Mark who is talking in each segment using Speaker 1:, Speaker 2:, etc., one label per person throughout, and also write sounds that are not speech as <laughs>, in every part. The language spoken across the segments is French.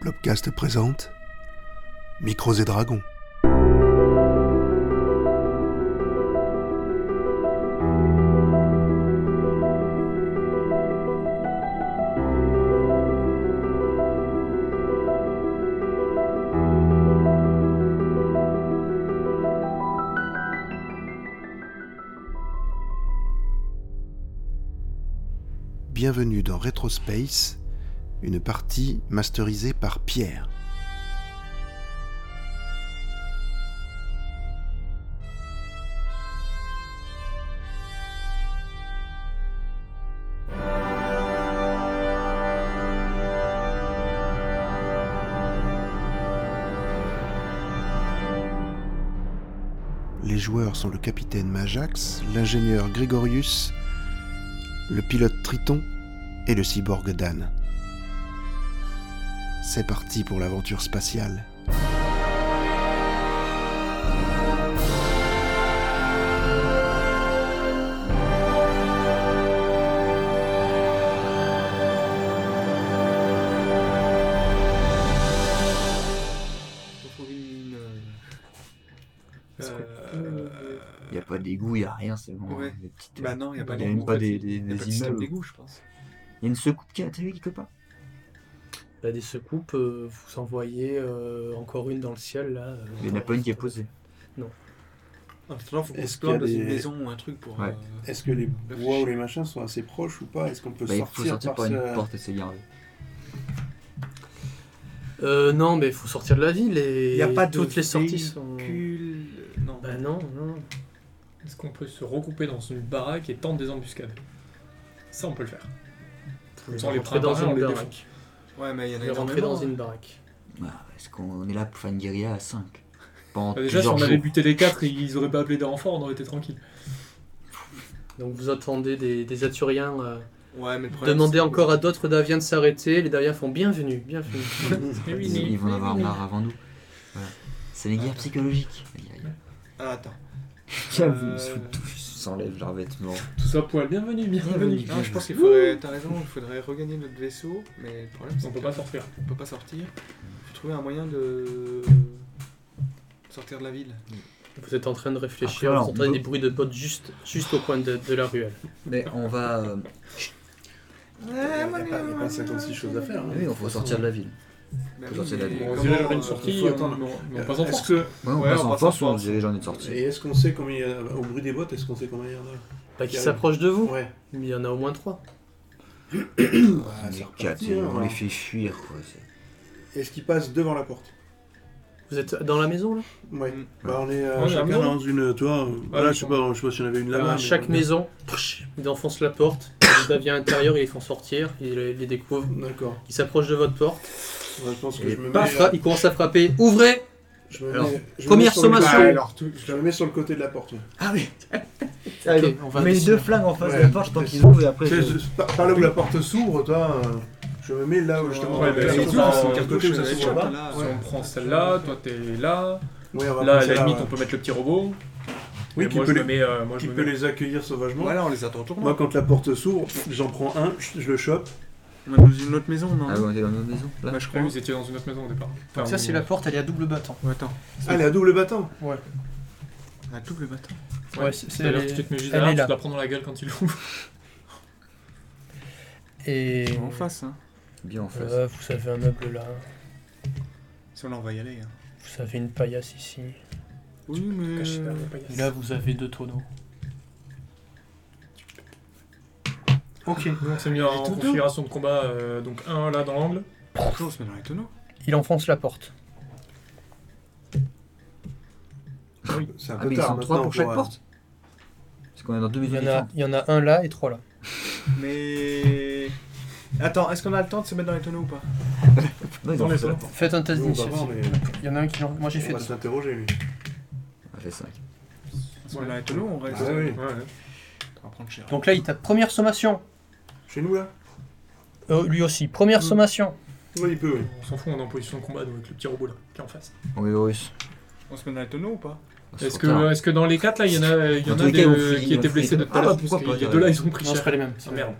Speaker 1: Blobcast présente Micros et Dragons. Bienvenue dans Retrospace, une partie masterisée par Pierre. Les joueurs sont le capitaine Majax, l'ingénieur Grégorius, le pilote Triton et le cyborg Dan. C'est parti pour l'aventure spatiale.
Speaker 2: Faut trouver une. euh, euh,
Speaker 3: Il n'y a pas d'égout, il n'y a rien, c'est bon.
Speaker 2: Ouais.
Speaker 3: des petites-
Speaker 2: Bah non, il n'y a pas
Speaker 3: y
Speaker 2: de.
Speaker 3: même pas des, des,
Speaker 2: Il n'y a
Speaker 3: des
Speaker 2: pas de système
Speaker 3: immeubles.
Speaker 2: d'égout, je pense.
Speaker 3: Il y a une secoupe qui a atterri quelque part.
Speaker 4: Il y a des secoupes, euh, vous envoyez euh, encore une dans le ciel là. euh,
Speaker 3: Il n'y en a pas une qui est
Speaker 2: Ah,
Speaker 3: posée.
Speaker 2: En attendant, faut qu'on
Speaker 5: Est-ce
Speaker 2: se plante dans
Speaker 5: qu'il y a
Speaker 2: une
Speaker 5: des-
Speaker 2: maison ou un truc pour.
Speaker 3: Ouais.
Speaker 2: euh,
Speaker 5: Est-ce que les
Speaker 2: Le
Speaker 5: bois ou les machins sont assez proches ou pas Est-ce qu'on peut
Speaker 3: Bah, il faut
Speaker 5: sortir,
Speaker 3: sortir par
Speaker 5: par,
Speaker 3: une
Speaker 5: ce-
Speaker 3: porte et se garder.
Speaker 4: Euh, non, mais il faut sortir de la ville et
Speaker 2: Il n'y a pas de.
Speaker 4: toutes les sorties sont.
Speaker 2: véhicule, euh, Non.
Speaker 4: Bah non, non.
Speaker 6: Est-ce qu'on peut se regrouper dans une baraque et tenter des embuscades Ça, on peut le faire.
Speaker 4: Vous les
Speaker 6: On les
Speaker 4: rentrez
Speaker 6: prend
Speaker 4: dans
Speaker 6: par un, on
Speaker 4: une
Speaker 6: les
Speaker 4: baraque.
Speaker 2: Ouais, mais il y en
Speaker 4: Vous
Speaker 2: a
Speaker 4: les rentrez dans
Speaker 2: énormément. hein.
Speaker 4: une baraque.
Speaker 3: Ah, Est-ce qu'on est là pour faire une guérilla à 5 Pendant
Speaker 6: Bah, déjà, si
Speaker 3: plusieurs
Speaker 6: on avait
Speaker 3: jours.
Speaker 6: buté les quatre, ils auraient pas appelé des renforts, on aurait été tranquille.
Speaker 4: Donc vous attendez des, des Aturiens. euh,
Speaker 2: Ouais, mais le problème.
Speaker 4: demandez
Speaker 2: c'est-
Speaker 4: encore à d'autres Daviens de s'arrêter. Les Daviens font bienvenue,
Speaker 2: <laughs>
Speaker 4: bienvenue.
Speaker 3: Ils, ils vont en avoir marre avant nous. Voilà. C'est les guerres psychologiques. Aïe, aïe.
Speaker 2: Ah, attends.
Speaker 3: J'avoue, ils se
Speaker 2: Euh,
Speaker 3: foutent tous, ils s'enlèvent leurs vêtements.
Speaker 6: Tout ça poil, bienvenue, bienvenue.
Speaker 2: Non, je pense qu'il faudrait. T'as raison, il faudrait regagner notre vaisseau, mais le problème, c'est
Speaker 6: On peut
Speaker 2: que-
Speaker 6: pas sortir.
Speaker 2: on peut pas sortir. Faut trouver un moyen de. sortir de la ville.
Speaker 4: Vous êtes en train de
Speaker 3: Après,
Speaker 4: réfléchir.
Speaker 3: alors,
Speaker 4: vous entendez
Speaker 3: on
Speaker 4: des
Speaker 3: peut-
Speaker 4: bruits de bottes juste, juste au coin de, de la ruelle.
Speaker 3: Mais on va. euh,
Speaker 5: Il n'y a, pas- il y a pas 56 choses à faire. hein.
Speaker 3: Oui, on faut sortir de la ville.
Speaker 2: Bah
Speaker 3: Faut
Speaker 2: oui,
Speaker 3: sortir de la
Speaker 2: mais
Speaker 3: ville.
Speaker 6: On
Speaker 2: comment,
Speaker 6: dirait une
Speaker 2: euh,
Speaker 6: sortie,
Speaker 5: faut
Speaker 6: on-
Speaker 5: attendre.
Speaker 6: on on
Speaker 5: Euh,
Speaker 6: passe en
Speaker 5: est-ce
Speaker 6: force.
Speaker 5: que-
Speaker 3: Ouais, on
Speaker 2: Ouais,
Speaker 3: passe
Speaker 2: on
Speaker 3: en
Speaker 2: passe en
Speaker 3: force ou on
Speaker 2: force.
Speaker 3: se dirige en une sortie
Speaker 5: Et est-ce qu'on sait combien il y a, au bruit des bottes, est-ce qu'on sait combien il y en a
Speaker 4: Pas qui
Speaker 5: Carrément.
Speaker 4: s'approche de vous,
Speaker 5: Ouais.
Speaker 4: mais il y en a au moins trois.
Speaker 3: On
Speaker 5: Bah, c'est
Speaker 3: est
Speaker 5: reparti,
Speaker 3: quatre,
Speaker 5: hein,
Speaker 3: on
Speaker 5: voilà.
Speaker 3: les fait fuir quoi. c'est-
Speaker 5: Est-ce qu'ils passent devant la porte
Speaker 4: Vous êtes dans la maison là
Speaker 5: Ouais.
Speaker 2: Mm.
Speaker 5: Bah, on est euh,
Speaker 6: Ouais, la
Speaker 5: chacun
Speaker 6: maison.
Speaker 5: dans une. Toi, euh, voilà,
Speaker 6: mais
Speaker 5: je sais
Speaker 6: bon.
Speaker 5: pas, je sais pas si on avait une là-bas.
Speaker 4: À
Speaker 5: mais-
Speaker 4: Ah, chaque maison, psh, ils enfoncent la porte, les Daviens intérieurs, ils les font sortir, ils les, les découvrent,
Speaker 5: D'accord.
Speaker 4: ils s'approchent de votre porte,
Speaker 5: Ouais, je pense que
Speaker 3: Et
Speaker 5: je me mets.
Speaker 4: paf, fra- ils commencent à frapper, ouvrez
Speaker 5: je me
Speaker 3: Alors,
Speaker 5: mets- je me
Speaker 4: première
Speaker 5: mets sur le-
Speaker 4: sommation.
Speaker 5: Bah, alors, tout- je me mets sur le côté de la porte. ouais.
Speaker 3: Ah oui
Speaker 4: Ok, on va
Speaker 3: Mais les
Speaker 4: descendre.
Speaker 3: deux flingues en face
Speaker 5: Ouais.
Speaker 3: de la porte, je pense qu'ils ouvrent et après.
Speaker 5: Tu sais,
Speaker 3: je-
Speaker 5: je- par, par là où la porte s'ouvre, toi, euh, je me mets là où
Speaker 2: Oh,
Speaker 5: justement.
Speaker 2: euh,
Speaker 6: Ouais, bah,
Speaker 5: là,
Speaker 6: c'est
Speaker 5: où
Speaker 6: tout,
Speaker 5: ça-
Speaker 6: c'est
Speaker 5: le
Speaker 6: quelque
Speaker 5: côté où ça
Speaker 2: chose
Speaker 5: s'ouvre
Speaker 2: avec
Speaker 5: pas.
Speaker 2: là,
Speaker 6: Si
Speaker 2: ouais.
Speaker 6: on prend celle-là, toi t'es là.
Speaker 5: Ouais,
Speaker 6: Là, à
Speaker 5: on va prendre
Speaker 6: la
Speaker 5: celle-là,
Speaker 6: limite,
Speaker 5: ouais.
Speaker 6: on peut mettre le petit robot.
Speaker 5: Oui,
Speaker 6: Et
Speaker 5: qui
Speaker 6: moi,
Speaker 5: peut
Speaker 6: je me
Speaker 5: les-
Speaker 6: mets, euh, moi, je
Speaker 5: qui
Speaker 6: me
Speaker 5: peut
Speaker 6: mets-
Speaker 5: les accueillir sauvagement.
Speaker 2: Voilà, on les attend tournant.
Speaker 6: Bah,
Speaker 5: Moi, quand la porte s'ouvre, j'en prends un, je le chope.
Speaker 2: On est dans une autre maison, non
Speaker 3: Ah oui, on était dans notre maison là
Speaker 2: Bah, je
Speaker 6: Ah,
Speaker 2: crois.
Speaker 6: Vous étiez dans une autre maison au départ. Enfin, on-
Speaker 4: porte, elle est à double battant.
Speaker 2: Ouais, attends.
Speaker 5: Ah, elle est à double battant.
Speaker 2: Un double bâton.
Speaker 4: Ouais,
Speaker 6: Ouais,
Speaker 4: c'est-
Speaker 6: c'est à l'heure
Speaker 4: elle
Speaker 6: tu te mets juste
Speaker 4: elle
Speaker 6: derrière,
Speaker 4: est
Speaker 6: tu
Speaker 4: là.
Speaker 6: te la prends dans la gueule quand il ouvre.
Speaker 4: Et
Speaker 2: En face, hein.
Speaker 3: Bien en face.
Speaker 4: euh, vous avez un meuble là,
Speaker 2: Si on en va y aller. Hein.
Speaker 4: vous avez une paillasse ici,
Speaker 2: Oui, mais.
Speaker 6: Cache derrière la
Speaker 4: et
Speaker 6: paillasse.
Speaker 4: là vous avez deux tonneaux.
Speaker 5: Ok.
Speaker 6: Nous, on s'est mis en
Speaker 2: tout doux.
Speaker 6: configuration de combat, euh, donc un là dans l'angle.
Speaker 2: Pourquoi on se met dans les tonneaux
Speaker 4: Il enfonce la porte.
Speaker 5: C'est un
Speaker 3: Ah,
Speaker 5: peu
Speaker 3: mais ils
Speaker 5: tard.
Speaker 3: sont trois
Speaker 5: maintenant
Speaker 3: pour chaque
Speaker 5: euh,
Speaker 3: porte Parce qu'on est dans deux maisons différentes.
Speaker 4: il y en a un là et trois là.
Speaker 2: Mais. Attends, est-ce qu'on a le temps de se mettre dans les tonneaux ou pas
Speaker 3: Non, ils
Speaker 6: Dans
Speaker 3: ont
Speaker 6: les
Speaker 3: fait la
Speaker 6: autres.
Speaker 3: porte.
Speaker 4: Faites un test
Speaker 5: nous, on va voir, mais
Speaker 4: Il y en a un qui l'en- Moi j'ai
Speaker 5: On va s'interroger, lui.
Speaker 3: On a fait cinq.
Speaker 2: On se met dans les tonneaux, on reste.
Speaker 5: Ah, oui.
Speaker 6: Ouais, ouais.
Speaker 2: On va prendre cher.
Speaker 4: Donc là il tape première sommation.
Speaker 5: Chez nous, là
Speaker 4: Euh, lui aussi, première sommation.
Speaker 5: Oui, il peut, oui.
Speaker 6: On s'en fout, on est en position de combat donc avec le petit robot là, qui est en face.
Speaker 3: On est russe.
Speaker 2: On se met dans les tonneaux ou pas
Speaker 3: On se
Speaker 6: Est-ce
Speaker 3: retire.
Speaker 6: que, est que dans les quatre là, il y en a, il y
Speaker 3: Dans
Speaker 6: en
Speaker 3: tous
Speaker 6: a
Speaker 3: les
Speaker 6: des,
Speaker 3: cas, on
Speaker 6: euh,
Speaker 3: finit,
Speaker 6: qui
Speaker 3: on
Speaker 6: étaient
Speaker 3: finit.
Speaker 6: blessés depuis tout à
Speaker 3: Ah,
Speaker 6: l'heure
Speaker 3: bah,
Speaker 6: parce
Speaker 3: pourquoi
Speaker 6: que
Speaker 3: pas,
Speaker 6: les
Speaker 3: t'as
Speaker 6: deux là
Speaker 3: raison.
Speaker 6: ils ont pris
Speaker 4: Non, c'est
Speaker 6: cher.
Speaker 4: pas les mêmes.
Speaker 6: Ah, merde.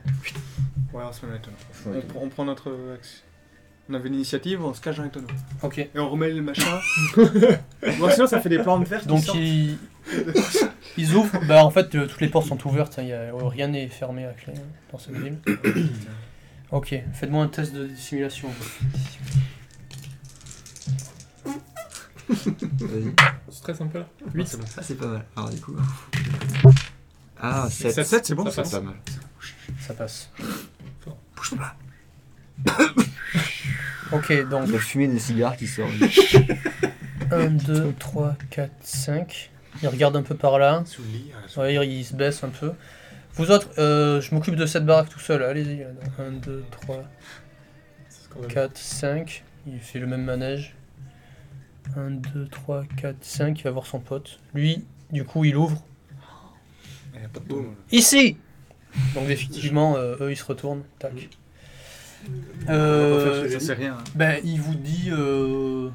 Speaker 2: Ouais, on se met dans les tonneaux.
Speaker 3: Faut-
Speaker 2: On, prend- on prend notre euh, axe. On avait l'initiative, on se cache dans les tonneaux.
Speaker 6: Ok.
Speaker 2: Et on remet le machin. <laughs> bon, sinon, ça fait des plans de fer qui
Speaker 4: Donc
Speaker 2: sortent.
Speaker 4: ils, ils ouvrent. Bah en fait, euh, toutes les portes sont ouvertes. hein, y a- rien n'est fermé à clé hein, dans cette ville. Ok, faites-moi un test de dissimulation.
Speaker 3: Vas-y.
Speaker 6: On se stresse un peu là.
Speaker 3: Ah, c'est bon. Ah, c'est pas mal. Alors, du coup. Ah, 7.
Speaker 6: Sept, sept, c'est bon,
Speaker 3: ça
Speaker 6: ça
Speaker 3: passe pas mal.
Speaker 4: Ça passe.
Speaker 3: Bouge pas.
Speaker 4: Ok, donc
Speaker 3: Il y a fumée de cigare qui sort.
Speaker 4: 1, 2, 3, 4, 5. Il regarde un peu par là.
Speaker 2: Sous le lit, euh,
Speaker 4: Ouais, il se baisse un peu. Vous autres, euh, je m'occupe de cette baraque tout seul. hein, Allez-y. 1, 2, 3,
Speaker 6: C'est scandaleux.
Speaker 4: 4, 5. Il fait le même manège. 1, 2, 3, 4, 5. Il va voir son pote. Lui, du coup, il ouvre.
Speaker 2: Il n'y a pas de boum.
Speaker 4: Ici Donc effectivement, euh, eux, ils se retournent. Tac.
Speaker 2: Euh,
Speaker 4: Euh,
Speaker 2: ça, c'est rien. hein.
Speaker 4: ben, il vous dit... euh,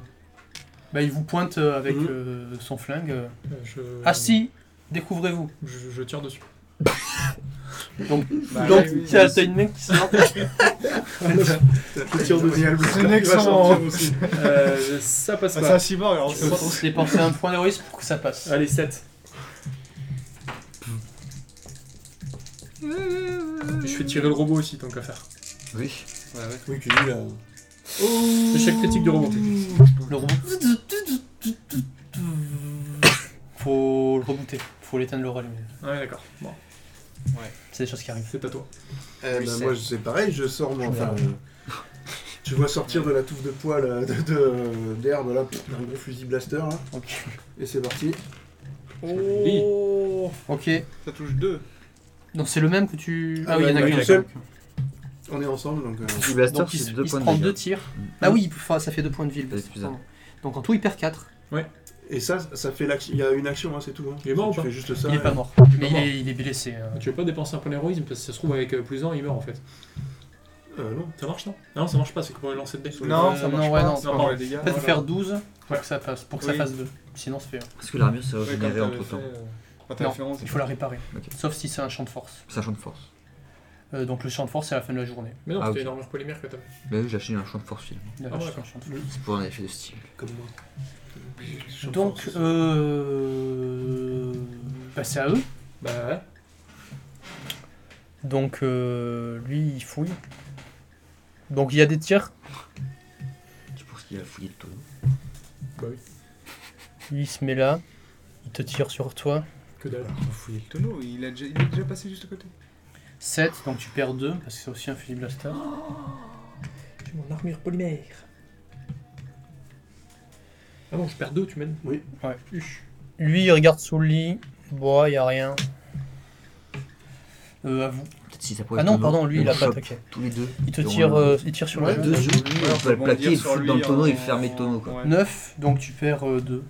Speaker 4: ben, il vous pointe euh, avec
Speaker 2: Mhm.
Speaker 4: euh, son flingue. euh,
Speaker 6: Euh, je-
Speaker 4: Ah si Découvrez-vous.
Speaker 6: je, je tire
Speaker 3: <laughs>
Speaker 6: dessus.
Speaker 2: Bah,
Speaker 4: Donc,
Speaker 2: ouais, oui,
Speaker 4: t'as
Speaker 2: c'est-
Speaker 4: t'as
Speaker 2: <laughs>
Speaker 4: une mec qui sort.
Speaker 2: C'est un excellent.
Speaker 6: Euh, ça passe
Speaker 2: Ah,
Speaker 6: pas.
Speaker 2: ça, cyborg, alors
Speaker 4: Tu peux
Speaker 2: c'est
Speaker 4: dépenser un point d'héroïsme pour que ça passe.
Speaker 6: Allez, 7. Je fais tirer le robot aussi, tant qu'à faire.
Speaker 3: Oui.
Speaker 7: Oui, que lui, là.
Speaker 6: Échec critique du robot.
Speaker 4: Le robot. <coughs> Faut le rebooter. Faut l'éteindre, le rallumer.
Speaker 6: Ah Ouais, d'accord. Bon,
Speaker 4: C'est des choses qui arrivent.
Speaker 6: c'est à toi.
Speaker 7: Eh ben,
Speaker 4: Reset.
Speaker 7: moi, c'est pareil, je sors mon.
Speaker 4: Je
Speaker 7: Enfin, euh, <laughs> tu vois sortir de la touffe de poils, euh, de- de- d'herbe, là, pff, un gros fusil blaster, là.
Speaker 4: Ok.
Speaker 7: Et c'est parti.
Speaker 6: Oh.
Speaker 4: Ok.
Speaker 2: Ça touche deux.
Speaker 4: Donc c'est le même que tu.
Speaker 7: Ah,
Speaker 4: en
Speaker 7: bah, il y en a
Speaker 4: qui
Speaker 7: qu'un seul. On est ensemble, donc. euh,
Speaker 3: Petit blaster,
Speaker 4: Donc il, se-
Speaker 3: c'est 2
Speaker 4: il se
Speaker 3: points de
Speaker 4: prend
Speaker 3: dégâts.
Speaker 4: deux tirs. Ah oui, il peut- enfin, ça fait deux points de ville.
Speaker 3: C'est épuisable.
Speaker 4: Donc en tout, il perd 4.
Speaker 7: Et ça, ça fait l'action. Il y a une action, hein, c'est tout. Hein.
Speaker 6: Il est mort
Speaker 7: Tu
Speaker 6: ou pas
Speaker 7: fais juste ça.
Speaker 4: Il est
Speaker 7: et-
Speaker 4: pas mort. Mais il
Speaker 6: mort.
Speaker 4: est, il est blessé. hein.
Speaker 6: Tu veux pas dépenser un point d'héroïsme parce que ça se trouve avec euh, plus 1 il meurt en fait.
Speaker 7: Euh, non.
Speaker 6: Ça marche non Ah Non ça marche pas, c'est que pour les lancer de dés.
Speaker 2: Non,
Speaker 4: Euh,
Speaker 2: ça
Speaker 4: non,
Speaker 2: marche
Speaker 4: ouais,
Speaker 2: pas.
Speaker 4: non,
Speaker 2: c'est
Speaker 4: non,
Speaker 2: pas
Speaker 4: non.
Speaker 2: pour les dégâts.
Speaker 4: Peut-être
Speaker 2: Voilà.
Speaker 4: faire 12 pour
Speaker 6: Ouais.
Speaker 4: que ça passe, pour que
Speaker 2: Oui.
Speaker 4: ça fasse 2. Sinon, c'est fait.
Speaker 3: Est-ce que l'armure s'est
Speaker 2: Ouais, comme
Speaker 3: régénérée
Speaker 2: t'avais
Speaker 3: entre temps
Speaker 2: fait, euh, quand t'avais
Speaker 4: Non.
Speaker 2: fait onze.
Speaker 4: Il faut la réparer.
Speaker 3: Ok.
Speaker 4: Sauf si c'est un champ de force.
Speaker 3: C'est un champ de force.
Speaker 4: Euh, donc le champ de force, c'est à la fin de la journée.
Speaker 6: Mais non,
Speaker 3: Ah,
Speaker 6: c'était
Speaker 3: ok.
Speaker 6: une armure polymère que t'avais.
Speaker 3: Bah oui, j'ai acheté un champ de force finalement.
Speaker 4: D'accord,
Speaker 6: ouais,
Speaker 4: c'est un champ de force.
Speaker 3: C'est pour un effet de style.
Speaker 7: Comme moi. Sur
Speaker 4: Donc,
Speaker 7: force.
Speaker 4: euh... bah, c'est à eux.
Speaker 6: Bah ouais.
Speaker 4: Donc, euh, lui, il fouille. Donc, il y a des tirs.
Speaker 3: Tu penses qu'il a fouillé le tonneau
Speaker 4: Lui, il se met là. Il te tire sur toi.
Speaker 6: Que dalle.
Speaker 2: Il faut fouiller le tonneau, il, a déjà, il est déjà passé juste à côté.
Speaker 4: 7, donc tu perds 2, parce que c'est aussi un fusil blaster.
Speaker 6: J'ai mon armure polymère. Ah non, je perds 2 tu m'aides.
Speaker 4: Lui, il regarde sous le lit. Bon, il n'y a rien. Euh, à vous.
Speaker 3: Peut-être si ça pourrait
Speaker 4: Ah
Speaker 3: être
Speaker 4: non,
Speaker 3: le
Speaker 4: pardon, lui,
Speaker 3: on
Speaker 4: il a pas
Speaker 3: chope
Speaker 4: attaqué.
Speaker 3: Tous les deux.
Speaker 4: Il te
Speaker 3: Et on
Speaker 4: tire,
Speaker 3: le-
Speaker 4: euh, il tire sur
Speaker 7: Ouais,
Speaker 4: la
Speaker 7: deux
Speaker 4: gueule.
Speaker 7: yeux.
Speaker 3: Ouais, on peut le plaquer, le foutre dans le
Speaker 2: hein.
Speaker 3: tonneau et le fermer le tonneau. Quoi.
Speaker 2: Ouais.
Speaker 4: 9, donc tu perds euh, 2.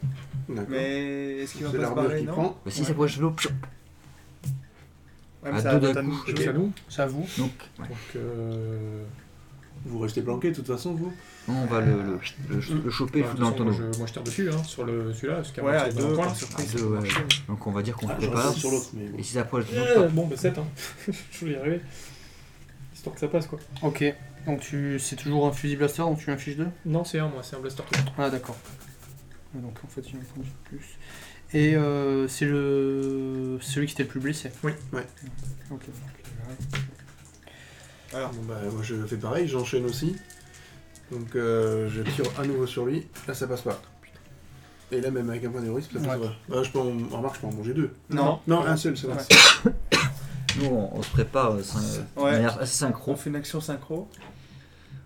Speaker 7: D'accord.
Speaker 2: Mais est-ce qu'il va
Speaker 7: C'est
Speaker 2: pas se
Speaker 7: l'armure
Speaker 2: barrer
Speaker 7: qui
Speaker 2: non
Speaker 7: prend.
Speaker 3: Bah si ça pourrait être l'eau, pfiou.
Speaker 2: Ouais,
Speaker 3: À
Speaker 2: mais ça
Speaker 3: deux
Speaker 2: va
Speaker 3: d'un
Speaker 2: pas
Speaker 3: coup,
Speaker 2: nous-
Speaker 6: C'est à nous.
Speaker 4: C'est à vous.
Speaker 3: donc ouais.
Speaker 7: Donc, euh, vous restez planqué de toute façon, vous
Speaker 3: Non, on va le, le, le- le choper et le
Speaker 6: Bah, de
Speaker 3: foutre
Speaker 6: toute
Speaker 3: dans le
Speaker 6: façon, moi,
Speaker 3: tonneau.
Speaker 6: je, moi je tire dessus hein, sur le celui-là, parce qu'il y a
Speaker 2: Ouais,
Speaker 6: moitié bah,
Speaker 2: à
Speaker 6: dans le
Speaker 2: deux,
Speaker 6: coin, là.
Speaker 2: comme surprise.
Speaker 3: Ah, deux,
Speaker 2: ça
Speaker 3: ouais.
Speaker 2: marche.
Speaker 3: Donc on va dire qu'on le
Speaker 7: J'aurais
Speaker 3: prépare.
Speaker 7: Ah, sur l'autre, mais bon.
Speaker 3: Et si ça pourrait être
Speaker 6: Euh, bon bah 7 hein. <laughs> je voulais y arriver. Histoire que ça passe quoi.
Speaker 4: Ok. Donc tu, c'est toujours un fusil blaster, donc tu affiches 2
Speaker 6: Non c'est un moi, c'est un blaster.
Speaker 4: Ah d'accord. Donc en fait il en prend plus. Et euh, c'est le celui qui était le plus blessé.
Speaker 6: Oui.
Speaker 7: Ouais.
Speaker 4: Ok.
Speaker 7: Bon, bah, moi, je fais pareil, j'enchaîne aussi. Donc, euh, je tire à nouveau sur lui. Là, ça passe pas. Et là, même avec un point d'héroïsme, ça passe
Speaker 4: Ouais.
Speaker 7: pas. Bah, je peux en... Remarque, je peux en manger deux.
Speaker 2: Non.
Speaker 7: Non, un seul, ça passe.
Speaker 3: Nous on, on se prépare euh, syn-
Speaker 2: Ouais.
Speaker 3: de manière assez
Speaker 2: On
Speaker 3: synchro.
Speaker 2: fait une action synchro.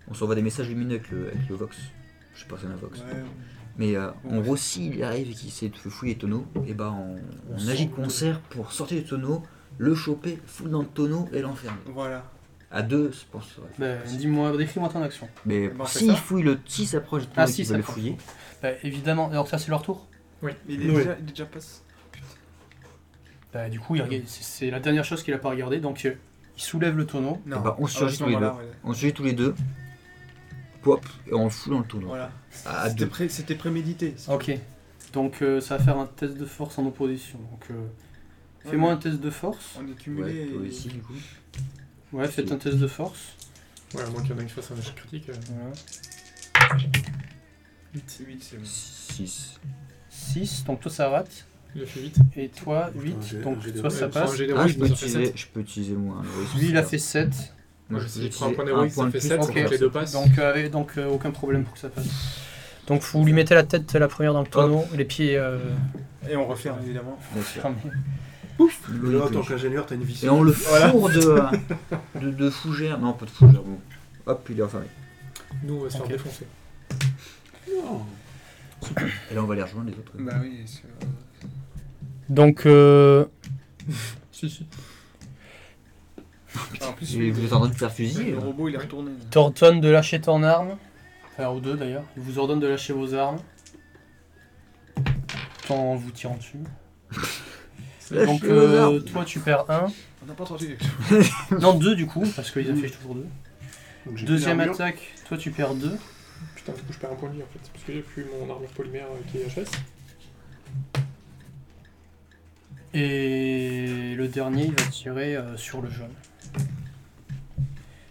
Speaker 3: On s'envoie des messages lumineux avec le, avec le Vox. Je sais pas si c'est un Vox.
Speaker 2: Ouais.
Speaker 3: Mais euh, en gros, s'il arrive et qu'il essaie de fouiller le tonneau, et ben on, on agit de concert pour sortir du tonneau, le choper, foutre dans le tonneau et l'enfermer.
Speaker 2: Voilà.
Speaker 3: À deux, je pense. ouais.
Speaker 4: Ben, dis-moi, décris-moi ton action.
Speaker 3: Mais
Speaker 2: Bon, on fait
Speaker 3: s'il
Speaker 2: ça
Speaker 3: fouille le, s'il s'approche du
Speaker 4: Ah,
Speaker 3: tonneau, et
Speaker 4: si,
Speaker 3: qu'il veut le
Speaker 4: s'approche.
Speaker 3: fouiller.
Speaker 4: Ben, évidemment. Alors ça c'est leur tour.
Speaker 2: Mais il est
Speaker 7: Ouais.
Speaker 2: déjà, il est déjà passé.
Speaker 4: Ben, du coup il regarde- c'est, c'est la dernière chose qu'il a pas regardé. Donc euh, il soulève le tonneau.
Speaker 2: Non.
Speaker 3: bah, on
Speaker 2: Ah,
Speaker 3: surgit
Speaker 2: à ce
Speaker 3: tous les
Speaker 2: moment-là, ouais.
Speaker 3: On se jette tous les deux. Pop, et on le fout dans le tonneau.
Speaker 2: Voilà.
Speaker 3: À
Speaker 2: C'était
Speaker 3: deux.
Speaker 2: pré- C'était prémédité.
Speaker 4: Ok. Donc euh, ça va faire un test de force en opposition. Donc euh,
Speaker 2: Ouais,
Speaker 4: fais-moi
Speaker 2: mais-
Speaker 4: un test de force.
Speaker 2: On est
Speaker 3: Ouais,
Speaker 2: cumulé.
Speaker 3: toi aussi, du coup.
Speaker 4: Ouais, faites un test de force.
Speaker 6: Ouais, à moins qu'il y en ait qui fasse un échec critique. euh.
Speaker 4: Voilà.
Speaker 2: 8. 8, c'est bon.
Speaker 3: 6.
Speaker 4: 6, donc toi ça rate.
Speaker 6: Il a fait vite.
Speaker 4: Et toi, 8,
Speaker 7: j'ai-
Speaker 4: donc
Speaker 7: j'ai des
Speaker 4: toi ça
Speaker 6: Ouais, prends un
Speaker 4: passe.
Speaker 6: jet d'héroïque,
Speaker 3: Ah, je
Speaker 6: ça
Speaker 3: peux
Speaker 6: fait sept.
Speaker 3: utiliser, je peux utiliser hein, moi un héroïsme.
Speaker 4: Lui, il a fait 7.
Speaker 3: Moi,
Speaker 6: Ouais,
Speaker 3: je peux
Speaker 6: si tu prends un
Speaker 3: utiliser
Speaker 6: point d'héroïsme, ça
Speaker 3: de
Speaker 6: fait
Speaker 3: plus
Speaker 6: 7,
Speaker 3: pour
Speaker 6: ça
Speaker 4: ok.
Speaker 3: faire
Speaker 6: fait les deux passes.
Speaker 4: Donc, euh, avec- donc euh, aucun problème pour que ça passe. Donc vous lui mettez la tête la première dans le tonneau, les pieds euh,
Speaker 2: Et on referme, évidemment.
Speaker 3: Bien sûr.
Speaker 4: fermés.
Speaker 3: Le
Speaker 7: Là, en tant
Speaker 3: lollipop.
Speaker 7: qu'ingénieur, t'as une vision.
Speaker 3: Et on le fourre de, euh, de, de fougère. Non, pas de fougère, bon. Hop, il est enfermé.
Speaker 6: Nous, on va se faire
Speaker 4: Ok.
Speaker 6: défoncer.
Speaker 3: Et là, on va les rejoindre les autres.
Speaker 2: Bah oui, c'est
Speaker 4: Donc euh,
Speaker 6: Si, si.
Speaker 2: En plus,
Speaker 3: Et
Speaker 2: oui,
Speaker 3: vous
Speaker 2: le-
Speaker 3: êtes en train de faire fusiller. hein.
Speaker 2: le
Speaker 3: là.
Speaker 4: hein.
Speaker 2: robot, il est retourné. là.
Speaker 4: t'ordonne de lâcher ton arme. Enfin, aux deux d'ailleurs. Il vous ordonne de lâcher vos armes. Tout en vous tirant dessus. Donc
Speaker 3: Lâchez vos
Speaker 4: euh,
Speaker 3: armes.
Speaker 4: toi tu perds un.
Speaker 2: On n'a pas entendu <laughs> quelque chose.
Speaker 4: Non, deux du coup, parce qu'ils affichent toujours deux.
Speaker 7: Donc, j'ai
Speaker 4: Deuxième
Speaker 7: plus d'armure.
Speaker 4: attaque, toi tu perds deux.
Speaker 6: Putain, du coup, je perds un point de vie en fait. Parce que j'ai plus mon armure polymère euh, qui est HS.
Speaker 4: Et le dernier, il va tirer euh, sur le jaune.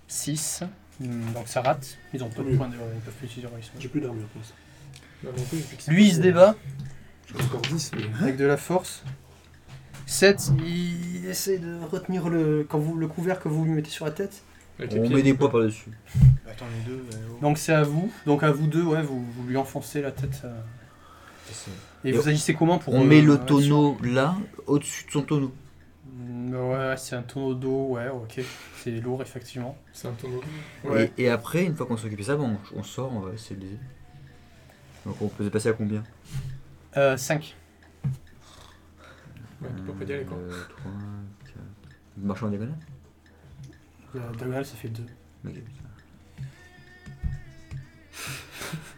Speaker 4: 6. Hmm, Donc ça rate. Ils ont pas de
Speaker 7: Oui.
Speaker 4: points de... Ils peuvent plus utiliser leur action.
Speaker 7: J'ai plus d'armure, pour ça.
Speaker 6: Bah, non plus, j'ai plus que ça.
Speaker 4: Lui, il se débat
Speaker 7: J'ai encore 10, mais.
Speaker 4: avec de la force. 7. Il essaie de retenir le, quand vous, le couvert que vous lui mettez sur la tête.
Speaker 6: Avec les
Speaker 3: On
Speaker 6: pieds.
Speaker 3: met des poids par-dessus.
Speaker 2: Attends, les deux. euh, oh.
Speaker 4: Donc c'est à vous. Donc à vous deux, ouais, vous, vous lui enfoncez la tête. euh. Et,
Speaker 3: Et
Speaker 4: vous agissez comment pour...
Speaker 3: On
Speaker 4: euh,
Speaker 3: met le
Speaker 4: action
Speaker 3: tonneau là, au-dessus de son tonneau.
Speaker 4: Mm, Ouais, c'est un tonneau d'eau, ouais, ok. C'est lourd, effectivement.
Speaker 6: C'est un tonneau.
Speaker 4: Ouais.
Speaker 3: Et, et après, une fois qu'on s'est occupé de ça, bon, on, on sort, on va essayer de les. Donc on peut se passer à combien
Speaker 4: 5.
Speaker 6: Ouais, tu peux pas y aller
Speaker 7: Euh,
Speaker 6: quoi.
Speaker 3: 3, 4. Marchons en diagonale
Speaker 4: La diagonale, ça fait 2.
Speaker 3: Ok.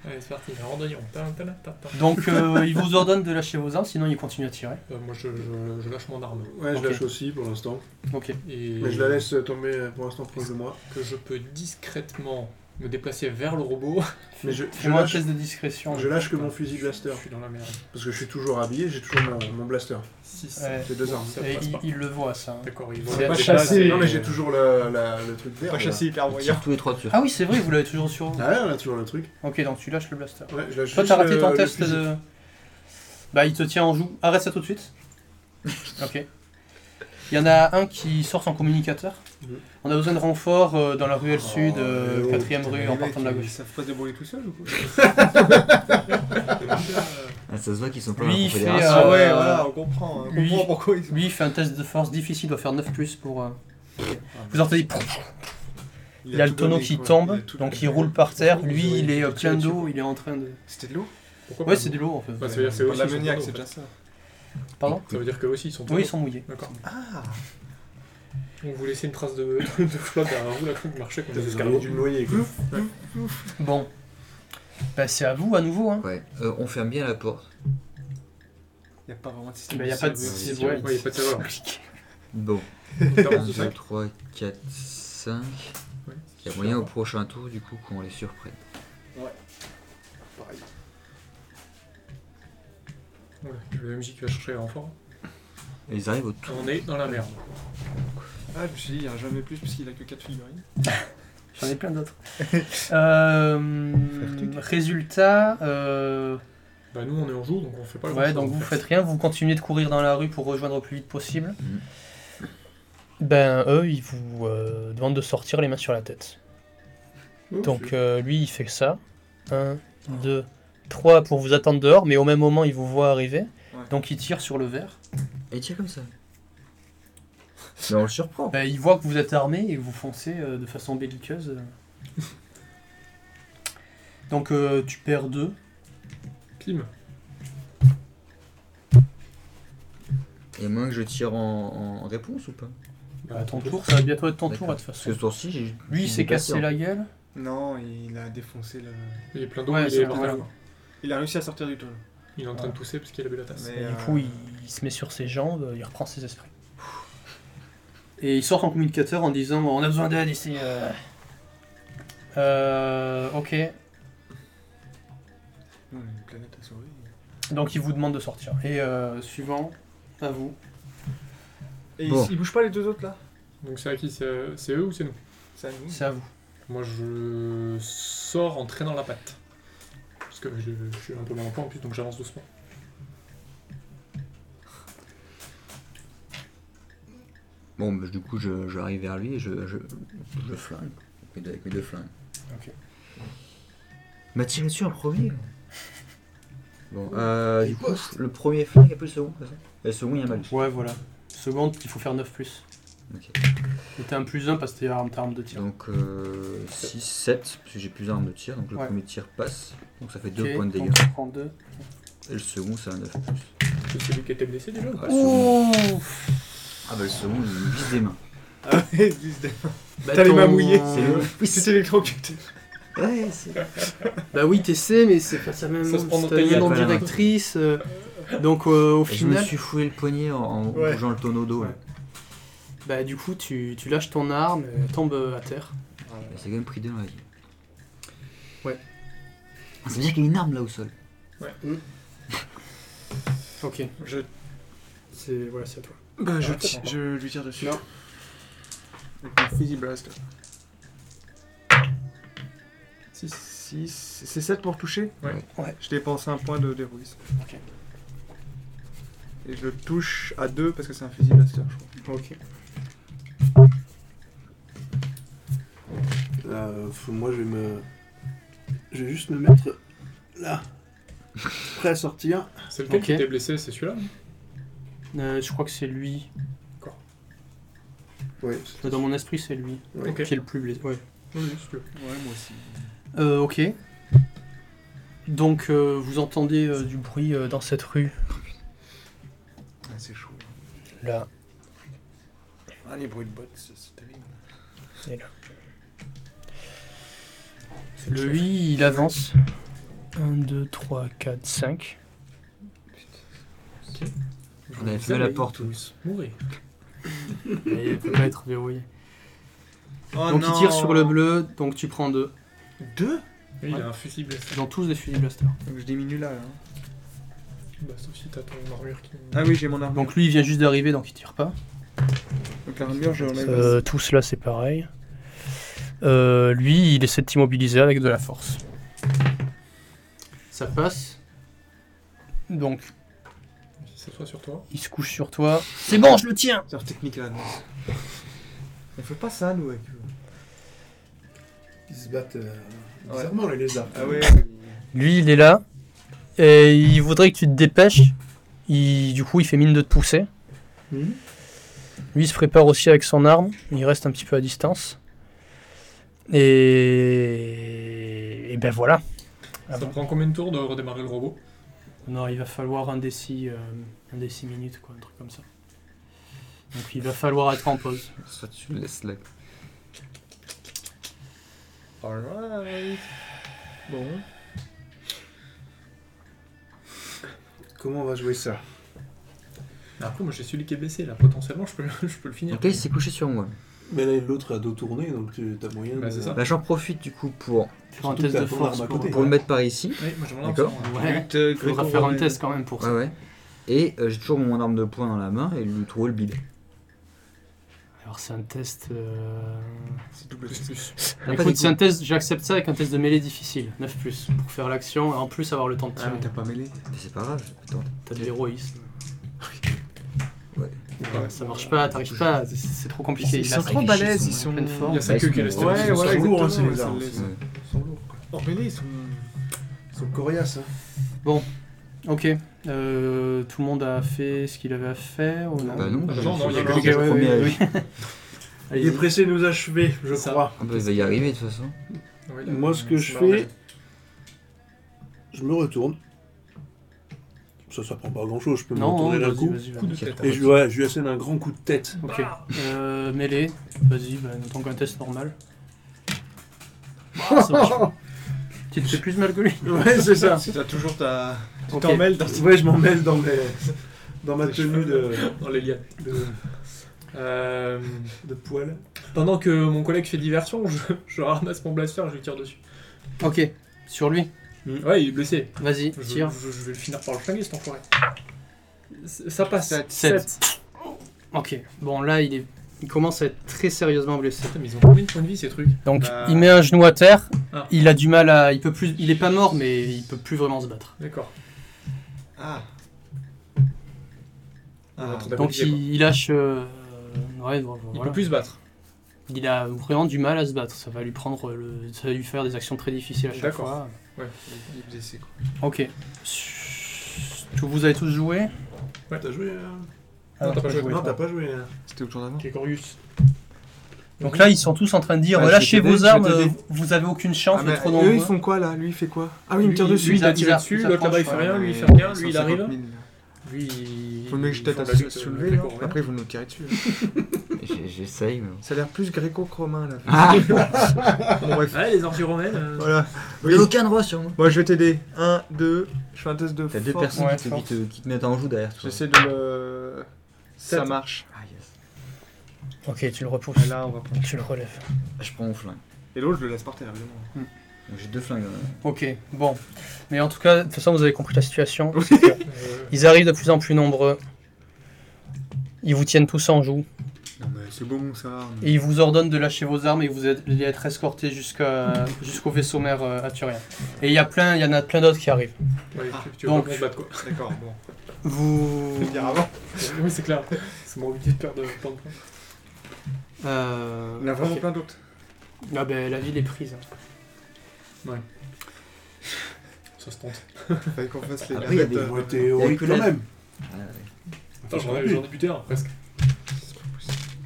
Speaker 6: Allez, c'est parti. Alors, Rendons. Tin, tin, tin, tin.
Speaker 4: Donc euh, <laughs> il vous ordonne de lâcher vos armes, sinon il continue à tirer.
Speaker 6: Euh, Moi, je- je je lâche mon arme.
Speaker 7: Ouais, je
Speaker 4: Ok.
Speaker 7: lâche aussi pour l'instant.
Speaker 4: Ok.
Speaker 6: Et
Speaker 7: Mais je la laisse tomber euh, pour l'instant proche de moi.
Speaker 6: que je peux discrètement me déplacer vers le
Speaker 7: <laughs>
Speaker 6: robot.
Speaker 7: Mais je, je
Speaker 4: Fais-moi un
Speaker 7: lâche,
Speaker 4: test de discrétion.
Speaker 7: je lâche que mon fusil blaster.
Speaker 6: Je suis dans la merde.
Speaker 7: Parce que je suis toujours habillé, j'ai toujours mon, mon blaster.
Speaker 6: 6.
Speaker 4: Ouais.
Speaker 7: J'ai deux armes.
Speaker 6: Ça
Speaker 4: Et
Speaker 6: passe
Speaker 4: il,
Speaker 6: pas.
Speaker 4: il le voit ça. hein.
Speaker 6: D'accord, ils
Speaker 4: C'est
Speaker 6: vont
Speaker 4: pas
Speaker 6: les
Speaker 4: chassé.
Speaker 6: placer.
Speaker 7: Non, mais j'ai toujours le, la- le truc vert.
Speaker 2: Pas
Speaker 7: là.
Speaker 2: chasser
Speaker 3: On
Speaker 2: hypervoyant.
Speaker 3: tire tous les trois dessus.
Speaker 4: Ah oui, c'est vrai, vous l'avez toujours sur vous.
Speaker 7: Ah ouais, on a toujours le truc.
Speaker 4: Ok, donc tu lâches le blaster.
Speaker 7: Ouais, je lâche
Speaker 4: Toi,
Speaker 7: juste
Speaker 4: t'as raté
Speaker 7: le-
Speaker 4: ton
Speaker 7: le
Speaker 4: test
Speaker 7: fusil.
Speaker 4: de. Bah, il te tient en joue. Arrête ça tout de suite. Ok. Il y en a un qui sort son communicateur.
Speaker 7: Mhm.
Speaker 4: On a besoin de renfort euh, dans la ruelle sud, euh,
Speaker 7: oh,
Speaker 4: quatrième
Speaker 2: eh Mais
Speaker 4: rue,
Speaker 2: les
Speaker 4: en
Speaker 2: mecs,
Speaker 4: partant de la
Speaker 2: ils
Speaker 4: gauche.
Speaker 2: savent pas se débrouiller tout seul ou
Speaker 4: <laughs>
Speaker 2: quoi
Speaker 3: Ah, ça se voit qu'ils sont pas
Speaker 4: Lui,
Speaker 3: dans la
Speaker 4: il fait,
Speaker 3: confédération.
Speaker 4: euh,
Speaker 2: Ah ouais, voilà, on comprend. hein. On
Speaker 4: lui-
Speaker 2: comprend pourquoi ils sont.
Speaker 4: Lui, il fait un test de force difficile, il doit faire 9 plus pour. euh, Vous entendez Il, a, le
Speaker 2: tout
Speaker 4: tonneau
Speaker 2: donné,
Speaker 4: qui
Speaker 2: quoi.
Speaker 4: tombe,
Speaker 2: a tout
Speaker 4: donc
Speaker 2: donné.
Speaker 4: il roule par terre.
Speaker 6: Ils ont-
Speaker 4: Lui, il
Speaker 6: ils
Speaker 4: est
Speaker 6: ont
Speaker 4: euh,
Speaker 6: tiré
Speaker 4: plein
Speaker 6: dessus,
Speaker 4: d'eau,
Speaker 6: quoi.
Speaker 4: il est en train de.
Speaker 2: C'était de l'eau
Speaker 6: Pourquoi
Speaker 4: Ouais,
Speaker 6: pas
Speaker 4: c'est de l'eau en fait.
Speaker 6: Bah, ça veut dire que c'est eux
Speaker 2: De
Speaker 6: aussi. ils sont
Speaker 2: l'ammoniaque,
Speaker 6: dedans,
Speaker 2: c'est
Speaker 6: en fait.
Speaker 2: déjà ça.
Speaker 4: Pardon
Speaker 6: Ça veut dire qu'eux aussi ils sont
Speaker 4: Oui, ils
Speaker 6: dedans.
Speaker 4: sont mouillés.
Speaker 6: D'accord.
Speaker 7: Ah.
Speaker 6: On vous laissait une trace de, <laughs> de flotte derrière vous, la qui marchait comme
Speaker 7: T'as
Speaker 6: des
Speaker 7: des escaliers
Speaker 6: escargots.
Speaker 7: d'une noyée, quoi.
Speaker 4: Bon. Bah, c'est à vous à nouveau. Hein.
Speaker 3: Ouais, Euh, on ferme bien la porte.
Speaker 2: Y a pas vraiment de système.
Speaker 4: Bah, y a pas de
Speaker 2: surveillance.
Speaker 4: système,
Speaker 6: Ouais,
Speaker 7: <laughs>
Speaker 6: y a pas de savoir.
Speaker 3: Bon,
Speaker 6: T'avances
Speaker 3: 1,
Speaker 6: de
Speaker 3: 2,
Speaker 6: cinq.
Speaker 3: 3, 4, 5.
Speaker 6: Ouais.
Speaker 3: Il y a moyen au prochain tour, du coup, qu'on les surprenne.
Speaker 6: Voilà, Le MJ qui va chercher les renforts.
Speaker 3: Et Ils arrivent au tout.
Speaker 6: On est dans la merde.
Speaker 2: Ah, je me suis dit, il y a jamais plus puisqu'il a que 4 figurines.
Speaker 4: J'en ai plein <laughs> d'autres. Euh, résultat, euh,
Speaker 6: Bah nous on est en joue donc on fait pas le
Speaker 4: ouais,
Speaker 6: grand-chose,
Speaker 4: donc
Speaker 6: en
Speaker 4: vous
Speaker 6: fait.
Speaker 4: faites rien, vous continuez de courir dans la rue pour rejoindre au plus vite possible.
Speaker 3: Mhm.
Speaker 4: Mm. Ben, eux, ils vous euh, demandent de sortir les mains sur la tête. Donc, euh, lui, il fait ça. 1, 2, 3 pour vous attendre dehors, mais au même moment, il vous voit arriver.
Speaker 2: Ouais.
Speaker 4: Donc, il tire sur le verre.
Speaker 3: Et tire comme ça. Mais on le surprend.
Speaker 4: Bah, il voit que vous êtes armé et vous foncez euh, de façon <laughs> belliqueuse. Donc euh, tu perds 2.
Speaker 6: Clim.
Speaker 3: Et moins que je tire en, en réponse ou pas
Speaker 4: Bah, À ton tour, ça va bientôt être ton tour
Speaker 3: D'accord.
Speaker 4: de toute
Speaker 3: Parce
Speaker 4: façon.
Speaker 3: que ce tour-ci, j'ai.
Speaker 4: Lui, il s'est
Speaker 3: déplacé,
Speaker 4: cassé
Speaker 3: hein.
Speaker 4: la gueule.
Speaker 2: Non, il a défoncé le.
Speaker 6: Il est plein d'eau,
Speaker 4: Ouais,
Speaker 6: il
Speaker 4: c'est
Speaker 6: est
Speaker 4: bon,
Speaker 6: plein
Speaker 4: voilà.
Speaker 6: d'eau.
Speaker 2: Il a réussi à sortir du tonneau.
Speaker 6: Il est en train de tousser parce qu'il a bu la tasse.
Speaker 2: Mais,
Speaker 4: Et
Speaker 2: euh,
Speaker 4: du coup, il, il se met sur ses jambes, il reprend ses esprits. Et il sort son communicateur en disant On a besoin d'aide ici. euh. Euh, ok.
Speaker 2: nous, on a une planète à sauver.
Speaker 4: Donc il vous demande de sortir. Et euh, suivant, à vous.
Speaker 2: Et
Speaker 3: Bon.
Speaker 2: ils, ils bougent pas les deux autres là
Speaker 6: Donc c'est à qui
Speaker 2: <laughs>
Speaker 6: C'est c'est eux ou c'est nous
Speaker 2: C'est à nous.
Speaker 4: C'est à vous.
Speaker 6: Moi je sors en traînant la patte. Parce que je, je suis un peu mal en point en plus, donc j'avance doucement.
Speaker 3: Bon, bah, du coup, je- j'arrive vers lui et je, je, je flingue. Mes deux- Avec mes deux flingues.
Speaker 6: Ok.
Speaker 3: Il M'a tiré dessus un premier. Bon, euh, du coup, le premier flingue, après le second, c'est ça Et le second, il y a un malus.
Speaker 8: Ouais, voilà. Seconde, il faut faire 9 plus.
Speaker 3: Ok.
Speaker 8: Et t'as un plus 1 parce que t'es arme, t'as arme de tir.
Speaker 3: Donc 6, 7, parce que j'ai plus d'armes de tir, donc le
Speaker 8: Ouais.
Speaker 3: premier tir passe, donc ça fait 2
Speaker 8: Ok,
Speaker 3: points de
Speaker 8: donc
Speaker 3: dégâts.
Speaker 8: tu prends deux.
Speaker 3: Et le second, c'est un 9 plus.
Speaker 6: C'est celui qui était blessé déjà ou
Speaker 3: Ah,
Speaker 6: pas
Speaker 3: le second, ah bah le second, il me vise des mains.
Speaker 2: Ah ouais, juste des-
Speaker 4: Bah,
Speaker 2: T'as les
Speaker 4: ton-
Speaker 2: mains mouillées.
Speaker 3: C'est le.
Speaker 2: Tu t'es électrocuté.
Speaker 3: Ouais, c'est.
Speaker 4: Bah oui, t'essaies, mais c'est pas sa même,
Speaker 6: Ça se prend dans
Speaker 4: c'est la
Speaker 6: ta
Speaker 4: même
Speaker 3: gueule.
Speaker 4: onde directrice. euh, donc euh, au
Speaker 3: Et Je me
Speaker 4: final,
Speaker 3: suis foué le poignet en, en
Speaker 4: Ouais.
Speaker 3: bougeant le tonneau d'eau. là.
Speaker 4: bah du coup, tu, tu lâches ton arme, elle tombe euh, à terre.
Speaker 3: Mais C'est quand même pris deux dans la vie.
Speaker 4: Ouais.
Speaker 3: Ah, Ça veut dire qu'il y a une arme là au sol.
Speaker 4: Ok,
Speaker 2: Je,
Speaker 4: c'est voilà, c'est à toi.
Speaker 2: bah, je, ti- je lui tire dessus.
Speaker 4: Non.
Speaker 2: Avec mon fusil blast. 6, 6, c'est 7 pour toucher
Speaker 6: Ouais.
Speaker 4: Ouais.
Speaker 2: Je dépense un point de dérouise.
Speaker 4: Ok.
Speaker 2: Et je le touche à 2 parce que c'est un fusil blaster, je crois.
Speaker 4: Ok.
Speaker 5: Euh, faut- moi, je vais me. Je vais juste me mettre là. Prêt à sortir.
Speaker 6: C'est lequel qui
Speaker 4: Ok.
Speaker 6: était blessé C'est celui-là
Speaker 4: Euh, je crois que c'est lui.
Speaker 5: Ouais.
Speaker 4: Dans mon esprit, c'est lui
Speaker 5: Ouais.
Speaker 6: Ok.
Speaker 4: qui est le plus blessé. Ouais.
Speaker 6: Oui, si tu veux.
Speaker 4: Euh, ok. Donc euh, vous entendez euh, du bruit euh, dans cette rue.
Speaker 5: Ah, c'est chaud. hein.
Speaker 8: Là.
Speaker 5: Ah, les bruits de bottes, c'est c'est terrible.
Speaker 8: Le 8, il avance. 1, 2, 3, 4, 5.
Speaker 3: On avait fermé la porte.
Speaker 6: tous. Mourir.
Speaker 4: Et il peut pas être verrouillé.
Speaker 2: Oh
Speaker 4: donc il tire sur le bleu, donc tu prends deux.
Speaker 2: 2
Speaker 6: Lui, il
Speaker 4: Ouais.
Speaker 6: a un fusil blessé.
Speaker 4: Ils ont tous des fusils blaster.
Speaker 2: Donc je diminue là. là.
Speaker 6: Bah, sauf si t'as ton armure qui.
Speaker 2: Ah oui, j'ai mon armure.
Speaker 4: Donc lui il vient juste d'arriver donc il tire pas.
Speaker 2: Donc l'armure, je l'enlève.
Speaker 8: Euh, tout cela, c'est pareil. Euh, lui, il essaie de t'immobiliser avec de la force.
Speaker 4: Ça passe. Donc Ah.
Speaker 6: C'est soit sur toi.
Speaker 8: Il se couche sur toi. C'est bon, je le tiens
Speaker 2: C'est leur technique là. non. On fait pas ça, nous, avec eux.
Speaker 5: Ils se battent euh, bizarrement, les lézards.
Speaker 2: Ah
Speaker 4: <laughs>
Speaker 2: ouais.
Speaker 8: Lui, il est là. Et il voudrait que tu te dépêches. Il, du coup, il fait mine de te pousser.
Speaker 2: Mhm.
Speaker 8: Lui, il se prépare aussi avec son arme. Il reste un petit peu à distance. Et, et ben voilà. Ah
Speaker 6: ça
Speaker 8: bon
Speaker 6: prend combien de tours de redémarrer le robot
Speaker 4: non il va falloir un des six, euh, un des six minutes quoi, un truc comme ça. Donc il va falloir être en pause.
Speaker 3: Soit tu le laisses là.
Speaker 2: Alright. Bon.
Speaker 5: Comment on va jouer ça
Speaker 6: Mais Après, moi j'ai celui qui est blessé là. Potentiellement, je peux, <laughs> je peux le finir.
Speaker 3: Donc là, il s'est couché sur moi.
Speaker 5: Mais là, l'autre a dos tourné, donc tu as moyen
Speaker 6: Bah,
Speaker 5: de.
Speaker 6: c'est ça.
Speaker 3: Bah, j'en profite du coup pour,
Speaker 4: Faire un
Speaker 5: Surtout
Speaker 4: test
Speaker 5: que
Speaker 4: de
Speaker 5: t'as ton
Speaker 4: force
Speaker 5: arme à
Speaker 4: pour,
Speaker 5: côté.
Speaker 3: pour le mettre par ici.
Speaker 6: Oui, moi j'ai mon arme
Speaker 3: D'accord.
Speaker 6: sur moi.
Speaker 4: Ouais.
Speaker 2: Lutte, euh,
Speaker 4: Faudra
Speaker 2: Gréco-
Speaker 4: faire un test quand même pour
Speaker 3: Ouais,
Speaker 4: ça.
Speaker 3: ouais. Et euh, j'ai toujours mon arme de poing dans la main et lui trouver le bide.
Speaker 4: Alors c'est un test. euh,
Speaker 2: C'est double plus.
Speaker 4: Bah,
Speaker 3: Pas
Speaker 4: écoute,
Speaker 3: des
Speaker 4: c'est un test, j'accepte ça avec un test de mêlée difficile, 9 plus, pour faire l'action et en plus avoir le temps de
Speaker 2: Ah,
Speaker 4: tirer.
Speaker 2: mais t'as pas mêlé.
Speaker 3: Mais c'est pas grave. Attends.
Speaker 4: T'as de l'héroïsme.
Speaker 3: Ouais.
Speaker 4: Ouais, ça marche pas, t'arrives pas, c'est- c'est trop compliqué.
Speaker 2: Ils
Speaker 4: Il a-
Speaker 2: sont
Speaker 3: ça,
Speaker 2: trop
Speaker 3: ils
Speaker 2: balèzes,
Speaker 3: sont
Speaker 2: ils sont.
Speaker 3: en
Speaker 6: pleine forme.
Speaker 2: Il y a ça.
Speaker 6: sa queue qui est
Speaker 3: restée.
Speaker 2: Ouais, ouais,
Speaker 5: sont lourds, hein, ces
Speaker 2: exactement,
Speaker 5: lézards.
Speaker 2: celles-là.
Speaker 3: Ouais.
Speaker 2: Ils sont lourds, quoi. Oh, mais ils sont.
Speaker 5: Ils sont coriaces. Hein.
Speaker 4: Ok, euh, tout le monde a fait ce qu'il avait à faire ou non
Speaker 3: Bah non,
Speaker 6: Ah,
Speaker 3: je-
Speaker 6: non, non, il y a
Speaker 3: je-
Speaker 6: que
Speaker 3: je-
Speaker 6: lui qui a
Speaker 3: je-
Speaker 5: le
Speaker 3: je-
Speaker 5: premier
Speaker 3: je-
Speaker 5: à-
Speaker 3: oui.
Speaker 5: Il
Speaker 4: Allez-y.
Speaker 5: est pressé de nous achever, je
Speaker 6: C'est ça.
Speaker 5: crois.
Speaker 3: Ah bah, il va y arriver de toute façon.
Speaker 6: Ouais, il a-
Speaker 5: Moi, ce que je
Speaker 6: Bah, ouais.
Speaker 5: fais, je me retourne. Ça, ça prend pas grand chose, je peux me
Speaker 4: Non,
Speaker 5: retourner
Speaker 4: non,
Speaker 5: d'un
Speaker 4: vas-y,
Speaker 5: coup.
Speaker 4: vas-y, vas-y.
Speaker 6: Coup de tête.
Speaker 5: Et je, ouais, je lui assène un grand coup de tête.
Speaker 4: Ok, euh, mêlée, vas-y, bah, tant qu'un test normal. Ça marche pas. Bah. <laughs> tu te fais plus mal que lui.
Speaker 5: Ouais, c'est ça.
Speaker 2: Si t'as toujours ta. Tu
Speaker 4: Ok.
Speaker 2: t'en mêles dans
Speaker 5: Ouais, je m'en mêle dans, mes... dans ma tenue de,
Speaker 6: Dans les liades.
Speaker 5: de,
Speaker 6: Euh,
Speaker 5: de poil.
Speaker 6: pendant que mon collègue fait diversion, je, je ramasse mon blaster et je lui tire dessus.
Speaker 4: <laughs> Ok, sur lui,
Speaker 6: Ouais, il est blessé.
Speaker 4: vas-y,
Speaker 6: Je,
Speaker 4: tire.
Speaker 6: je- je vais le finir par le flinguer cet enfoiré. C- Ça passe.
Speaker 2: Sept.
Speaker 6: Sept.
Speaker 4: Ok, bon là il est Il commence à être très sérieusement blessé.
Speaker 6: Putain, mais ils ont combien de points de vie ces trucs
Speaker 8: Donc
Speaker 2: Bah.
Speaker 8: il met un genou à terre,
Speaker 6: Ah.
Speaker 8: il a du mal à... Il peut plus... Il est pas mort, mais il peut plus vraiment se battre.
Speaker 6: D'accord.
Speaker 2: Ah.
Speaker 6: Ah,
Speaker 2: Ah,
Speaker 6: trop d'accord.
Speaker 8: Donc
Speaker 6: Obligé,
Speaker 8: il,
Speaker 6: quoi.
Speaker 8: il lâche... euh, ouais, bon,
Speaker 6: Il
Speaker 8: voilà.
Speaker 6: peut plus se battre.
Speaker 8: Il a vraiment du mal à se battre. Ça va lui prendre... le- Ça va lui faire des actions très difficiles à chaque
Speaker 6: D'accord.
Speaker 8: fois.
Speaker 2: il est blessé quoi.
Speaker 8: Ok. Tout- Vous avez tous joué
Speaker 5: T'as joué euh
Speaker 6: Non, t'as pas joué.
Speaker 5: Non, t'as pas joué. euh.
Speaker 2: C'était au jour d'avant.
Speaker 6: Grégorius.
Speaker 8: Donc là, ils sont tous en train de dire
Speaker 2: Ouais, Bah, je vais
Speaker 8: lâchez
Speaker 2: t'aider,
Speaker 8: vos
Speaker 2: je vais
Speaker 8: armes, euh,
Speaker 2: t'aider.
Speaker 8: vous avez aucune chance,
Speaker 2: Ah,
Speaker 8: vous
Speaker 2: mais
Speaker 8: êtes trop
Speaker 2: eux
Speaker 8: nombreux.
Speaker 2: ils font quoi là Lui il fait quoi Ah oui, il
Speaker 6: Lui,
Speaker 2: me tire
Speaker 6: lui,
Speaker 2: dessus.
Speaker 6: Lui, il a
Speaker 8: ils
Speaker 6: tiré
Speaker 8: approchent,
Speaker 6: dessus,
Speaker 8: ils
Speaker 6: l'autre là-bas il
Speaker 8: approchent,
Speaker 6: fait rien, lui il fait
Speaker 2: Mais
Speaker 6: rien, lui il arrive.
Speaker 2: 150 000.
Speaker 6: Lui il.
Speaker 2: Faut mieux que je
Speaker 6: il
Speaker 2: t'aide
Speaker 6: fait
Speaker 2: à
Speaker 6: de la
Speaker 2: se
Speaker 6: lutte,
Speaker 2: soulever.
Speaker 6: euh,
Speaker 2: là.
Speaker 6: d'accord,
Speaker 2: Après ils vont nous tirer dessus.
Speaker 3: J'ai- J'essaye, mais...
Speaker 2: Ça a l'air plus gréco-romain là.
Speaker 3: Ah
Speaker 2: Bon, bref.
Speaker 6: Ouais, les orgies romaines. euh,
Speaker 2: Voilà.
Speaker 3: J'ai aucun droit sur moi.
Speaker 2: Moi je vais t'aider. 1, 2, je fais un test de
Speaker 3: T'as deux
Speaker 2: force.
Speaker 3: personnes
Speaker 8: ouais,
Speaker 3: qui, te,
Speaker 8: force.
Speaker 3: qui te- qui te mettent en joue derrière toi.
Speaker 2: J'essaie de le. Ça
Speaker 6: Sept.
Speaker 2: marche.
Speaker 3: Ah, yes.
Speaker 8: Ok, tu le repousses,
Speaker 2: Et là on va prendre.
Speaker 8: tu le relèves.
Speaker 3: Ah, Je prends mon flingue.
Speaker 2: Et l'autre je le laisse par terre évidemment.
Speaker 3: Donc, J'ai deux flingues. euh.
Speaker 8: Ok, bon. Mais en tout cas, de toute façon, vous avez compris la situation. c'est que
Speaker 6: euh,
Speaker 8: Ils arrivent de plus en plus nombreux. Ils vous tiennent tous en joue.
Speaker 2: Non mais c'est bon ça.
Speaker 8: Et ils vous ordonnent de lâcher vos armes et vous allez être escortés jusqu'à- jusqu'au vaisseau mère euh, aturien. Et il y, a plein- il y en a plein d'autres qui arrivent.
Speaker 6: Ouais,
Speaker 2: Ah,
Speaker 6: tu- tu veux
Speaker 8: donc-
Speaker 6: pas qu'on se batte quoi.
Speaker 2: D'accord, bon.
Speaker 8: Vous.
Speaker 2: Faut dire avant.
Speaker 6: <laughs> Oui, c'est clair. C'est mon idée de perdre plein de points.
Speaker 8: Euh,
Speaker 2: On a vraiment
Speaker 8: ok.
Speaker 2: plein d'autres.
Speaker 8: Ah ben, la ville est prise.
Speaker 6: Ça se tente.
Speaker 2: Fallait qu'on fasse les
Speaker 3: Après, il y a des-
Speaker 2: navettes, euh,
Speaker 3: Il
Speaker 5: Ouais,
Speaker 3: y a
Speaker 5: théorique
Speaker 3: que
Speaker 5: quand
Speaker 3: la-
Speaker 5: même.
Speaker 6: Attends, j'en ai j'en ai buté un presque.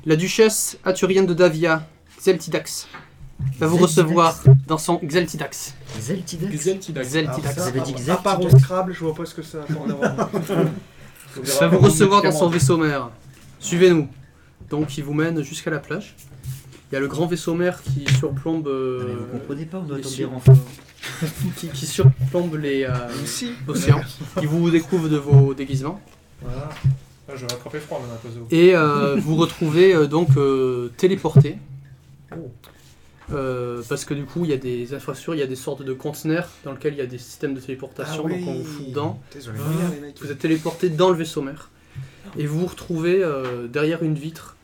Speaker 4: La duchesse aturienne de Davia, Xeltidax, va vous
Speaker 3: Xeltidax.
Speaker 4: recevoir dans son Xeltidax.
Speaker 3: Zeltidex.
Speaker 6: Xeltidax.
Speaker 2: alors
Speaker 4: Xeltidax.
Speaker 2: Ah, ça,
Speaker 3: Vous avez dit
Speaker 2: euh, à-
Speaker 3: exact,
Speaker 2: À part au
Speaker 3: tout à
Speaker 2: Scrabble, je vois pas ce que ça a en avoir.
Speaker 4: va vous recevoir dans son vaisseau mère. Suivez-nous. Donc il vous mène jusqu'à la plage. Il y a le grand vaisseau mère qui surplombe
Speaker 3: Ah, mais
Speaker 4: euh,
Speaker 3: vous comprenez pas, on doit
Speaker 4: les
Speaker 3: attendre des
Speaker 4: six.
Speaker 3: renforts.
Speaker 4: qui, qui surplombe les euh,
Speaker 2: Si.
Speaker 4: l'océan. Il vous découvre de vos déguisements
Speaker 6: Voilà. Ah, je vais attraper froid maintenant à cause de vous.
Speaker 4: et euh, vous retrouvez euh, donc euh, téléporté.
Speaker 6: Oh.
Speaker 4: Euh, parce que du coup, il y a des infrastructures, il y a des sortes de conteneurs dans lesquels il y a des systèmes de téléportation, donc on vous fout dedans.
Speaker 2: Ah Désolé.
Speaker 6: Ah,
Speaker 2: Regarde, les mecs.
Speaker 4: Vous êtes téléporté dans le vaisseau mère et vous vous retrouvez euh, derrière une vitre.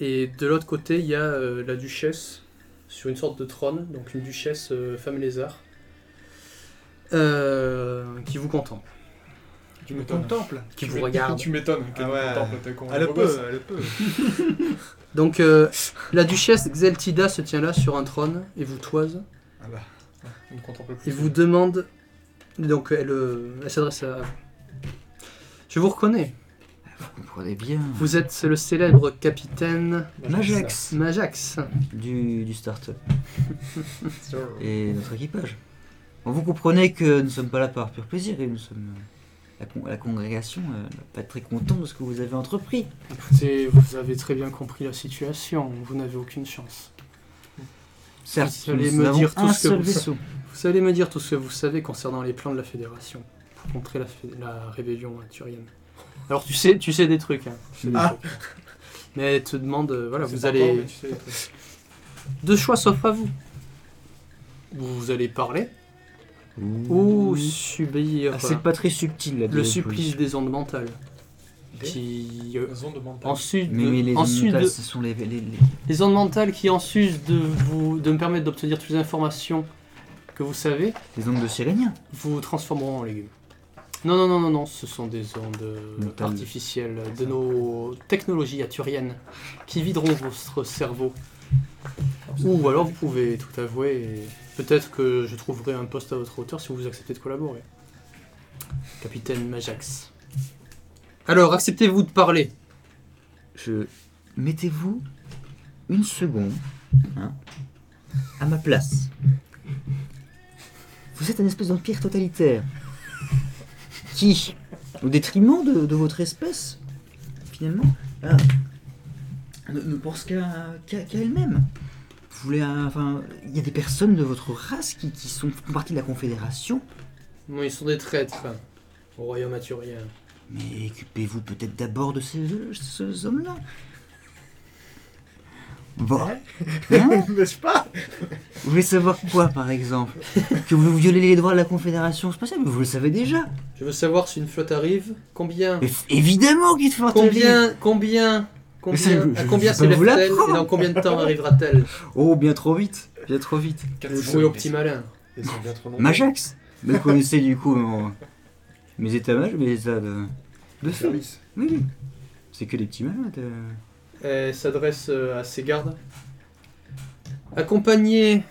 Speaker 4: Et de l'autre côté, il y a euh, la duchesse sur une sorte de trône, donc une duchesse euh, femme lézard, euh, qui vous contemple,
Speaker 6: Tu
Speaker 2: Tu me
Speaker 6: m'étonnes.
Speaker 2: contemples.
Speaker 4: qui
Speaker 6: Tu
Speaker 4: vous
Speaker 6: m'é-
Speaker 4: regarde.
Speaker 6: Tu m'étonnes.
Speaker 2: Ah ouais.
Speaker 6: Elle
Speaker 2: Elle peut, elle peut.
Speaker 4: Donc euh, la duchesse Xeltida se tient là sur un trône et vous toise
Speaker 2: Ah bah.
Speaker 6: On ne contemple plus.
Speaker 4: et vous demande. Donc elle, euh, elle s'adresse à vous. Je vous reconnais.
Speaker 3: Vous comprenez bien.
Speaker 4: Vous êtes le célèbre capitaine
Speaker 6: Majax.
Speaker 4: Majax.
Speaker 3: Du, du start-up. Et notre équipage. Bon, vous comprenez que nous ne sommes pas là par pur plaisir et nous sommes. euh, La, con- la congrégation euh, n'a pas très contente de ce que vous avez entrepris.
Speaker 4: Écoutez, vous avez très bien compris la situation. Vous n'avez aucune chance.
Speaker 3: Certes,
Speaker 4: Vous allez
Speaker 3: nous
Speaker 4: me
Speaker 3: avons
Speaker 4: dire tout
Speaker 3: un
Speaker 4: ce que
Speaker 3: seul
Speaker 4: vous-
Speaker 3: vaisseau.
Speaker 4: Vous allez me dire tout ce que vous savez concernant les plans de la Fédération pour contrer la, fé- la rébellion turienne. Alors tu sais, tu sais des trucs. hein. Tu sais des trucs. Mais elle te demande, euh, voilà, vous allez. Deux choix sauf à vous. Vous allez parler ou subir euh,
Speaker 3: Ah, c'est pas très subtil là.
Speaker 4: le supplice des ondes mentales. Qui, euh,
Speaker 6: Ils ont demandé.
Speaker 4: ensuite,
Speaker 3: Mais, mais les
Speaker 4: ensuite
Speaker 3: ondes
Speaker 4: de-
Speaker 3: ce sont les, les, les-
Speaker 4: Les ondes mentales qui, en sus de, vous, de me permettre d'obtenir toutes les informations que vous savez,
Speaker 3: les ondes de Sérénien.
Speaker 4: vous transformeront en légumes. Non, non, non, non, non, ce sont des ondes euh,
Speaker 3: Mentales.
Speaker 4: artificielles de nos technologies aturiennes qui videront votre cerveau. Ou alors vous pouvez tout avouer et peut-être que je trouverai un poste à votre hauteur si vous acceptez de collaborer. Capitaine Majax. Alors, acceptez-vous de parler
Speaker 3: Je mettez-vous une seconde hein, à ma place. Vous êtes un espèce d'empire totalitaire qui, au détriment de, de votre espèce, finalement, ah, ne, ne pense qu'à qu'à- qu'à elle-même. Vous voulez, un- enfin, il y a des personnes de votre race qui, qui sont font partie de la Confédération.
Speaker 4: Non, ils sont des traîtres hein, au royaume aturien.
Speaker 3: Mais occupez-vous peut-être d'abord de ces, ces hommes-là. Bon. Hein
Speaker 2: <laughs> N'est-ce pas
Speaker 3: Vous voulez savoir quoi, par exemple Que vous violez les droits de la Confédération spatiale Mais vous le savez déjà.
Speaker 4: Je veux savoir si une flotte arrive, combien
Speaker 3: Mais f- évidemment qu'il te faut
Speaker 4: Combien Combien
Speaker 3: c'est-
Speaker 4: Combien, à combien
Speaker 3: je
Speaker 4: s'élève-t-elle
Speaker 3: peux vous l'apprendre.
Speaker 4: et dans combien de temps
Speaker 3: <laughs>
Speaker 4: arrivera-t-elle
Speaker 3: Oh, bien trop vite, bien trop vite.
Speaker 4: Jouer au petit malin.
Speaker 5: Ils sont bien trop nombreux.
Speaker 3: Majax Vous connaissez du coup mon- mes états mages, mes états de, de feu.
Speaker 2: Service.
Speaker 3: Oui, oui. C'est que des petits malades. euh.
Speaker 4: Elle s'adresse euh, à ses gardes. Accompagnez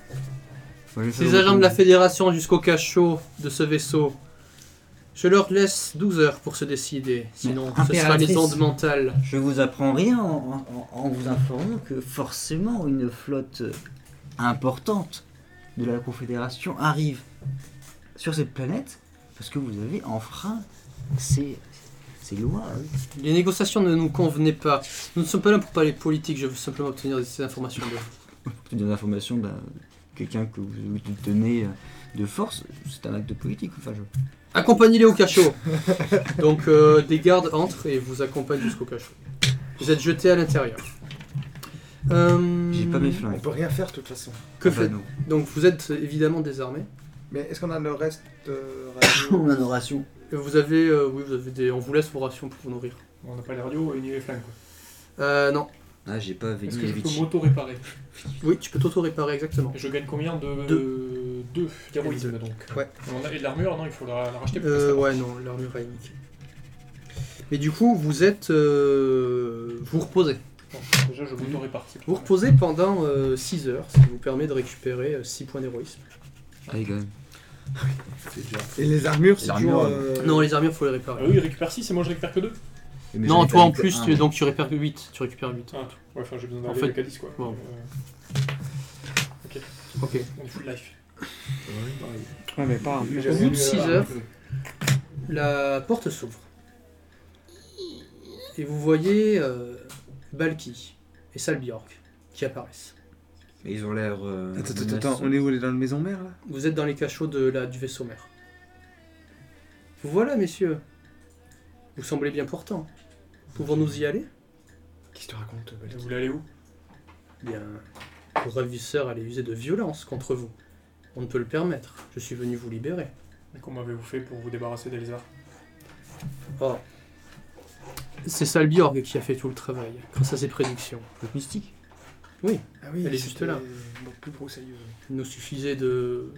Speaker 3: Moi, je fais
Speaker 4: Ces
Speaker 3: mon
Speaker 4: agents de la
Speaker 3: tour.
Speaker 4: Fédération jusqu'au cachot de ce vaisseau. Je leur laisse 12 heures pour se décider, sinon ce sera
Speaker 3: impératrice.
Speaker 4: les ondes mentales.
Speaker 3: Je vous apprends rien en, en- en vous informant que forcément une flotte importante de la Confédération arrive sur cette planète parce que vous avez enfreint ces, ces lois. hein.
Speaker 4: Les négociations ne nous convenaient pas. Nous ne sommes pas là pour parler politique, je veux simplement obtenir ces informations. de-
Speaker 3: Toutes des informations d'un ben, quelqu'un que vous vous tenez euh, de force, c'est un acte politique. Enfin, je...
Speaker 4: Accompagnez-les au cachot <laughs> Donc euh, des gardes entrent et vous accompagnent jusqu'au cachot. Vous êtes jetés à l'intérieur. Euh,
Speaker 3: J'ai pas mes flingues.
Speaker 2: On peut rien faire de toute façon.
Speaker 4: Que
Speaker 3: Ah bah
Speaker 4: faites
Speaker 3: non.
Speaker 4: Donc vous êtes évidemment désarmés.
Speaker 2: Mais est-ce qu'on a le reste euh,
Speaker 3: On
Speaker 2: radio
Speaker 3: a nos rations.
Speaker 4: Et Vous avez, euh, oui, vous avez des, on vous laisse vos rations pour vous nourrir.
Speaker 6: On n'a pas les radios et ni les flingues. quoi.
Speaker 4: Euh, non.
Speaker 3: Ah, j'ai pas
Speaker 6: Est-ce
Speaker 3: vécu
Speaker 6: que
Speaker 3: les
Speaker 6: je peux
Speaker 3: victimes.
Speaker 6: m'auto-réparer
Speaker 4: Oui, tu peux t'auto-réparer exactement.
Speaker 6: Et Je gagne combien de.
Speaker 4: Deux.
Speaker 6: Deux d'héroïsme donc.
Speaker 4: Ouais.
Speaker 6: Et on a- Et de l'armure, non, il faut la, la racheter pour
Speaker 4: Euh,
Speaker 6: que ça
Speaker 4: ouais, non, l'armure est nickel. Mais du coup, vous êtes. euh, vous reposez.
Speaker 6: marche. Déjà, je m'auto-répare. c'est
Speaker 4: Vous
Speaker 6: tout.
Speaker 4: reposez pendant 6 heures, ce qui vous permet de récupérer 6 points d'héroïsme.
Speaker 3: Allez, Ah, quand même.
Speaker 2: Et les armures,
Speaker 3: Les
Speaker 2: c'est toujours.
Speaker 3: armures,
Speaker 2: euh,
Speaker 4: Non, les armures, faut les
Speaker 6: Ah
Speaker 4: réparer.
Speaker 6: oui, il récupère 6 et moi je récupère que 2.
Speaker 3: Mais j'en
Speaker 4: non,
Speaker 3: ai
Speaker 4: toi
Speaker 3: pas
Speaker 4: en
Speaker 3: vu que
Speaker 4: plus,
Speaker 3: un.
Speaker 4: tu, donc tu récupères 8. Tu récupères 8.
Speaker 6: Ah, ouais, enfin, j'ai besoin
Speaker 4: En
Speaker 6: d'aller
Speaker 4: fait,
Speaker 6: avec Alice quoi.
Speaker 4: bon.
Speaker 6: Euh,
Speaker 4: Ok.
Speaker 6: on est full life.
Speaker 3: Ouais, mais pas.
Speaker 2: Ah, mais
Speaker 4: Au
Speaker 2: j'avais
Speaker 4: bout de
Speaker 2: lu,
Speaker 4: 6
Speaker 2: euh,
Speaker 4: heures, la porte s'ouvre. Et vous voyez euh, Balki et Salbjorg qui apparaissent.
Speaker 3: Mais ils ont l'air. euh,
Speaker 1: Attends, attends,
Speaker 3: menaçants.
Speaker 1: attends, on est où On est dans la maison mère là
Speaker 4: Vous êtes dans les cachots de la, du vaisseau mère. Vous voilà, messieurs. Vous semblez bien portants. Pouvons-nous y aller
Speaker 2: Qu'est-ce que tu racontes,
Speaker 6: Et
Speaker 2: Balki
Speaker 6: vous voulez aller où
Speaker 4: Bien, vos ravisseurs allaient user de violence contre vous. On ne peut le permettre. Je suis venu vous libérer.
Speaker 6: Et Comment avez-vous fait pour vous débarrasser des lézards
Speaker 4: Oh. C'est Salbjorg qui a fait tout le travail, grâce à ses prédictions.
Speaker 3: Votre mystique
Speaker 2: Ah oui,
Speaker 4: Elle est juste
Speaker 2: c'était
Speaker 4: là.
Speaker 2: Beaucoup plus broussailleuse.
Speaker 4: Il nous suffisait de,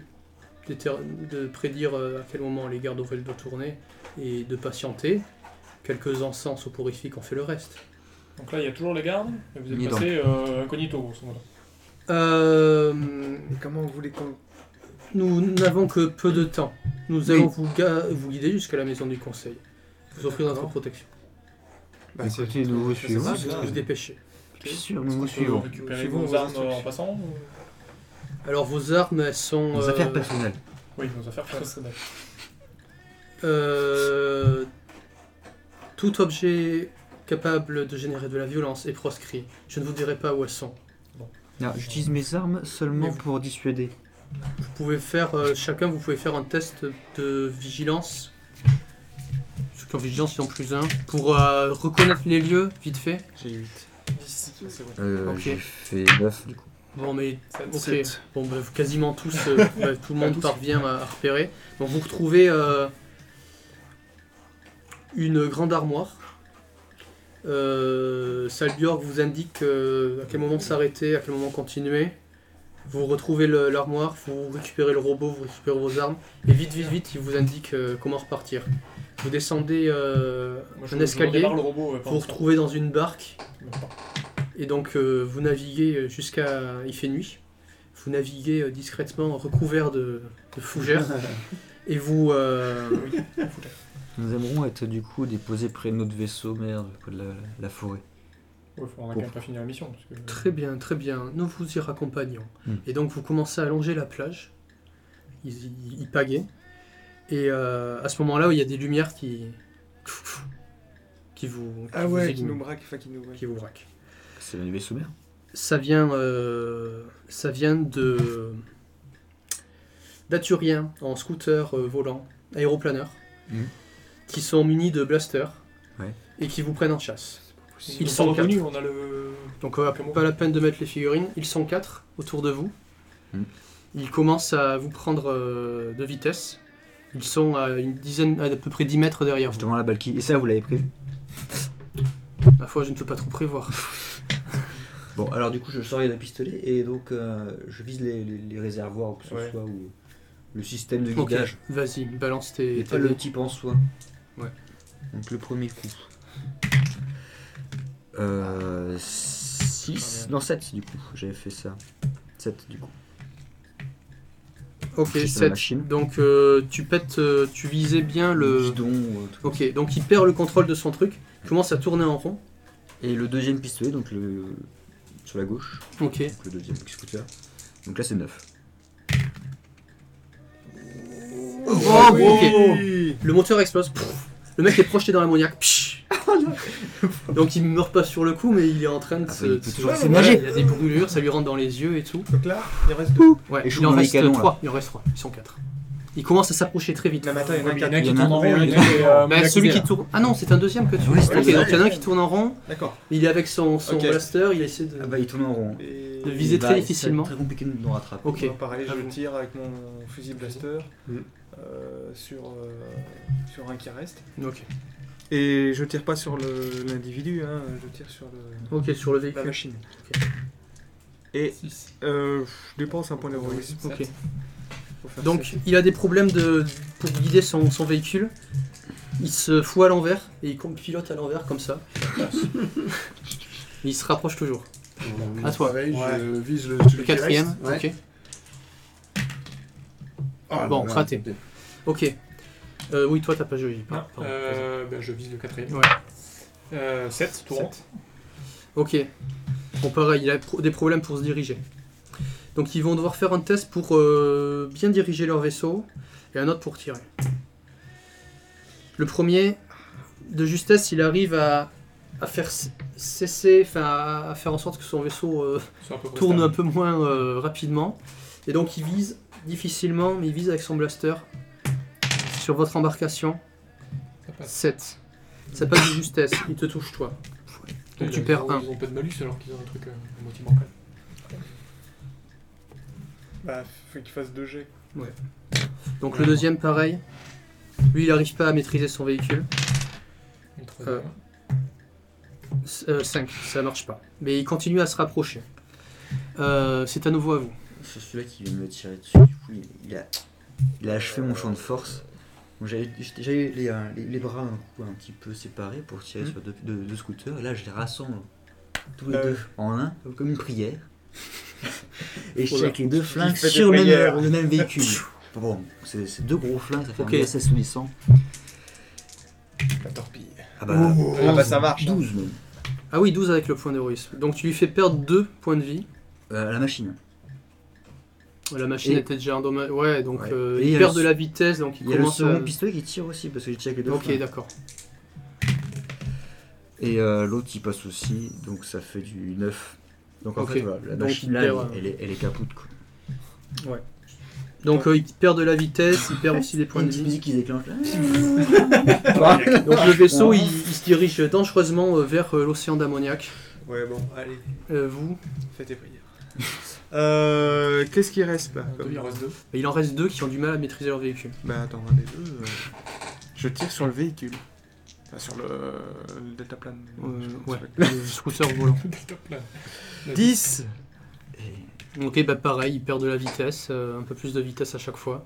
Speaker 4: d'éter- de prédire euh, à quel moment les gardes auraient le dos tourné et de patienter. Quelques encens soporifiques ont fait le reste.
Speaker 6: Donc là, il y a toujours les gardes, et vous
Speaker 3: Il est
Speaker 6: êtes passé euh, incognito, grosso modo.
Speaker 4: Euh,
Speaker 2: Et comment vous voulez qu'on.
Speaker 4: Nous n'avons que peu de temps. Nous
Speaker 3: Oui.
Speaker 4: allons vous, ga- vous guider jusqu'à la maison du conseil. Vous offrir notre
Speaker 2: D'accord.
Speaker 4: protection.
Speaker 2: Bah, c'est-
Speaker 3: Écoutez, nous vous
Speaker 2: ça,
Speaker 3: suivons.
Speaker 2: c'est-
Speaker 4: Vous dépêchez.
Speaker 6: Ok.
Speaker 3: Bien sûr, nous
Speaker 6: Est-ce qu'on
Speaker 3: vous
Speaker 6: peut
Speaker 3: suivons.
Speaker 6: Récupérer
Speaker 2: Suivons
Speaker 6: vos
Speaker 2: vos
Speaker 6: armes euh, en
Speaker 2: instructions.
Speaker 6: passant ou-
Speaker 4: Alors vos armes, elles sont...
Speaker 3: Nos
Speaker 4: euh,
Speaker 3: affaires personnelles.
Speaker 6: Oui, nos affaires personnelles.
Speaker 4: euh, tout objet capable de générer de la violence est proscrit. Je ne vous dirai pas où elles sont.
Speaker 3: Non, J'utilise mes armes seulement
Speaker 4: Mais vous-
Speaker 3: pour dissuader.
Speaker 4: Vous pouvez faire... euh, chacun, vous pouvez faire un test de vigilance. Ceux qui ont vigilance, ils en ont plus un. Pour euh, reconnaître les lieux, vite fait.
Speaker 3: J'ai 8.
Speaker 6: Ça, c'est bon.
Speaker 3: Euh,
Speaker 4: Ok.
Speaker 3: J'ai fait 9 du coup.
Speaker 4: Bon, mais
Speaker 6: Sept.
Speaker 4: Ok,
Speaker 6: Sept.
Speaker 4: bon, bah, quasiment tous,
Speaker 6: <laughs>
Speaker 4: euh, bah, tout le monde
Speaker 6: tous.
Speaker 4: parvient à, à repérer. Donc vous retrouvez euh, une grande armoire. Euh, Salbjörg vous indique euh, à quel moment s'arrêter, à quel moment continuer. Vous retrouvez le- l'armoire, vous récupérez le robot, vous récupérez vos armes. Et vite, vite, vite, il vous indique euh, comment repartir. Vous descendez euh,
Speaker 6: Moi, je-
Speaker 4: un
Speaker 6: je redémarre
Speaker 4: escalier,
Speaker 6: le robot. euh,
Speaker 4: vous vous
Speaker 6: pendant ce temps.
Speaker 4: retrouvez dans une barque.
Speaker 6: Même pas.
Speaker 4: Et donc euh, vous naviguez jusqu'à... Il fait nuit. Vous naviguez euh, discrètement recouvert de, de fougères. et vous... euh,
Speaker 3: Nous aimerons être du coup déposés près de notre vaisseau mère, du coup, de la, la forêt.
Speaker 6: Ouais, faut- on a quand même pas fini la mission. Parce que... euh,
Speaker 4: très bien, très bien. Nous vous y raccompagnons.
Speaker 3: Hmm.
Speaker 4: Et donc vous commencez à allonger la plage. Ils, ils- ils pagaient. Et euh, à ce moment-là, il y a des lumières qui... Qui vous...
Speaker 2: Ah ouais, qui
Speaker 4: qui vous
Speaker 2: nous
Speaker 4: illuminent,
Speaker 2: braque, enfin qui nous. ouais.
Speaker 4: qui vous braquent.
Speaker 3: C'est le vaisseau mère
Speaker 4: ça vient, euh, ça vient de d'Athuriens en scooter euh, volant, aéroplaneur,
Speaker 3: Mhm.
Speaker 4: qui sont munis de blasters
Speaker 3: Ouais.
Speaker 4: et qui vous prennent en chasse.
Speaker 6: Ils,
Speaker 4: Ils sont
Speaker 6: sont revenus, on a le.
Speaker 4: Donc euh,
Speaker 6: Comment
Speaker 4: pas la peine de mettre les figurines, ils sont quatre autour de vous.
Speaker 3: Mhm.
Speaker 4: Ils commencent à vous prendre euh, de vitesse. Ils sont à une dizaine, à, à peu près 10 mètres derrière vous.
Speaker 3: Justement la Balki. Et ça vous l'avez prévu
Speaker 4: Ma foi, je ne peux pas trop prévoir.
Speaker 3: Bon, alors du coup, je sors d'un pistolet et donc euh, je vise les, les- les réservoirs, que ce
Speaker 6: Ouais.
Speaker 3: soit, ou le système de
Speaker 4: Ok,
Speaker 3: guidage.
Speaker 4: vas-y, balance tes.
Speaker 3: Et
Speaker 4: tes
Speaker 3: pas
Speaker 4: dés.
Speaker 3: le type en soi.
Speaker 4: Ouais.
Speaker 3: Donc le premier coup. Euh. 6.
Speaker 4: Pas bien.
Speaker 3: Non, 7 du coup, j'avais fait ça. 7 du coup.
Speaker 4: Ok,
Speaker 3: J'ai la
Speaker 4: 7.
Speaker 3: machine.
Speaker 4: Donc euh, tu pètes, euh, tu visais bien le.
Speaker 3: bidon. ou un truc.
Speaker 4: Ok, donc il perd le contrôle de son truc, il commence à tourner en rond.
Speaker 3: Et le deuxième pistolet, donc le. Sur la gauche.
Speaker 4: Ok,
Speaker 3: Donc le deuxième scooter. Donc là, c'est 9.
Speaker 4: Oh, ok. Le moteur explose. Pfff. Le mec est projeté dans la l'ammoniaque. Psh. Donc il meurt pas sur le coup, mais il est en train de
Speaker 3: Ah,
Speaker 4: se.
Speaker 3: bah, il
Speaker 4: de
Speaker 3: peut
Speaker 4: se-
Speaker 3: toujours
Speaker 4: Ouais,
Speaker 3: essayer de
Speaker 4: voilà,
Speaker 3: nager.
Speaker 4: Il y a des brûlures, ça lui rentre dans les yeux et tout.
Speaker 2: Donc là, il reste deux.
Speaker 4: Ouais,
Speaker 3: Et je
Speaker 4: il en
Speaker 3: joue dans les
Speaker 4: reste
Speaker 3: canons, là.
Speaker 4: 3. Il en reste 3. Ils sont 4. Il commence à s'approcher très vite.
Speaker 2: Là, maintenant, il y en a
Speaker 6: Il y en a
Speaker 2: quatre.
Speaker 6: un qui
Speaker 3: Il y en a
Speaker 6: tourne en
Speaker 2: un.
Speaker 6: rond, il y en a un qui est, euh,
Speaker 4: Bah, celui qui
Speaker 6: là.
Speaker 4: tourne. Ah non, c'est un deuxième que tu.
Speaker 3: Ouais, c'est
Speaker 4: ok,
Speaker 2: un
Speaker 4: donc il y en a un qui tourne en rond.
Speaker 2: D'accord.
Speaker 4: Il est avec son, son
Speaker 2: Ok.
Speaker 4: blaster, il essaie de.
Speaker 3: Ah bah, il tourne en rond.
Speaker 2: Et...
Speaker 4: Le viser
Speaker 3: Il
Speaker 4: très
Speaker 3: va- ça va être
Speaker 4: difficilement.
Speaker 3: Très compliqué de nous rattraper.
Speaker 4: Ok.
Speaker 2: Moi, pareil,
Speaker 4: Ah
Speaker 2: je
Speaker 4: bon. Mm.
Speaker 2: tire avec mon fusil blaster
Speaker 5: Mhm.
Speaker 2: euh, sur, euh, sur un qui reste.
Speaker 4: Ok.
Speaker 2: Et je tire pas sur le- l'individu, hein, je tire sur le-
Speaker 4: Ok, sur le
Speaker 2: la
Speaker 3: Ah
Speaker 4: véhicule.
Speaker 2: machine.
Speaker 4: Ok.
Speaker 2: Et
Speaker 3: bah,
Speaker 6: Six.
Speaker 2: euh, je dépense un point d'héroïsme.
Speaker 4: Ok.
Speaker 2: pour faire ça.
Speaker 4: Donc il a des problèmes de, pour guider son, son véhicule. Il se fout à l'envers et il compte pilote à l'envers comme ça. il se rapproche toujours. À toi.
Speaker 5: Euh, Pareil, je vise le,
Speaker 4: Le
Speaker 5: celui qui
Speaker 4: quatrième.
Speaker 5: reste. Ouais.
Speaker 4: Ok.
Speaker 5: Ah, là,
Speaker 4: Bon,
Speaker 5: là,
Speaker 4: raté.
Speaker 5: putain.
Speaker 4: Ok. Euh, oui, toi t'as pas joué.
Speaker 6: Non,
Speaker 4: par- pardon.
Speaker 6: euh, bah, je vise le quatrième.
Speaker 4: Ouais.
Speaker 6: Euh, 7, tourant.
Speaker 4: Ok. Bon pareil, il a pro- des problèmes pour se diriger. Donc ils vont devoir faire un test pour euh, bien diriger leur vaisseau et un autre pour tirer. Le premier, de justesse, il arrive à, à faire c- cesser, enfin à- à faire en sorte que son vaisseau euh,
Speaker 6: C'est à peu près
Speaker 4: tourne
Speaker 6: ça.
Speaker 4: un peu moins euh, rapidement. Et donc il vise difficilement, mais il vise avec son blaster sur votre embarcation.
Speaker 6: Ça passe.
Speaker 4: 7. Ça passe de justesse, il te touche toi. Donc tu
Speaker 6: Ils
Speaker 4: perds
Speaker 6: ont-
Speaker 4: 1.
Speaker 6: Ils ont pas de malus alors qu'ils ont un truc euh, à moitié bancal.
Speaker 2: Bah, faut qu'il fasse deux jets.
Speaker 4: Donc le deuxième, pareil. Lui, il n'arrive pas à maîtriser son véhicule.
Speaker 6: Une
Speaker 4: Euh,
Speaker 6: troisième.
Speaker 4: 5, euh, ça marche pas. Mais il continue à se rapprocher. Euh, c'est à nouveau à vous.
Speaker 3: C'est celui-là qui vient de me tirer dessus. Du coup, il, il a, il a achevé mon champ de force. Donc, J'avais j'étais- j'avais les, euh, les, les bras un, coup, un petit peu séparés pour tirer
Speaker 4: Mhm.
Speaker 3: sur deux, deux- deux scooters. Et là, je les rassemble tous les
Speaker 2: Hmm. Ah
Speaker 3: deux en un, comme
Speaker 2: <laughs>
Speaker 3: une prière. Et je tire
Speaker 2: Oula.
Speaker 3: avec les deux flingues
Speaker 2: fais des
Speaker 3: sur le
Speaker 2: prières.
Speaker 3: même, le même véhicule.
Speaker 2: <laughs>
Speaker 3: Bon, c'est c'est deux gros flingues, ça fait
Speaker 4: Ok.
Speaker 3: un assez soulissant.
Speaker 2: La torpille.
Speaker 3: Ah bah,
Speaker 2: Ah bah, ça marche.
Speaker 3: 12 même.
Speaker 4: Ah oui, 12 avec le point d'héroïsme. Donc tu lui fais perdre 2 points de vie.
Speaker 3: Euh, la machine.
Speaker 4: La machine
Speaker 3: Et-
Speaker 4: était déjà endommagée. Ouais, donc
Speaker 3: Ouais.
Speaker 4: euh,
Speaker 3: Et il y
Speaker 4: il
Speaker 3: a
Speaker 4: perd
Speaker 3: le
Speaker 4: de
Speaker 3: s-
Speaker 4: la vitesse, donc il,
Speaker 3: Il y a le
Speaker 4: commence
Speaker 3: second
Speaker 2: euh,
Speaker 4: à...
Speaker 3: pistolet qui tire aussi parce que j'ai tiré avec les deux
Speaker 4: Ok,
Speaker 3: flingues.
Speaker 4: d'accord.
Speaker 3: Et euh, l'autre il passe aussi, donc ça fait du 9. Donc en
Speaker 4: Ok.
Speaker 3: fait, voilà, la
Speaker 4: Donc,
Speaker 3: machine là,
Speaker 4: il
Speaker 3: elle,
Speaker 4: perd, hein.
Speaker 3: elle est, elle est capote quoi.
Speaker 4: Donc euh, il perd de la vitesse, il perd aussi des points de
Speaker 3: petite
Speaker 4: vie.
Speaker 3: musique qui se déclenche là.
Speaker 4: Donc le vaisseau, il, il se dirige dangereusement euh, vers euh, l'océan d'ammoniac.
Speaker 2: Ouais, bon, allez,
Speaker 4: Euh, vous
Speaker 2: fais tes prières. <laughs> euh, Qu'est-ce qui reste là
Speaker 6: Un, deux, il en
Speaker 4: <laughs>
Speaker 6: reste deux.
Speaker 4: Et Il en reste deux qui ont du mal à maîtriser leur véhicule.
Speaker 2: Bah attends, un des deux. euh, Je tire sur le véhicule. Enfin, sur le, le deltaplane.
Speaker 4: Euh,
Speaker 2: Je sais pas
Speaker 4: ouais,
Speaker 2: comment ça
Speaker 4: le scooter volant.
Speaker 6: Top là.
Speaker 2: s'appelle. 10
Speaker 4: Ok, bah pareil, il perd de la vitesse, euh, un peu plus de vitesse à chaque fois.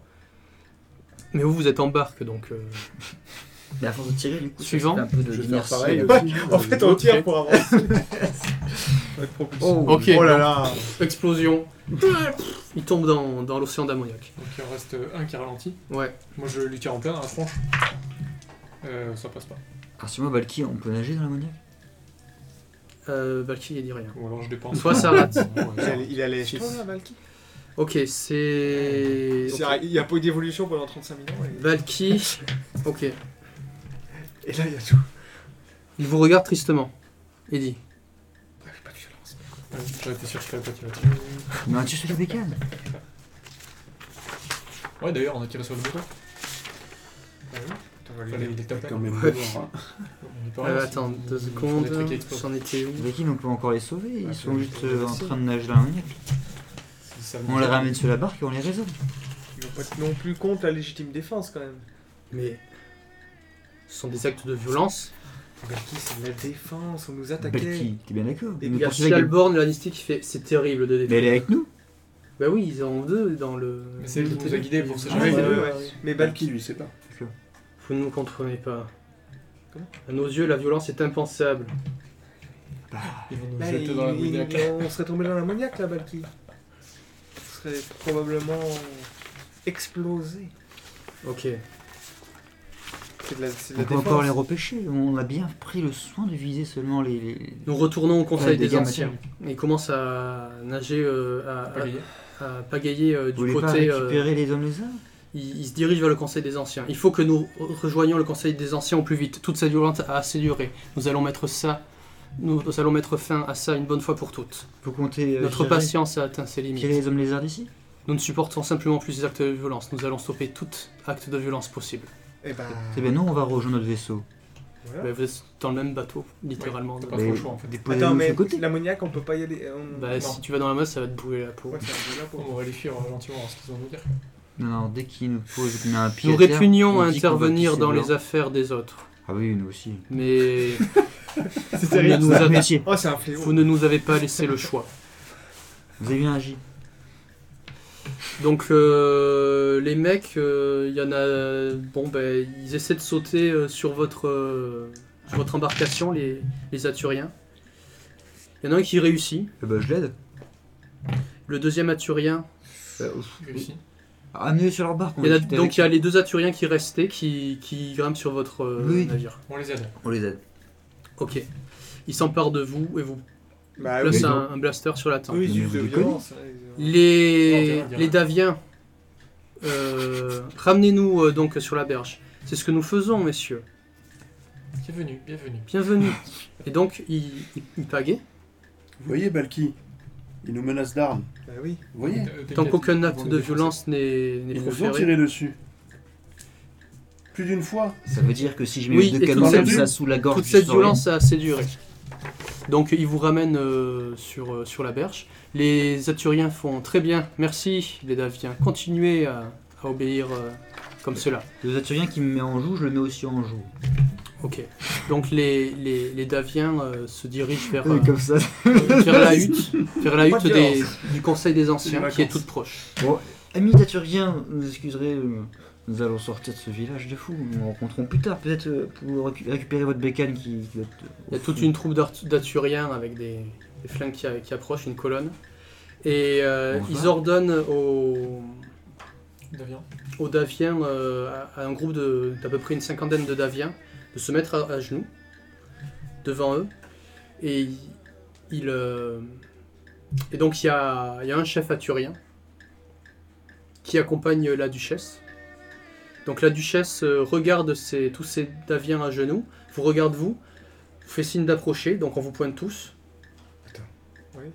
Speaker 4: Mais vous, vous êtes en barque, donc... euh,
Speaker 3: Mais à force de tirer, du coup, ça
Speaker 4: Suivant.
Speaker 3: fait un peu de Euh,
Speaker 5: Je vais faire
Speaker 3: d'inertie. Ouais.
Speaker 5: pareil. aussi.
Speaker 2: En fait, on tire pour avancer. Avec propulsion.
Speaker 4: Ok,
Speaker 2: Oh là
Speaker 4: donc,
Speaker 2: là
Speaker 4: explosion. il tombe dans, dans l'océan d'ammoniac.
Speaker 6: Donc il en reste euh, un qui ralentit.
Speaker 4: Ouais.
Speaker 6: Moi je lui tire en plein dans la tronche. Euh, ça passe pas.
Speaker 3: Alors sur moi, Balki, on peut nager dans l'ammoniaque
Speaker 4: Euh, Valkyrie, il dit rien.
Speaker 6: Ou alors je dépense.
Speaker 4: Toi, ça rate.
Speaker 6: <laughs> Ouais,
Speaker 2: Il
Speaker 6: ça
Speaker 2: allait- Il allait.
Speaker 6: Six.
Speaker 2: Oh, là, Valky.
Speaker 4: Ok, c'est...
Speaker 2: C'est vrai, Il n'y a pas eu d'évolution pendant 35 minutes. et-
Speaker 4: Valky... Ok.
Speaker 2: Et là, il y a tout.
Speaker 4: Il vous regarde tristement. Il dit...
Speaker 6: va. Ouais, J'étais sûr qu'il fallait pas tirer là-dessus.
Speaker 3: Mais tu sur la bécane
Speaker 6: Ouais d'ailleurs on a tiré sur le bateau.
Speaker 2: Putain, Ah on va lui
Speaker 6: Fallait
Speaker 2: dire.
Speaker 6: éviter le top
Speaker 5: Quand
Speaker 6: là.
Speaker 5: même mort, hein.
Speaker 6: On est pas
Speaker 4: Euh,
Speaker 6: mal,
Speaker 4: attends,
Speaker 6: on-
Speaker 4: deux
Speaker 6: on fait des
Speaker 4: secondes.
Speaker 6: trucs qui explosent.
Speaker 4: J'en étais où
Speaker 3: Balki, on peut encore les sauver, ils
Speaker 6: Ouais,
Speaker 3: sont
Speaker 6: faut-
Speaker 3: juste
Speaker 6: faut
Speaker 3: euh,
Speaker 6: les
Speaker 3: en
Speaker 6: laisser.
Speaker 3: train de nager dans l'ammoniaque.
Speaker 6: Si ça
Speaker 3: On
Speaker 6: monte
Speaker 3: les
Speaker 6: pas,
Speaker 3: ramène sur la barque et on les résorbe.
Speaker 2: Ils vont pas non plus compte la légitime défense quand même.
Speaker 4: Mais... Ce sont des actes de violence.
Speaker 2: Belki, c'est de la défense, on nous attaquait.
Speaker 3: Belki, t'es bien d'accord
Speaker 4: Et
Speaker 3: Mais
Speaker 4: puis
Speaker 3: pour celui-là,
Speaker 4: Archibald Born, l'amnistie qui fait c'est terrible de
Speaker 3: Mais elle
Speaker 4: détruire.
Speaker 3: est avec nous
Speaker 4: Bah oui, ils en ont deux dans le.
Speaker 6: Mais c'est elle qui nous a guidés pour ce
Speaker 4: Ah,
Speaker 6: jeu.
Speaker 4: ouais,
Speaker 2: Oui, c'est
Speaker 4: ouais,
Speaker 2: eux,
Speaker 4: ouais.
Speaker 2: Mais
Speaker 5: Balki,
Speaker 2: Balki,
Speaker 5: lui, c'est pas.
Speaker 4: Vous ne nous comprenez pas.
Speaker 2: Comment
Speaker 4: à nos yeux, la violence est impensable.
Speaker 6: Ils vont nous
Speaker 2: bah,
Speaker 6: jeter dans la
Speaker 2: il-
Speaker 6: bouillac.
Speaker 2: on serait tombé dans la maniaque là, Balki. On serait probablement explosé.
Speaker 4: Ok.
Speaker 2: C'est de la, c'est de
Speaker 3: On
Speaker 2: la
Speaker 3: peut encore
Speaker 2: défense.
Speaker 3: les repêcher. On a bien pris le soin de viser seulement les. les-
Speaker 4: Nous retournons au
Speaker 3: Ouais,
Speaker 4: Conseil
Speaker 3: des
Speaker 4: des
Speaker 3: gars,
Speaker 4: Anciens. Ils commencent à nager, euh, à, à- à pagayer euh,
Speaker 3: Vous
Speaker 4: du
Speaker 3: voulez pas
Speaker 4: côté. euh,
Speaker 3: récupérer les hommes lézards
Speaker 4: ils, ils se dirigent vers le Conseil des Anciens. Il faut que nous re- rejoignions le Conseil des Anciens au plus vite. Toute cette violence a assez duré. Nous allons mettre ça. Nous, nous allons mettre fin à ça une bonne fois pour toutes.
Speaker 3: Vous comptez euh,
Speaker 4: Notre
Speaker 3: tirer-
Speaker 4: patience a atteint ses limites.
Speaker 3: tirer les hommes lézards d'ici
Speaker 4: Nous ne supportons simplement plus ces actes de violence. Nous allons stopper tout acte de violence possible.
Speaker 2: Eh ben,
Speaker 3: Eh bien non, on va rejoindre notre vaisseau.
Speaker 2: voilà.
Speaker 4: Bah, vous êtes dans le même bateau, littéralement.
Speaker 6: T'as pas
Speaker 3: Mais-
Speaker 6: trop le choix en fait.
Speaker 3: Déposez-nous
Speaker 2: Attends,
Speaker 3: de
Speaker 2: mais
Speaker 3: ce côté.
Speaker 2: l'ammoniaque, on peut pas y aller. euh, On...
Speaker 4: Bah,
Speaker 2: non.
Speaker 4: si tu vas dans la masse, ça va te brûler la peau.
Speaker 2: Ouais, ça me brûle la peau.
Speaker 6: On va les fuir euh, gentiment, ce qu'ils vont nous dire.
Speaker 3: Non, non, dès qu'ils nous posent qu'on a un pied.
Speaker 4: Nous
Speaker 3: à terre,
Speaker 4: répugnons
Speaker 3: on
Speaker 4: à
Speaker 3: dit qu'on va
Speaker 4: intervenir
Speaker 3: pisser
Speaker 4: dans
Speaker 3: dedans.
Speaker 4: les affaires des autres,
Speaker 3: Ah oui, nous aussi.
Speaker 4: mais
Speaker 2: <laughs> C'est
Speaker 4: vous ne,
Speaker 2: terrible.
Speaker 4: nous
Speaker 3: Notre
Speaker 4: avez,
Speaker 3: métier.
Speaker 2: Oh, c'est un fléau.
Speaker 4: vous ne nous avez pas laissé le choix.
Speaker 3: Vous avez bien agi.
Speaker 4: Donc euh, les mecs, euh, il y en a, bon ben ils essaient de sauter euh, sur votre euh, sur votre embarcation, les les Aturiens. Il y en a un qui réussit,
Speaker 3: Eh ben, je l'aide.
Speaker 4: le deuxième Aturien.
Speaker 6: Réussi.
Speaker 3: Amenez-les Euh, sur leur barque. on
Speaker 4: il y en a-
Speaker 3: discute avec
Speaker 4: donc il y a les deux Aturiens qui restaient, qui qui grimpent sur votre euh,
Speaker 3: Oui.
Speaker 4: navire.
Speaker 6: On les aide.
Speaker 3: eux. On les aide.
Speaker 4: Ok. Ils s'emparent de vous et vous
Speaker 5: Ah
Speaker 2: Bah,
Speaker 4: placent
Speaker 2: oui,
Speaker 4: un, un blaster sur la tempe.
Speaker 2: eux, ils
Speaker 3: Mais
Speaker 2: usent
Speaker 3: vous
Speaker 2: de
Speaker 3: déconnez.
Speaker 2: violence. hein, ils-
Speaker 4: Les,
Speaker 6: Non, on dira, on
Speaker 4: les
Speaker 6: dira.
Speaker 4: Daviens, euh, ramenez-nous euh, donc sur la berge. C'est ce que nous faisons, messieurs.
Speaker 6: Bienvenue, bienvenue.
Speaker 5: <laughs>
Speaker 4: Bienvenue. Et donc, ils, ils, ils pagaient.
Speaker 5: Vous voyez, Balki Il nous menace d'armes.
Speaker 2: Bah oui.
Speaker 5: Vous voyez
Speaker 6: Euh, t'inquiète,
Speaker 4: Tant qu'aucun
Speaker 6: ils
Speaker 4: acte
Speaker 6: vont nous
Speaker 4: de
Speaker 6: défoncer.
Speaker 4: violence n'est n'est
Speaker 5: Ils nous ont
Speaker 4: proféré.
Speaker 5: tiré dessus. Plus d'une fois.
Speaker 3: Ça veut dire que si je mets
Speaker 4: Oui,
Speaker 3: les
Speaker 4: et
Speaker 3: deux
Speaker 4: toute
Speaker 3: canons
Speaker 4: cette-
Speaker 3: comme ça sous la gorge,
Speaker 4: Toute
Speaker 3: du
Speaker 4: cette
Speaker 3: saurian,
Speaker 4: violence a assez duré. Donc, ils vous ramènent euh, sur, euh, sur la berge. Les Aturiens font très bien. Merci, les Daviens. Continuez à, à obéir euh, comme cela.
Speaker 3: Le Aturiens qui me met en joue, je le mets aussi en joue.
Speaker 4: Ah, Ok. Donc, les, les, les Daviens euh, se dirigent vers. euh,
Speaker 3: Euh, Comme ça.
Speaker 4: Faire
Speaker 3: <laughs>
Speaker 4: la hutte, faire la hutte
Speaker 2: de
Speaker 4: des- du Conseil des Anciens
Speaker 5: Les
Speaker 4: qui est
Speaker 5: vacances.
Speaker 4: toute proche.
Speaker 3: Amis d'Aturien, vous excuserez, euh, nous allons sortir de ce village de fous. Nous nous rencontrons plus tard, peut-être euh, pour récu- récupérer votre bécane qui, qui doit être, euh,
Speaker 4: Il y a
Speaker 3: au
Speaker 4: toute
Speaker 3: fond.
Speaker 4: une troupe d'art- d'Aturiens avec des, des flingues qui, qui approchent, une colonne. Et euh,
Speaker 3: Bonjour.
Speaker 4: ils ordonnent aux,
Speaker 6: Deviens.
Speaker 4: aux Daviens, euh, à, à un groupe de- d'à peu près une cinquantaine de Daviens, de se mettre à, à genoux devant eux. Et ils- ils, euh, et donc il y a, il y a un chef aturien qui accompagne la duchesse. Donc la duchesse euh, regarde ces- tous ces Daviens à genoux, vous regarde vous, vous fait signe d'approcher, donc on vous pointe tous.
Speaker 2: Attends. Oui.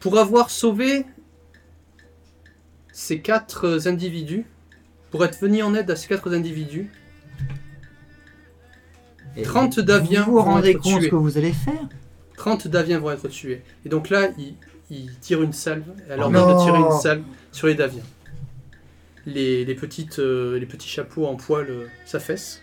Speaker 4: Pour avoir sauvé ces quatre euh, individus, pour être venu en aide à ces quatre individus,
Speaker 3: Et
Speaker 4: 30
Speaker 3: vous-
Speaker 4: Daviens
Speaker 3: Vous vous
Speaker 4: vont
Speaker 3: rendez
Speaker 4: être
Speaker 3: compte
Speaker 4: tués.
Speaker 3: ce que vous allez faire
Speaker 4: 30 Daviens vont être tués. Et donc là, il, il tire une salve, elle
Speaker 3: Oh
Speaker 4: ordonne de
Speaker 2: non.
Speaker 4: tirer une salve sur les Daviens. Les, les petites, euh, les petits chapeaux en poil euh, s'affaissent.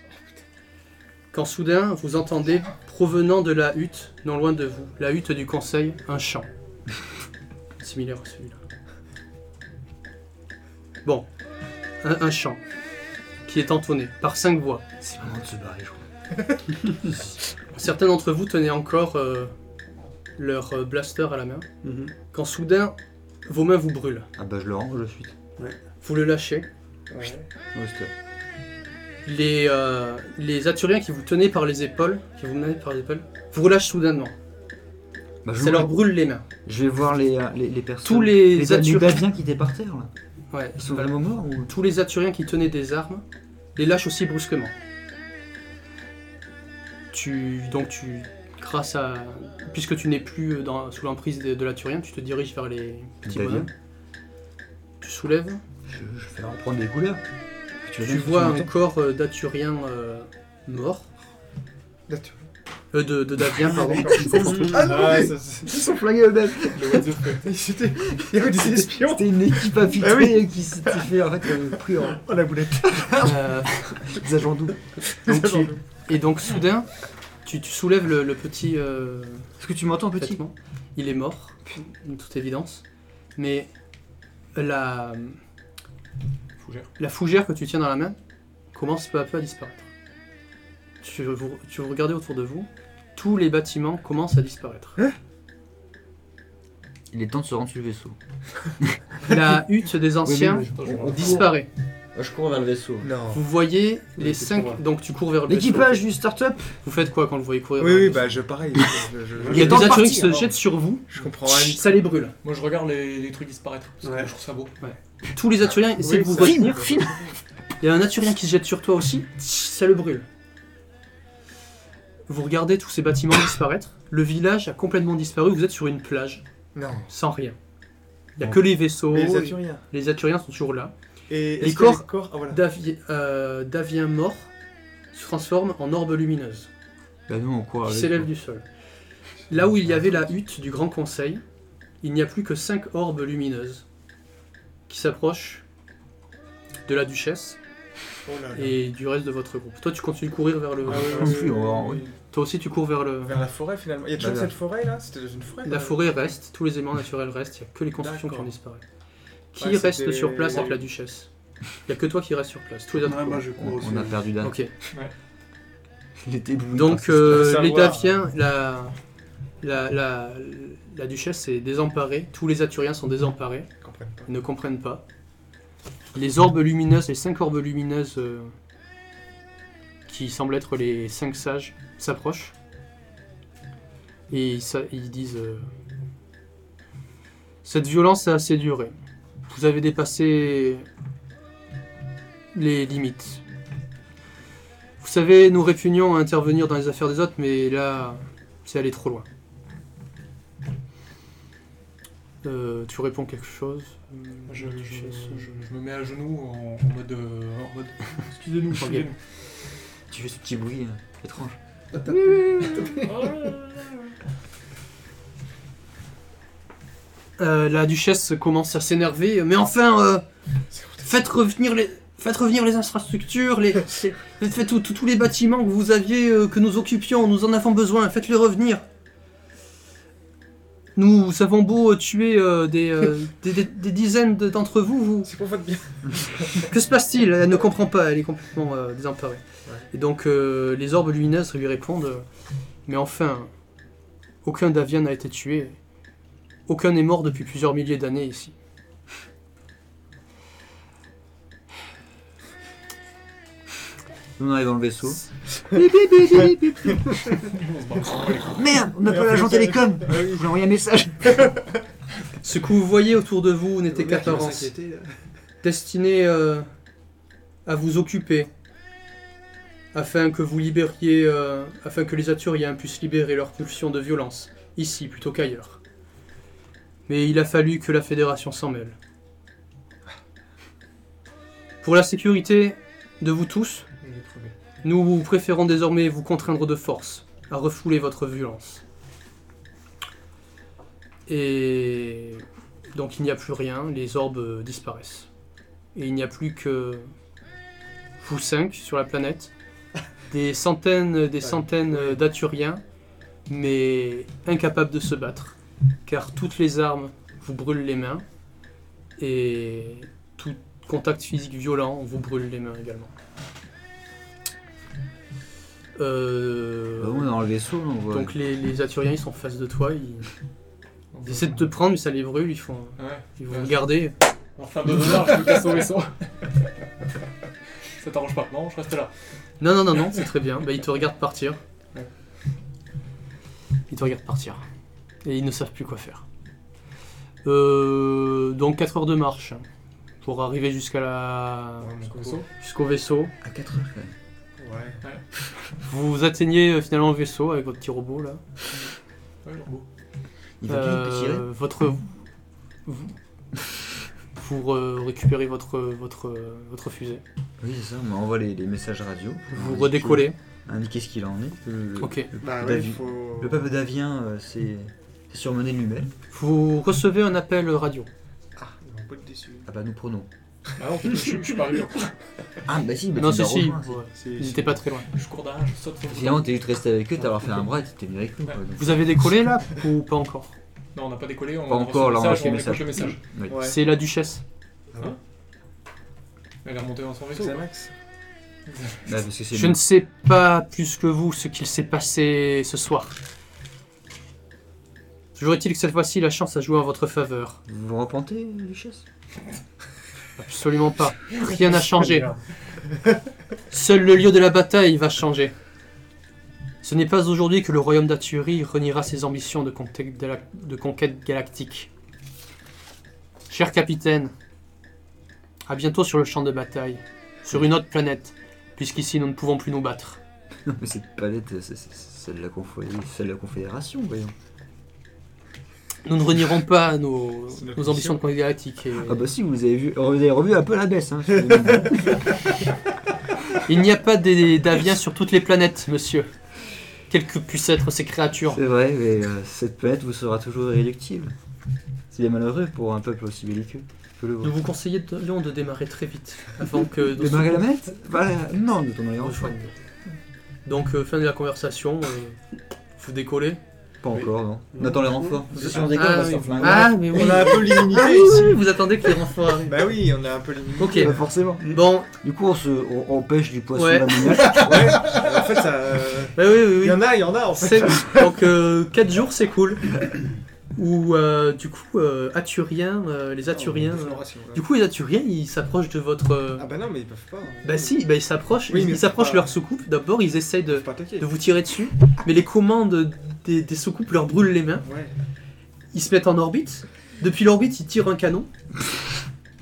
Speaker 4: Quand soudain, vous entendez, provenant de la hutte, non loin de vous, la hutte du conseil, un chant. <laughs> Similaire à celui-là. Bon, un, un chant qui est entonné par cinq voix.
Speaker 3: C'est le moment de se barrer, je
Speaker 4: <laughs>
Speaker 3: crois.
Speaker 4: Certains d'entre vous tenaient encore euh, leur euh, blaster à la main. quand soudain vos mains vous brûlent.
Speaker 3: Ah bah je le range de suite.
Speaker 4: Vous le lâchez.
Speaker 2: Ouais.
Speaker 3: Au stop.
Speaker 4: Les, euh, les Aturiens qui vous tenaient par les épaules, qui vous menaient par les épaules, vous relâchent soudainement.
Speaker 3: Bah, je,
Speaker 4: Ça leur brûle les mains.
Speaker 3: je vais voir les, euh, les, les personnes.
Speaker 4: Tous les
Speaker 3: les
Speaker 4: Aturiens-
Speaker 3: Daviens qui étaient par terre là.
Speaker 4: Ouais,
Speaker 3: Ils sont vraiment morts ou
Speaker 4: tous les Aturiens qui tenaient des armes les lâchent aussi brusquement. Tu donc tu grâce à puisque tu n'es plus euh, dans- sous l'emprise de, de l'Aturien, tu te diriges vers les petits
Speaker 3: Daviens.
Speaker 4: bonhommes. Tu soulèves
Speaker 3: je, je vais leur prendre des couleurs. vas
Speaker 4: Tu
Speaker 3: bien,
Speaker 4: vois
Speaker 3: tu
Speaker 4: un
Speaker 3: m'entends
Speaker 4: corps euh, d'Aturien euh, mort.
Speaker 2: Là, tu-
Speaker 4: Euh, de, de
Speaker 6: <laughs>
Speaker 4: Davien, pardon.
Speaker 3: Ah non,
Speaker 6: Ah,
Speaker 3: mais-
Speaker 6: ça, c'est-
Speaker 3: Ils sont flingués eux-mêmes.
Speaker 6: le what the fuck.
Speaker 2: <laughs> C'était il y avait des espions.
Speaker 3: C'était une équipe infiltrée
Speaker 2: Ah
Speaker 3: qui s'était fait en fait euh, pris en
Speaker 2: Oh la boulette.
Speaker 4: Euh,
Speaker 3: des agents doubles.
Speaker 4: donc tu-
Speaker 6: <laughs>
Speaker 4: et donc soudain, tu, tu soulèves le, le petit euh,
Speaker 3: Est-ce que tu m'entends, petit
Speaker 4: vêtement. Il est mort, de toute évidence. Mais la
Speaker 6: Fougère.
Speaker 4: la fougère que tu tiens dans la main commence peu à peu à disparaître. Tu, vous, tu vous regardez autour de vous, tous les bâtiments commencent à disparaître.
Speaker 6: <laughs>
Speaker 3: Il est temps de se rendre sur le vaisseau.
Speaker 4: La hutte des anciens
Speaker 6: Attends, je vois.
Speaker 4: disparaît.
Speaker 7: Je cours vers le vaisseau.
Speaker 6: Non.
Speaker 4: Vous voyez les
Speaker 6: Oui, c'est pour euh, voir.
Speaker 4: cinq. Donc tu cours vers le
Speaker 3: L'équipage du start-up
Speaker 4: vaisseau. Vous faites quoi quand vous voyez courir
Speaker 2: Oui,
Speaker 4: vers le
Speaker 2: oui,
Speaker 4: vaisseau
Speaker 2: bah je pareil. je- je-
Speaker 4: Il y a
Speaker 2: je-
Speaker 4: des
Speaker 2: je-
Speaker 4: assurés qui se
Speaker 6: alors.
Speaker 4: jettent sur vous,
Speaker 6: Je comprends rien.
Speaker 4: ça les brûle.
Speaker 6: Moi, je regarde les, les trucs disparaître. parce que
Speaker 5: Ouais.
Speaker 6: Je trouve ça beau.
Speaker 4: Tous les Aturiens
Speaker 2: Ah,
Speaker 4: essaient
Speaker 6: Oui,
Speaker 4: de vous
Speaker 6: ça-
Speaker 4: retenir. Il y a un Aturien qui se jette sur toi aussi, ça le brûle. Vous regardez tous ces bâtiments disparaître, le village a complètement disparu, vous êtes sur une plage,
Speaker 2: Non.
Speaker 4: sans rien. Il n'y a que les vaisseaux,
Speaker 2: Mais
Speaker 4: les,
Speaker 2: les Aturiens.
Speaker 4: Aturiens sont toujours là.
Speaker 2: Et est-ce
Speaker 4: Oh, Les
Speaker 2: que
Speaker 4: corps-
Speaker 2: Les corps. Ah voilà.
Speaker 4: Davi- euh, Davien mort se transforme en orbe lumineuse,
Speaker 3: Bah non, quoi
Speaker 4: qui s'élève du sol. Là où il y avait la hutte du Grand Conseil, il n'y a plus que cinq orbes lumineuses qui s'approchent de la duchesse
Speaker 2: Oh là là.
Speaker 4: et euh, du reste de votre groupe. Toi, tu continues de courir vers le.
Speaker 2: Ah ouais,
Speaker 3: Non
Speaker 2: ouais,
Speaker 3: plus,
Speaker 2: ouais,
Speaker 3: on va en-
Speaker 2: ouais.
Speaker 4: Toi aussi, tu cours vers le.
Speaker 2: Vers la forêt finalement. Il y a toujours
Speaker 3: Bah,
Speaker 2: cette forêt là C'était dans une forêt
Speaker 4: La
Speaker 2: là.
Speaker 4: forêt reste, tous les éléments naturels restent, il n'y a que les constructions qui ont
Speaker 2: D'accord.
Speaker 4: disparu. Qui
Speaker 2: Ouais, c'était-
Speaker 4: reste sur place avec la duchesse Il n'y a que toi qui reste sur place, tous les autres.
Speaker 5: Ouais, moi
Speaker 4: courent.
Speaker 5: je cours
Speaker 3: On,
Speaker 5: aussi.
Speaker 3: on a perdu Dan.
Speaker 4: Ok.
Speaker 3: Il était ébloui par
Speaker 4: Donc,
Speaker 3: ce-
Speaker 4: euh,
Speaker 2: savoir.
Speaker 4: les Daviens, la, la, la, la duchesse est désemparée, tous les Aturiens sont désemparés,
Speaker 2: Ils comprennent pas.
Speaker 4: ils ne comprennent pas. Les orbes lumineuses, les cinq orbes lumineuses euh, qui semblent être les cinq sages s'approchent. Et ils, sa- ils disent euh, Cette violence a assez duré. Vous avez dépassé les limites. Vous savez, nous répugnons à intervenir dans les affaires des autres, mais là, c'est aller trop loin. Euh, tu réponds quelque chose
Speaker 6: Moi, Je, je-
Speaker 4: Duchesse,
Speaker 6: je-
Speaker 4: je-
Speaker 6: je me mets à genoux en, en mode. euh, en mode... <laughs> Excusez-nous, excusez-nous.
Speaker 3: Tu fais ce petit bruit euh, étrange.
Speaker 4: Euh, la duchesse commence à s'énerver. Mais enfin, euh, faites revenir les. Faites revenir les infrastructures, les, faites faites tous- tous tous les bâtiments que vous aviez, euh, que nous occupions, nous en avons besoin, faites-les revenir. Nous avons beau euh, tuer euh, des, euh, des- des- des dizaines de- d'entre vous, vous,
Speaker 2: C'est pour votre bien.
Speaker 4: que se passe-t-il Elle ne comprend pas, elle est complètement euh, désemparée. Et donc euh, les orbes lumineuses lui répondent euh, Mais enfin, aucun Davien n'a été tué, aucun n'est mort depuis plusieurs milliers d'années ici.
Speaker 3: Nous on arrive dans le <laughs> vaisseau.
Speaker 6: On se barre.
Speaker 4: <laughs>
Speaker 3: Merde, on appelle l'agent télécom
Speaker 4: Ah
Speaker 3: Je lui ai envoyé un message.
Speaker 4: Ce que vous voyez autour de vous n'était
Speaker 2: Le mec, il va
Speaker 4: qu'apparence,
Speaker 2: s'inquiéter, là.
Speaker 4: destinée euh, à vous occuper, afin que vous libériez, euh, afin que les Aturiens puissent libérer leur pulsion de violence, ici plutôt qu'ailleurs. Mais il a fallu que la Fédération s'en mêle. Pour la sécurité de vous tous,
Speaker 6: On est crevé.
Speaker 4: Nous préférons désormais vous contraindre de force à refouler votre violence. Et donc il n'y a plus rien, les orbes euh, disparaissent. Et il n'y a plus que vous cinq sur la planète, des centaines, des centaines euh, d'Aturiens, mais incapables de se battre, car toutes les armes vous brûlent les mains et tout contact physique violent vous brûle les mains également. Euh,
Speaker 3: Bah, on est dans le vaisseau, on voit.
Speaker 4: donc les, les Aturiens ils sont en face de toi, ils,
Speaker 6: On
Speaker 4: ils
Speaker 6: peut-
Speaker 4: essaient de te prendre mais ça les brûle, ils font,
Speaker 6: Ah Ouais.
Speaker 4: ils vont regarder.
Speaker 6: Enfin, de dollars,
Speaker 3: <laughs>
Speaker 6: je me casse au vaisseau. ça t'arrange pas. Non, je reste là.
Speaker 4: Non non non non, c'est très bien. Bah ils te regardent partir.
Speaker 6: Ouais.
Speaker 4: Ils te regardent partir et ils ne savent plus quoi faire. Euh, donc 4 heures de marche pour arriver jusqu'à la
Speaker 6: Jusqu'au vaisseau.
Speaker 4: jusqu'au vaisseau.
Speaker 3: À 4 heures quand même.
Speaker 2: Ouais.
Speaker 4: Vous atteignez euh, finalement le vaisseau avec votre petit robot là.
Speaker 6: Ouais, genre beau.
Speaker 3: Il va plus vite
Speaker 4: Euh,
Speaker 3: que tirer.
Speaker 4: votre vous, pour euh, récupérer votre votre votre fusée.
Speaker 3: Oui, c'est ça, on envoie les, les messages radio.
Speaker 4: Vous
Speaker 3: On dit
Speaker 4: redécollez
Speaker 3: indiquer ce qu'il en est. Le, le-
Speaker 4: Ok.
Speaker 3: le
Speaker 2: Bah
Speaker 3: peuple
Speaker 2: ouais,
Speaker 3: d'avi-
Speaker 2: il faut.
Speaker 3: le peuple d'Avien euh, s'est s'est surmené de lui-même.
Speaker 4: Vous recevez un appel radio.
Speaker 2: Ah, ils vont pas être déçus.
Speaker 3: Ah bah nous prenons.
Speaker 6: Ah non, je, je suis pas arrivé.
Speaker 3: Ah bah si, bah
Speaker 4: non,
Speaker 3: tu
Speaker 4: si,
Speaker 3: nous as
Speaker 4: si.
Speaker 3: rejoints,
Speaker 4: ouais.
Speaker 2: C'est-
Speaker 4: Ils
Speaker 2: c'est-
Speaker 4: n'étaient pas très loin.
Speaker 6: Je cours derrière, je saute sur le
Speaker 3: Finalement, t'es juste resté avec eux, t'as leur fait un bras, t'es venu avec nous. quoi. Donc,
Speaker 4: Vous avez décollé là ou pas encore
Speaker 6: Non, on n'a pas décollé. On
Speaker 3: Pas
Speaker 6: a reçu
Speaker 3: encore,
Speaker 6: le
Speaker 3: là, on a reçu le
Speaker 6: on a
Speaker 3: message.
Speaker 6: le message.
Speaker 3: ouais.
Speaker 2: Ouais.
Speaker 4: C'est la duchesse.
Speaker 6: Elle est remontée dans son vaisseau. quoi.
Speaker 2: Xanax.
Speaker 3: Bah, parce que c'est
Speaker 4: Je ne sais pas plus que vous ce qu'il s'est passé ce soir. Toujours est-il que cette fois-ci, la chance a joué en votre faveur.
Speaker 3: Vous vous repentez, Duchesse
Speaker 4: Absolument pas. Rien n'a changé. Seul le lieu de la bataille va changer. Ce n'est pas aujourd'hui que le royaume d'Aturie reniera ses ambitions de conquête, gala- de conquête galactique. Cher capitaine, à bientôt sur le champ de bataille, sur une autre planète, puisqu'ici nous ne pouvons plus nous battre.
Speaker 3: Non, mais cette palette, c'est c'est- c'est celle de la, confé- celle de la Confédération, voyons.
Speaker 4: Nous ne renierons pas nos,
Speaker 2: C'est notre
Speaker 4: nos ambitions de conquête galactique. et-
Speaker 3: Ah bah si, vous avez vu, vous avez revu un peu la baisse, hein. <laughs>
Speaker 4: Il n'y a pas des- d'aviens sur toutes les planètes, monsieur. Quelles que puissent être ces créatures.
Speaker 3: C'est vrai, mais euh, cette planète vous sera toujours irréductible. C'est bien malheureux pour un peuple aussi belliqueux que le
Speaker 4: Nous
Speaker 3: vôtre.
Speaker 4: vous conseillons de démarrer très vite, avant que... nos
Speaker 3: Démarrer la manette Voilà, non, nous tournons les
Speaker 4: On
Speaker 3: rejoint.
Speaker 4: rejoigne. Donc euh, fin de la conversation, euh, vous décollez.
Speaker 3: Pas encore, non. On attend les renforts.
Speaker 2: Vous-
Speaker 3: on
Speaker 4: Ah,
Speaker 3: décolle,
Speaker 4: oui.
Speaker 3: on va
Speaker 4: Ah mais oui,
Speaker 2: On a un peu
Speaker 4: Ah,
Speaker 2: l'immunité
Speaker 4: oui,
Speaker 2: ici.
Speaker 4: oui, vous attendez que les renforts arrivent.
Speaker 2: Bah oui, on a un peu l'immunité.
Speaker 4: Ok,
Speaker 3: forcément.
Speaker 4: bon,
Speaker 3: Du coup, on, se, on, on pêche du poisson
Speaker 4: Ouais.
Speaker 3: à la manette.
Speaker 2: Ouais, en fait, ça. euh,
Speaker 4: bah oui, oui,
Speaker 2: Il
Speaker 4: oui.
Speaker 2: y en a, il y en a en fait.
Speaker 4: C'est- Donc 4 jours, c'est cool. Ou euh, du coup, euh, Aturiens, euh, les Aturiens. euh, du coup, les Aturiens, ils s'approchent de votre. euh,
Speaker 2: Ah bah non, mais ils peuvent pas.
Speaker 4: Bah si, bah, ils s'approchent.
Speaker 2: Oui,
Speaker 4: ils-
Speaker 2: mais
Speaker 4: ils s'approchent de
Speaker 2: pas-
Speaker 4: leur soucoupe. D'abord, ils essayent
Speaker 2: Ils
Speaker 4: de,
Speaker 2: peuvent pas attaquer.
Speaker 4: de vous tirer dessus, mais les commandes des, des soucoupes leur brûlent les mains.
Speaker 2: Ouais.
Speaker 4: ils se mettent en orbite. Depuis l'orbite, ils tirent un canon.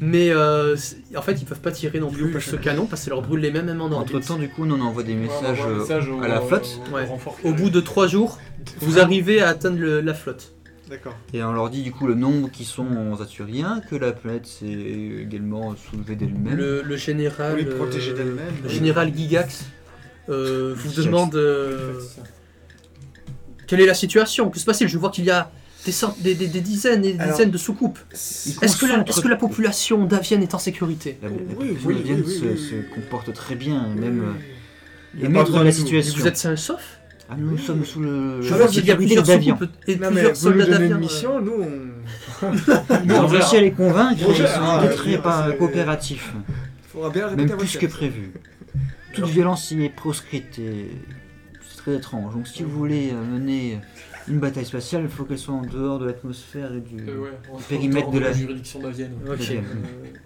Speaker 4: Mais euh, c'est- en fait, ils peuvent pas tirer non plus ce canon parce que ça leur brûle les mêmes, même en
Speaker 3: Entre
Speaker 4: orbite.
Speaker 3: temps, du coup, on en envoie des
Speaker 6: Ouais, on envoie
Speaker 3: messages
Speaker 6: un
Speaker 3: euh,
Speaker 6: message au- euh,
Speaker 3: à la flotte.
Speaker 6: au- au
Speaker 4: Ouais.
Speaker 6: renfort qui
Speaker 4: Au bout de trois jours, vous arrivez à atteindre le- la flotte.
Speaker 2: D'accord.
Speaker 3: euh, et on leur dit du coup le nombre qui sont en Aturiens, que la planète s'est également soulevée d'elle-même.
Speaker 4: Le, le
Speaker 2: Pour
Speaker 4: général,
Speaker 2: les protéger
Speaker 4: euh,
Speaker 2: d'elles-mêmes.
Speaker 4: le général Gigax euh, vous
Speaker 3: Gigax.
Speaker 4: demande euh, quelle est la situation, que se passe-t-il Je vois qu'il y a des, cent- des- des- des dizaines et des
Speaker 2: Alors,
Speaker 4: dizaines de soucoupes.
Speaker 2: C'est-
Speaker 4: Est-ce que, la-
Speaker 3: concentrent-
Speaker 4: est-ce que la population d'Avienne est en sécurité
Speaker 3: La, la
Speaker 2: Oui,
Speaker 3: population
Speaker 2: oui,
Speaker 3: indienne
Speaker 2: oui,
Speaker 3: se,
Speaker 2: oui,
Speaker 3: se
Speaker 2: oui.
Speaker 3: comporte très bien,
Speaker 4: euh,
Speaker 3: même, euh,
Speaker 2: Il y
Speaker 3: et
Speaker 2: a
Speaker 3: même
Speaker 2: pas
Speaker 3: dans
Speaker 2: besoin de
Speaker 3: la
Speaker 2: nous.
Speaker 4: Et
Speaker 3: situation.
Speaker 4: vous êtes sains et saufs
Speaker 3: Ah, nous, nous sommes sous le.
Speaker 4: Je
Speaker 3: la
Speaker 4: vois qu'il y a
Speaker 3: sécurité
Speaker 4: Euh, plusieurs
Speaker 3: d'Avian.
Speaker 4: soucoupes et
Speaker 2: Non, mais
Speaker 4: plusieurs
Speaker 2: vous nous
Speaker 4: soldats
Speaker 2: donnez une
Speaker 4: d'Avienne. euh,
Speaker 2: mission, nous on.
Speaker 3: Nous avons réussi à les convaincre et ils sont
Speaker 2: Ah,
Speaker 3: détraits
Speaker 2: oui,
Speaker 3: par
Speaker 2: c'est- Ah,
Speaker 3: coopératif,
Speaker 2: Faudra bien répéter
Speaker 3: même
Speaker 2: à
Speaker 3: plus
Speaker 2: votre
Speaker 3: que
Speaker 2: chef.
Speaker 3: prévu. Toute violence y est proscrite et c'est très étrange. Donc, si vous voulez euh, mener une bataille spatiale, il faut qu'elle soit en dehors de l'atmosphère et du.
Speaker 6: Euh, ouais, on-
Speaker 3: périmètre
Speaker 6: on-
Speaker 3: de la-
Speaker 6: juridiction d'Avienne. ouais.
Speaker 4: Ok.
Speaker 3: Euh,
Speaker 4: <laughs>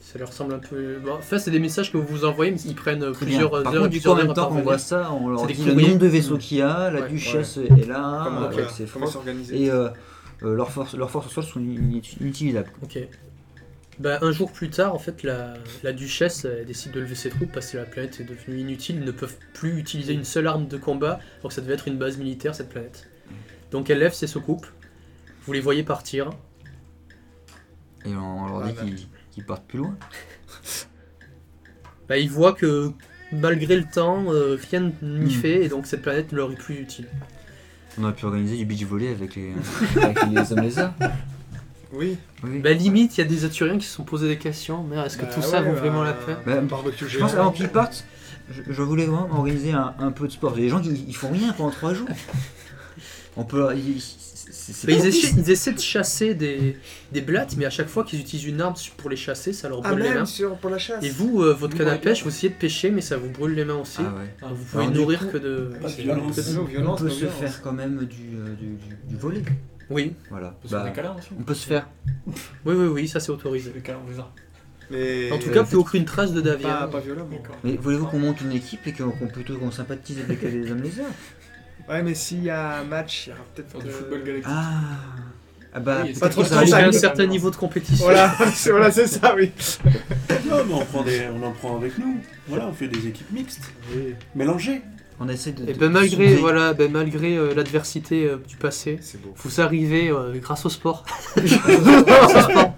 Speaker 4: Ça leur semble un peu. Bon, ça, c'est des messages que vous envoyez, mais ils prennent euh,
Speaker 3: Très bien.
Speaker 4: plusieurs
Speaker 3: Par
Speaker 4: heures.
Speaker 3: contre, du coup,
Speaker 4: plusieurs
Speaker 3: en même
Speaker 4: heures à
Speaker 3: temps qu'on
Speaker 4: parvenir.
Speaker 3: voit ça, on leur
Speaker 4: C'est des
Speaker 3: dit le
Speaker 4: courriers.
Speaker 3: nombre de vaisseaux qu'il y a, la
Speaker 4: Ouais,
Speaker 3: duchesse est là, euh,
Speaker 2: Comment
Speaker 3: avec
Speaker 2: voilà,
Speaker 3: ses
Speaker 2: comment
Speaker 3: forces,
Speaker 2: s'organiser
Speaker 3: et euh, euh, leurs forces leurs forces au sol sont in- inutilisables.
Speaker 4: Ok. Bah, un jour plus tard, en fait, la, la duchesse elle décide de lever ses troupes parce que la planète est devenue inutile. Ils ne peuvent plus utiliser une seule arme de combat, alors que ça devait être une base militaire, cette planète. Donc elle lève ses soucoupes. Vous les voyez partir.
Speaker 3: Et on leur dit
Speaker 2: Ah,
Speaker 3: qu'ils qu'ils partent plus loin.
Speaker 4: Bah, ils voient que malgré le temps, euh, rien n'y
Speaker 3: Hmm.
Speaker 4: fait et donc cette planète ne leur est plus utile.
Speaker 3: On aurait pu organiser du beach volley avec les, <laughs> avec les hommes lézards.
Speaker 2: Oui.
Speaker 3: Oui.
Speaker 4: Bah, limite, il y a des Aturiens qui se sont posés des questions. Merde, est-ce que
Speaker 2: Bah
Speaker 4: tout ça
Speaker 2: ouais,
Speaker 4: vaut
Speaker 5: euh,
Speaker 4: vraiment
Speaker 2: bah,
Speaker 4: la peine
Speaker 3: Bah,
Speaker 2: Barbecue
Speaker 3: je pense qu'avant
Speaker 2: géant.
Speaker 3: qu'ils partent, je, je voulais vraiment organiser un, un peu de sport. Il y a des gens qui ils font rien pendant trois jours. On peut. ils- c'est- c'est- c'est
Speaker 4: Bah,
Speaker 3: pas
Speaker 4: ils,
Speaker 3: triste.
Speaker 4: essaient, ils essaient de chasser des, des blattes, mais à chaque fois qu'ils utilisent une arme su- pour les chasser, ça leur
Speaker 2: Ah,
Speaker 4: brûle les mains.
Speaker 2: même sur, pour la chasse.
Speaker 4: Et
Speaker 6: Ah,
Speaker 4: vous, euh, votre
Speaker 6: Nous,
Speaker 4: canne à
Speaker 6: ouais.
Speaker 4: pêche, vous essayez de pêcher, mais ça vous brûle les mains aussi.
Speaker 3: Ah ouais.
Speaker 6: Ah,
Speaker 4: Vous pouvez
Speaker 3: Alors, du
Speaker 4: nourrir
Speaker 3: coup,
Speaker 4: que de.
Speaker 6: pas de
Speaker 4: que-
Speaker 6: violence.
Speaker 4: que de-
Speaker 2: Non,
Speaker 3: On
Speaker 2: violence,
Speaker 3: peut
Speaker 2: non,
Speaker 3: se
Speaker 2: violence.
Speaker 3: faire quand même du, euh, du, du, du volley.
Speaker 4: Oui,
Speaker 3: Voilà.
Speaker 6: on peut se faire
Speaker 3: Bah,
Speaker 6: des câlins aussi.
Speaker 3: on peut se faire.
Speaker 4: oui, oui, oui, ça c'est autorisé.
Speaker 6: Des câlins aux lézards.
Speaker 2: Mais.
Speaker 4: En tout cas, plus aucune trace de
Speaker 2: euh, pas,
Speaker 4: Davia.
Speaker 2: pas violent.
Speaker 3: Mais voulez-vous qu'on monte une équipe et qu'on qu'on plutôt qu'on sympathise avec les hommes lézards
Speaker 2: Ouais, mais s'il y a un match, il y aura peut-être.
Speaker 6: Faire du
Speaker 2: euh,
Speaker 6: football galactique.
Speaker 3: Ah Ah bah.
Speaker 6: Oui,
Speaker 2: pas trop
Speaker 4: Ça
Speaker 2: de
Speaker 4: arrive
Speaker 2: temps,
Speaker 4: à un
Speaker 2: ça-
Speaker 4: certain niveau de compétition.
Speaker 2: Voilà, c'est <laughs> voilà, c'est ça,
Speaker 6: <laughs>
Speaker 2: oui.
Speaker 5: Non, mais on, prend des- on en prend avec nous. Voilà, on fait des équipes mixtes. Mélangées.
Speaker 3: On essaie de.
Speaker 4: Et
Speaker 3: de-
Speaker 4: ben
Speaker 3: de
Speaker 4: malgré,
Speaker 3: souder.
Speaker 4: voilà, ben, malgré euh, l'adversité euh, du passé,
Speaker 2: C'est beau.
Speaker 3: <laughs>
Speaker 4: vous arrivez euh, grâce au sport. Grâce au sport.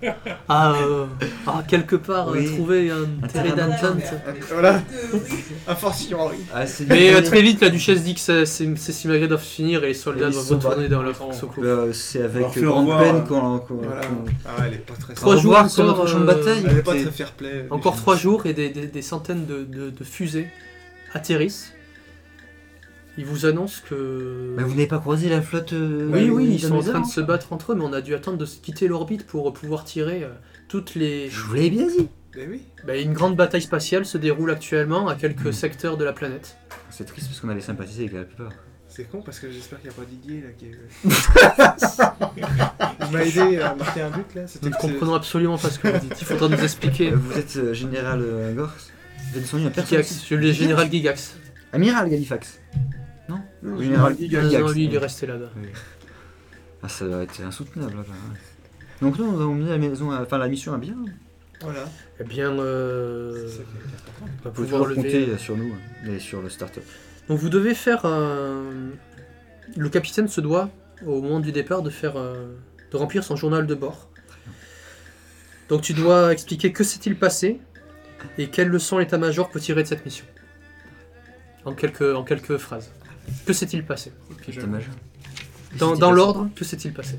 Speaker 4: à, euh, à quelque part
Speaker 3: Oui.
Speaker 4: euh, trouver un terrain d'entente.
Speaker 2: Voilà. A fortiori.
Speaker 3: Ah, c'est
Speaker 4: Mais euh, très vite, la duchesse dit que c'est Simagré doivent finir et les soldats
Speaker 3: Et ils
Speaker 4: doivent
Speaker 3: sont
Speaker 4: retourner dans leur
Speaker 6: Attends.
Speaker 4: Soko.
Speaker 3: Bah, c'est
Speaker 5: Alors,
Speaker 3: avec
Speaker 5: fais
Speaker 3: euh,
Speaker 5: au
Speaker 3: grande
Speaker 5: revoir,
Speaker 3: peine
Speaker 5: euh,
Speaker 3: qu'on qu'on-
Speaker 2: Voilà.
Speaker 3: qu'on-
Speaker 2: Ah, elle est pas très.
Speaker 4: Trois
Speaker 3: Au revoir,
Speaker 4: jours
Speaker 3: c'est notre
Speaker 4: encore,
Speaker 3: champ de
Speaker 4: euh,
Speaker 3: bataille.
Speaker 2: Elle est pas
Speaker 3: écoutez.
Speaker 2: très fair play. euh,
Speaker 4: Encore
Speaker 2: déjà.
Speaker 4: trois jours et des, des- des centaines de, de- de fusées atterrissent. Ils vous annoncent que.
Speaker 3: Bah, vous n'avez pas croisé la flotte euh,
Speaker 4: Bah oui, oui,
Speaker 3: dans
Speaker 4: ils sont en
Speaker 3: les
Speaker 4: train de
Speaker 3: arbres
Speaker 4: se battre entre eux, mais on a dû attendre de quitter l'orbite pour pouvoir tirer euh, toutes les.
Speaker 3: Je vous l'avais bien dit.
Speaker 2: Eh oui.
Speaker 4: Bah, une grande bataille spatiale se déroule actuellement à quelques
Speaker 3: Mhm.
Speaker 4: secteurs de la planète.
Speaker 3: C'est triste parce qu'on avait sympathisé avec la plupart.
Speaker 2: C'est con parce que j'espère qu'il n'y a pas Didier là qui
Speaker 3: <laughs>
Speaker 2: est. euh, Il m'a aidé à marquer un but là. C'était
Speaker 4: Nous ne comprenons absolument pas ce que vous dites. Il faudra nous expliquer.
Speaker 3: Euh, Vous êtes euh, général euh, Gors Vous êtes soigné à personne
Speaker 4: Gigax, je le général Gigax.
Speaker 3: Amiral Galifax. Non
Speaker 5: Non,
Speaker 3: Le Général
Speaker 4: Non,
Speaker 3: Galifax.
Speaker 4: non, lui, il est resté là-bas.
Speaker 3: Ah, ça doit être insoutenable. là, quand même. Donc nous, nous avons mené la, maison à- enfin, la mission à bien.
Speaker 2: Voilà.
Speaker 4: Eh bien, euh,
Speaker 2: C'est ça qui est important.
Speaker 4: on va
Speaker 3: Vous pouvez
Speaker 4: pouvoir
Speaker 3: toujours
Speaker 4: lever-
Speaker 3: compter sur nous hein, et sur le start-up.
Speaker 4: Donc vous devez faire un... Le capitaine se doit, au moment du départ, de faire... euh, de remplir son journal de bord. Donc tu dois expliquer que s'est-il passé et quelles leçons l'état-major peut tirer de cette mission. En quelques, en quelques phrases. Que s'est-il passé
Speaker 3: C'est dommage.
Speaker 4: Dans, dans l'ordre, que s'est-il passé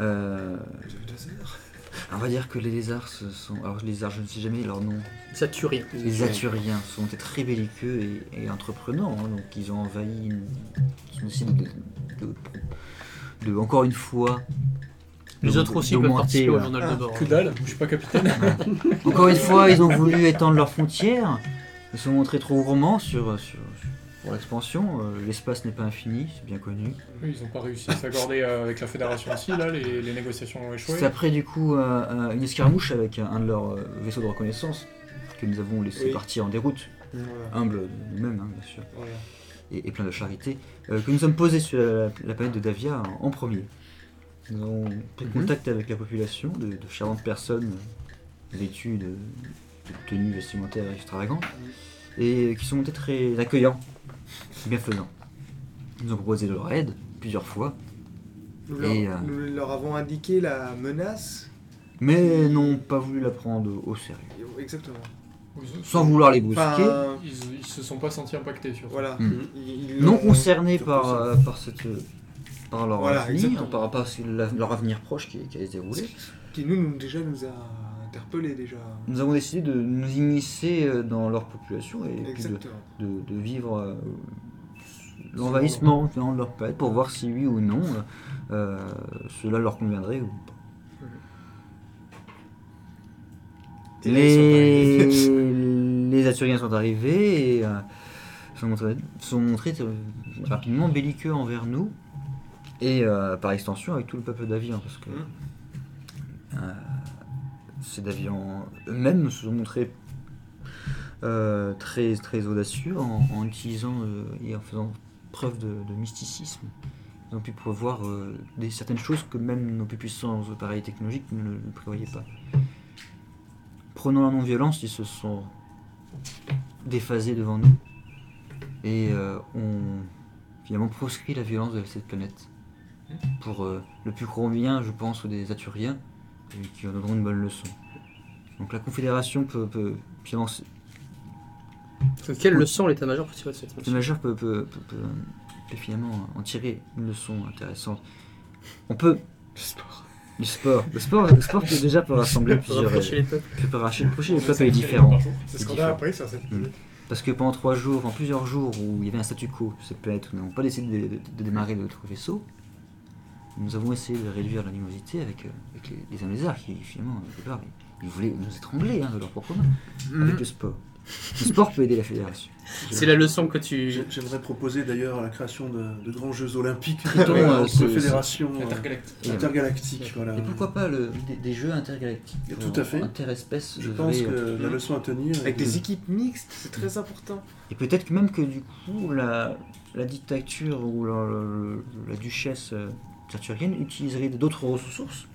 Speaker 3: Euh,
Speaker 2: Vous avez deux heures.
Speaker 3: <laughs> on va dire que les lézards ce sont. Alors, les lézards, je ne sais jamais leur nom.
Speaker 4: Ça tue rien.
Speaker 3: Les Aturiens sont très belliqueux et, et entreprenants, hein, donc ils ont envahi une, ils ont essayé de, de- de- encore une fois.
Speaker 4: Les
Speaker 3: d'aug-
Speaker 4: autres aussi peuvent
Speaker 3: d'augmenter,
Speaker 4: participer au
Speaker 3: euh,
Speaker 4: journal de bord.
Speaker 6: Que dalle, je suis pas capitaine.
Speaker 4: <laughs>
Speaker 3: Encore une fois, ils ont voulu étendre leurs frontières, ils se sont montrés trop gourmands sur, sur, sur l'expansion. euh, L'espace n'est pas infini, c'est bien connu.
Speaker 6: Oui, ils ont pas réussi à s'accorder euh, avec la fédération aussi, là, les, les négociations ont échoué.
Speaker 3: C'est après du coup euh, euh, une escarmouche avec un, un de leurs euh, vaisseaux de reconnaissance que nous avons laissé
Speaker 2: Oui.
Speaker 3: partir en déroute,
Speaker 2: Voilà.
Speaker 3: humble de nous-mêmes hein, bien sûr,
Speaker 2: Voilà.
Speaker 3: et, et plein de charité, euh, que nous sommes posés sur la, la planète de Davia en, en premier. Nous avons pris
Speaker 4: Mhm.
Speaker 3: contact avec la population de, de charmantes personnes euh, vêtues de, de tenues vestimentaires extravagantes
Speaker 2: Mhm.
Speaker 3: et euh, qui sont peut-être très accueillants, bienfaisants. Ils nous ont proposé leur aide plusieurs fois,
Speaker 2: Nous,
Speaker 3: Et,
Speaker 2: leur,
Speaker 3: euh,
Speaker 2: nous leur avons indiqué la menace.
Speaker 3: mais n'ont pas voulu la prendre au sérieux.
Speaker 2: Exactement.
Speaker 6: Ils,
Speaker 3: Sans vouloir les brusquer,
Speaker 2: Enfin,
Speaker 6: ils- ils se sont pas sentis impactés, surtout.
Speaker 2: voilà.
Speaker 3: Mhm.
Speaker 2: Ils- ils
Speaker 3: non
Speaker 2: l'ont-
Speaker 3: concernés
Speaker 2: surtout
Speaker 3: par,
Speaker 2: ça.
Speaker 3: euh, par, cette, euh, par leur
Speaker 2: Voilà,
Speaker 3: avenir,
Speaker 2: exactement.
Speaker 3: par rapport à ce- la- leur avenir proche qui, qui allait se dérouler.
Speaker 2: Qui nous, nous, déjà nous a interpellés déjà.
Speaker 3: Nous avons décidé de nous immiscer euh, dans leur population et puis de,
Speaker 2: Exactement.
Speaker 3: de- de vivre euh, l'envahissement dans leur planète pour voir si oui ou non euh, euh, cela leur conviendrait ou pas.
Speaker 2: Et là, ils sont
Speaker 3: Les,
Speaker 2: arrivés.
Speaker 3: <laughs> les Assyriens sont arrivés et euh, sont montrés, sont montrés, euh, rapidement belliqueux envers nous et euh, par extension avec tout le peuple d'Avian parce que
Speaker 2: Mhm.
Speaker 3: euh, ces d'Avian eux-mêmes se sont montrés euh, très, très audacieux en, en utilisant euh, et en faisant preuve de, de mysticisme. Ils ont pu prévoir euh, des, certaines choses que même nos plus puissants appareils technologiques ne, ne prévoyaient pas. Prenant la non-violence, ils se sont déphasés devant nous et euh, ont finalement proscrit la violence de cette planète. Pour euh, le plus grand bien, je pense, des Aturiens, et qui en donneront une bonne leçon. Donc la Confédération peut, peut finalement s-
Speaker 4: Quelle leçon l'état-major peut tirer de cette
Speaker 3: le
Speaker 4: mission
Speaker 3: majeur peut, peut- peut- peut- peut finalement en tirer une leçon intéressante. On peut. Le sport. Le sport, le sport peut <laughs> déjà peut rassembler plusieurs.
Speaker 4: Rapprocher les peuples.
Speaker 3: peut pas rassembler- rapprocher les peuples est différent.
Speaker 2: C'est
Speaker 3: ce qu'on a
Speaker 2: appris sur cette
Speaker 5: Hmm.
Speaker 3: Parce que pendant trois jours, en plusieurs jours où il y avait un statu quo, cette planète où nous n'avons pas décidé de, de- de démarrer notre vaisseau, nous avons essayé de réduire l'animosité avec, euh, avec les, les hommes lézards qui finalement, au départ, ils voulaient nous étrangler hein, de leur propre main.
Speaker 5: Mhm.
Speaker 4: Mm.
Speaker 3: Avec le sport. Le sport peut aider la fédération.
Speaker 4: C'est la leçon que tu...
Speaker 5: J'ai- J'aimerais proposer d'ailleurs la création de, de grands jeux olympiques
Speaker 3: Triton, euh,
Speaker 5: entre
Speaker 3: c'est-
Speaker 5: fédérations
Speaker 4: Oh.
Speaker 5: euh,
Speaker 6: Intergalactique.
Speaker 5: intergalactiques. Voilà.
Speaker 3: Et pourquoi pas le- des, des jeux intergalactiques euh,
Speaker 5: Tout à fait.
Speaker 3: Interespèces.
Speaker 5: Je
Speaker 3: devraient,
Speaker 5: pense
Speaker 3: euh,
Speaker 5: que la
Speaker 2: Mhm.
Speaker 5: leçon à tenir.
Speaker 2: Avec
Speaker 5: est de-
Speaker 3: Hmm.
Speaker 2: des équipes mixtes, c'est très important.
Speaker 3: Et peut-être que même que du coup, la, la dictature ou la, la- la duchesse euh, arthurienne utiliserait d'autres ressources,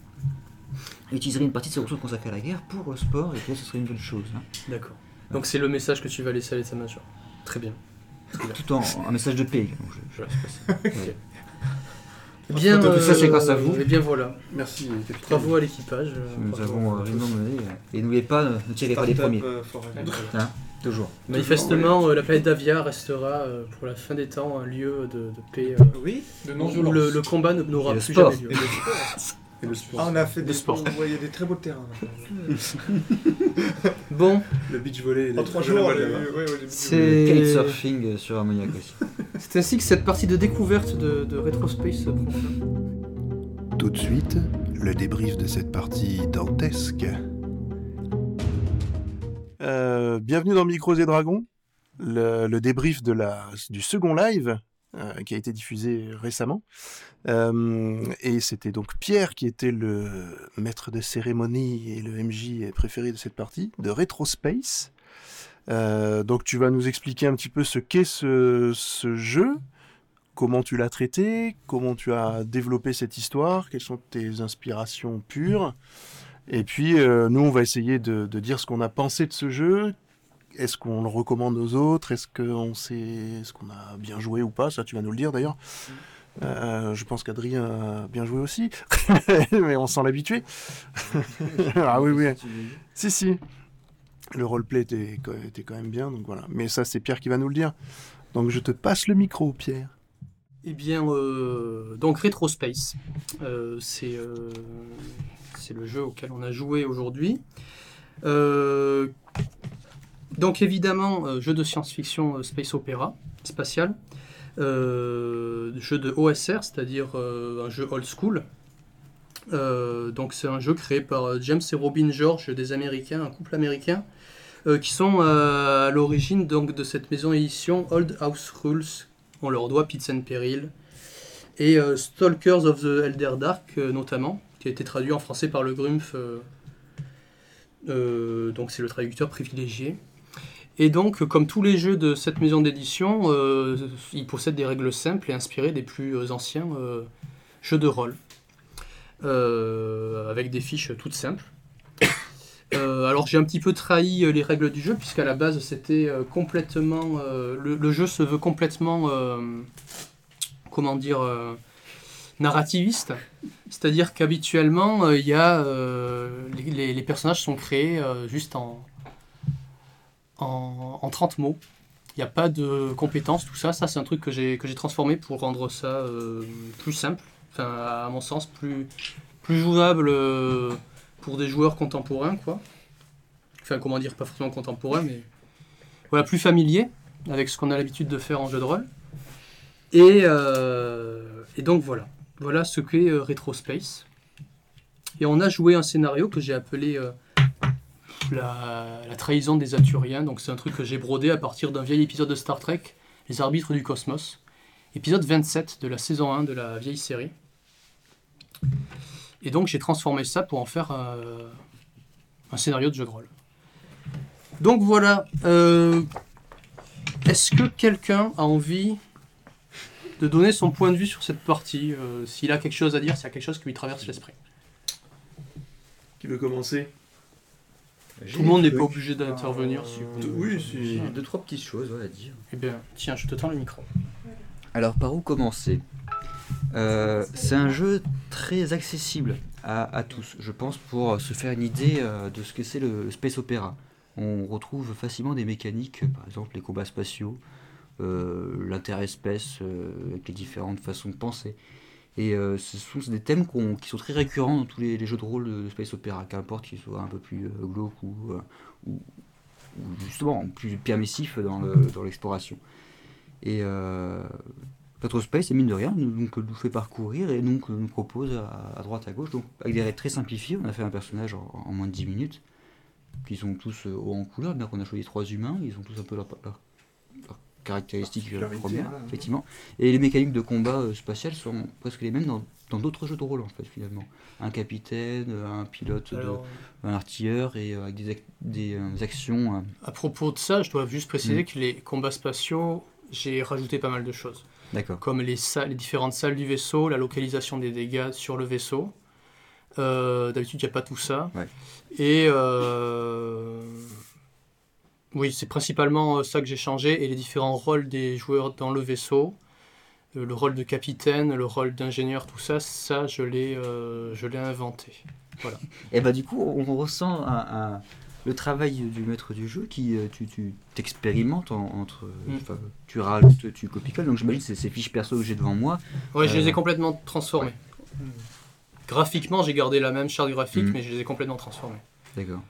Speaker 3: utiliserait une partie de ses ressources consacrées à la guerre pour le sport, et que là, ce serait une bonne chose. hein.
Speaker 4: D'accord. Donc c'est le message que tu vas laisser à l'état-major. Très bien.
Speaker 3: Tout en, en- un message de paix. hein. donc je- je-
Speaker 4: Voilà.
Speaker 3: je sais pas si- ouais.
Speaker 4: Bien,
Speaker 3: Tout ça, c'est grâce à vous.
Speaker 4: Et bien voilà.
Speaker 5: Merci,
Speaker 1: euh,
Speaker 5: capitaine.
Speaker 4: Bravo à l'équipage. euh,
Speaker 3: Nous
Speaker 4: bravo.
Speaker 3: avons euh, vraiment mené. euh, Et n'oubliez pas, euh, ne tirez pas les premiers. euh, Toujours.
Speaker 4: Manifestement, euh, la planète d'Avia restera euh, pour la fin des temps un lieu de, de paix. euh,
Speaker 2: Oui,
Speaker 6: De
Speaker 4: où
Speaker 6: non-violence.
Speaker 4: le, le combat ne- n'aura
Speaker 3: Et le
Speaker 4: plus
Speaker 3: sport.
Speaker 4: jamais lieu. <laughs>
Speaker 2: et le sport.
Speaker 5: Et le sport.
Speaker 2: Ah, on a fait des,
Speaker 4: Le sport.
Speaker 2: on voyait des très beaux terrains.
Speaker 4: Bon,
Speaker 5: Le beach
Speaker 2: En
Speaker 5: volley. les-
Speaker 2: trois
Speaker 5: je la
Speaker 2: jours,
Speaker 5: vois
Speaker 2: on a
Speaker 5: de
Speaker 1: euh,
Speaker 5: là-bas.
Speaker 2: eu- ouais, ouais,
Speaker 4: c'est
Speaker 3: Kitesurfing euh, sur Ammoniac aussi.
Speaker 4: c'est ainsi que cette partie de découverte de, de Retrospace prend fin.
Speaker 1: Tout de suite, le débrief de cette partie dantesque. Euh, bienvenue dans Micros et Dragons, le, le débrief de la, du second live euh, qui a été diffusé récemment. Euh, et c'était donc Pierre qui était le maître de cérémonie et le MJ préféré de cette partie, de Retrospace. Euh, donc tu vas nous expliquer un petit peu ce qu'est ce, ce jeu, comment tu l'as traité, comment tu as développé cette histoire, quelles sont tes inspirations pures. Et puis, euh, nous, on va essayer de, de dire ce qu'on a pensé de ce jeu. Est-ce qu'on le recommande aux autres Est-ce qu'on sait, est-ce qu'on a bien joué ou pas Ça, tu vas nous le dire d'ailleurs. Euh, je pense qu'Adrien a bien joué aussi, <laughs> mais on s'en l'habitué. ah oui, oui. Si, si. Le roleplay était, co- était quand même bien, donc voilà. Mais ça, c'est Pierre qui va nous le dire. Donc, je te passe le micro, Pierre.
Speaker 4: Eh bien, euh, donc Retrospace, euh, c'est euh, c'est le jeu auquel on a joué aujourd'hui. Euh, donc évidemment, euh, jeu de science-fiction euh, space opéra, spatial. Euh, jeu de OSR, c'est-à-dire euh, un jeu old school. Euh, donc c'est un jeu créé par euh, James et Robin George, des Américains, un couple américain, euh, qui sont euh, à l'origine donc de cette maison édition Old House Rules, on leur doit Pits and Peril et euh, Stalkers of the Elder Dark euh, notamment, qui a été traduit en français par le Grumpf. euh, euh, donc c'est le traducteur privilégié. Et donc, euh, comme tous les jeux de cette maison d'édition, euh, ils possèdent des règles simples et inspirées des plus euh, anciens euh, jeux de rôle, Euh, avec des fiches toutes simples. Euh, alors j'ai un petit peu trahi euh, les règles du jeu puisqu'à la base c'était euh, complètement euh, le, le jeu se veut complètement euh, comment dire euh, narrativiste c'est-à-dire qu'habituellement euh, il y a euh, les, les- les personnages sont créés euh, juste en, en en 30 mots il n'y a pas de compétences tout ça ça c'est un truc que j'ai que j'ai transformé pour rendre ça euh, plus simple enfin à mon sens plus plus jouable euh, pour des joueurs contemporains, quoi. Enfin, comment dire, pas forcément contemporains, mais voilà, plus familier avec ce qu'on a l'habitude de faire en jeu de rôle. Et, euh, et donc voilà, voilà ce qu'est euh, Retrospace. Et on a joué un scénario que j'ai appelé euh, la, la trahison des Aturiens. Donc c'est un truc que j'ai brodé à partir d'un vieil épisode de Star Trek, Les Arbitres du Cosmos, épisode 27 de la saison 1 de la vieille série. Et donc j'ai transformé ça pour en faire euh, un scénario de jeu de rôle. Donc voilà. euh, Est-ce que quelqu'un a envie de donner son point de vue sur cette partie euh, S'il a quelque chose à dire, s'il y a quelque chose qui lui traverse l'esprit.
Speaker 5: Qui veut commencer
Speaker 4: Tout le monde n'est pas obligé d'intervenir. si vous-
Speaker 7: Euh,
Speaker 5: Oui, si.
Speaker 3: Deux, trois petites choses ouais, à dire.
Speaker 4: Eh bien, tiens, je te tends le micro.
Speaker 3: Alors, par où commencer Euh, C'est un jeu très accessible à, à tous, je pense, pour se faire une idée euh, de ce que c'est le, le space opéra. On retrouve facilement des mécaniques, par exemple les combats spatiaux, euh, l'interespèce, euh, avec les différentes façons de penser. Et euh, ce sont des thèmes qu'on- qui sont très récurrents dans tous les, les jeux de rôle de, de space opéra, qu'importe qu'ils soient un peu plus euh, glauques ou, euh, ou- ou justement plus permissifs dans le- dans l'exploration. Et euh, Retrospace, et mine de rien, nous, donc, nous fait parcourir et donc nous propose à, à droite, à gauche, donc avec des règles très simplifiées. On a fait un personnage en, en moins de 10 minutes, qui sont tous euh, hauts en couleur. Donc on a choisi trois humains, ils ont tous un peu leurs leur, leurs caractéristiques euh,
Speaker 5: Particularité,
Speaker 3: premières,
Speaker 5: voilà.
Speaker 3: effectivement. Et les mécaniques de combat euh, spatial sont presque les mêmes dans dans d'autres jeux de rôle, en fait, finalement. Un capitaine, un pilote, de-
Speaker 4: Alors,
Speaker 3: un artilleur, et euh, avec des, ac- des, euh, des actions. euh,
Speaker 4: à propos de ça, je dois juste préciser
Speaker 3: Mm.
Speaker 4: que les combats spatiaux, j'ai rajouté pas mal de choses.
Speaker 3: D'accord.
Speaker 4: comme les, salles, les différentes salles du vaisseau, la localisation des dégâts sur le vaisseau. Euh, D'habitude, il n'y a pas tout ça.
Speaker 3: Ouais.
Speaker 4: Et euh, oui, c'est principalement euh, ça que j'ai changé et les différents rôles des joueurs dans le vaisseau. Euh, le rôle de capitaine, le rôle d'ingénieur, tout ça, ça, je l'ai euh, je l'ai inventé.
Speaker 3: Et bah du coup, on ressent un- un- le travail du maître du jeu qui euh, tu tu t'expérimentes en- entre,
Speaker 4: Mm.
Speaker 3: enfin, tu rajoutes, tu copies-colles. Donc j'imagine que c'est ces fiches perso que j'ai devant moi.
Speaker 4: Ouais, je les
Speaker 3: Euh,
Speaker 4: ai complètement transformés. Graphiquement, j'ai gardé la même charte graphique,
Speaker 3: Mhm.
Speaker 4: mais je les ai complètement transformés.
Speaker 3: D'accord.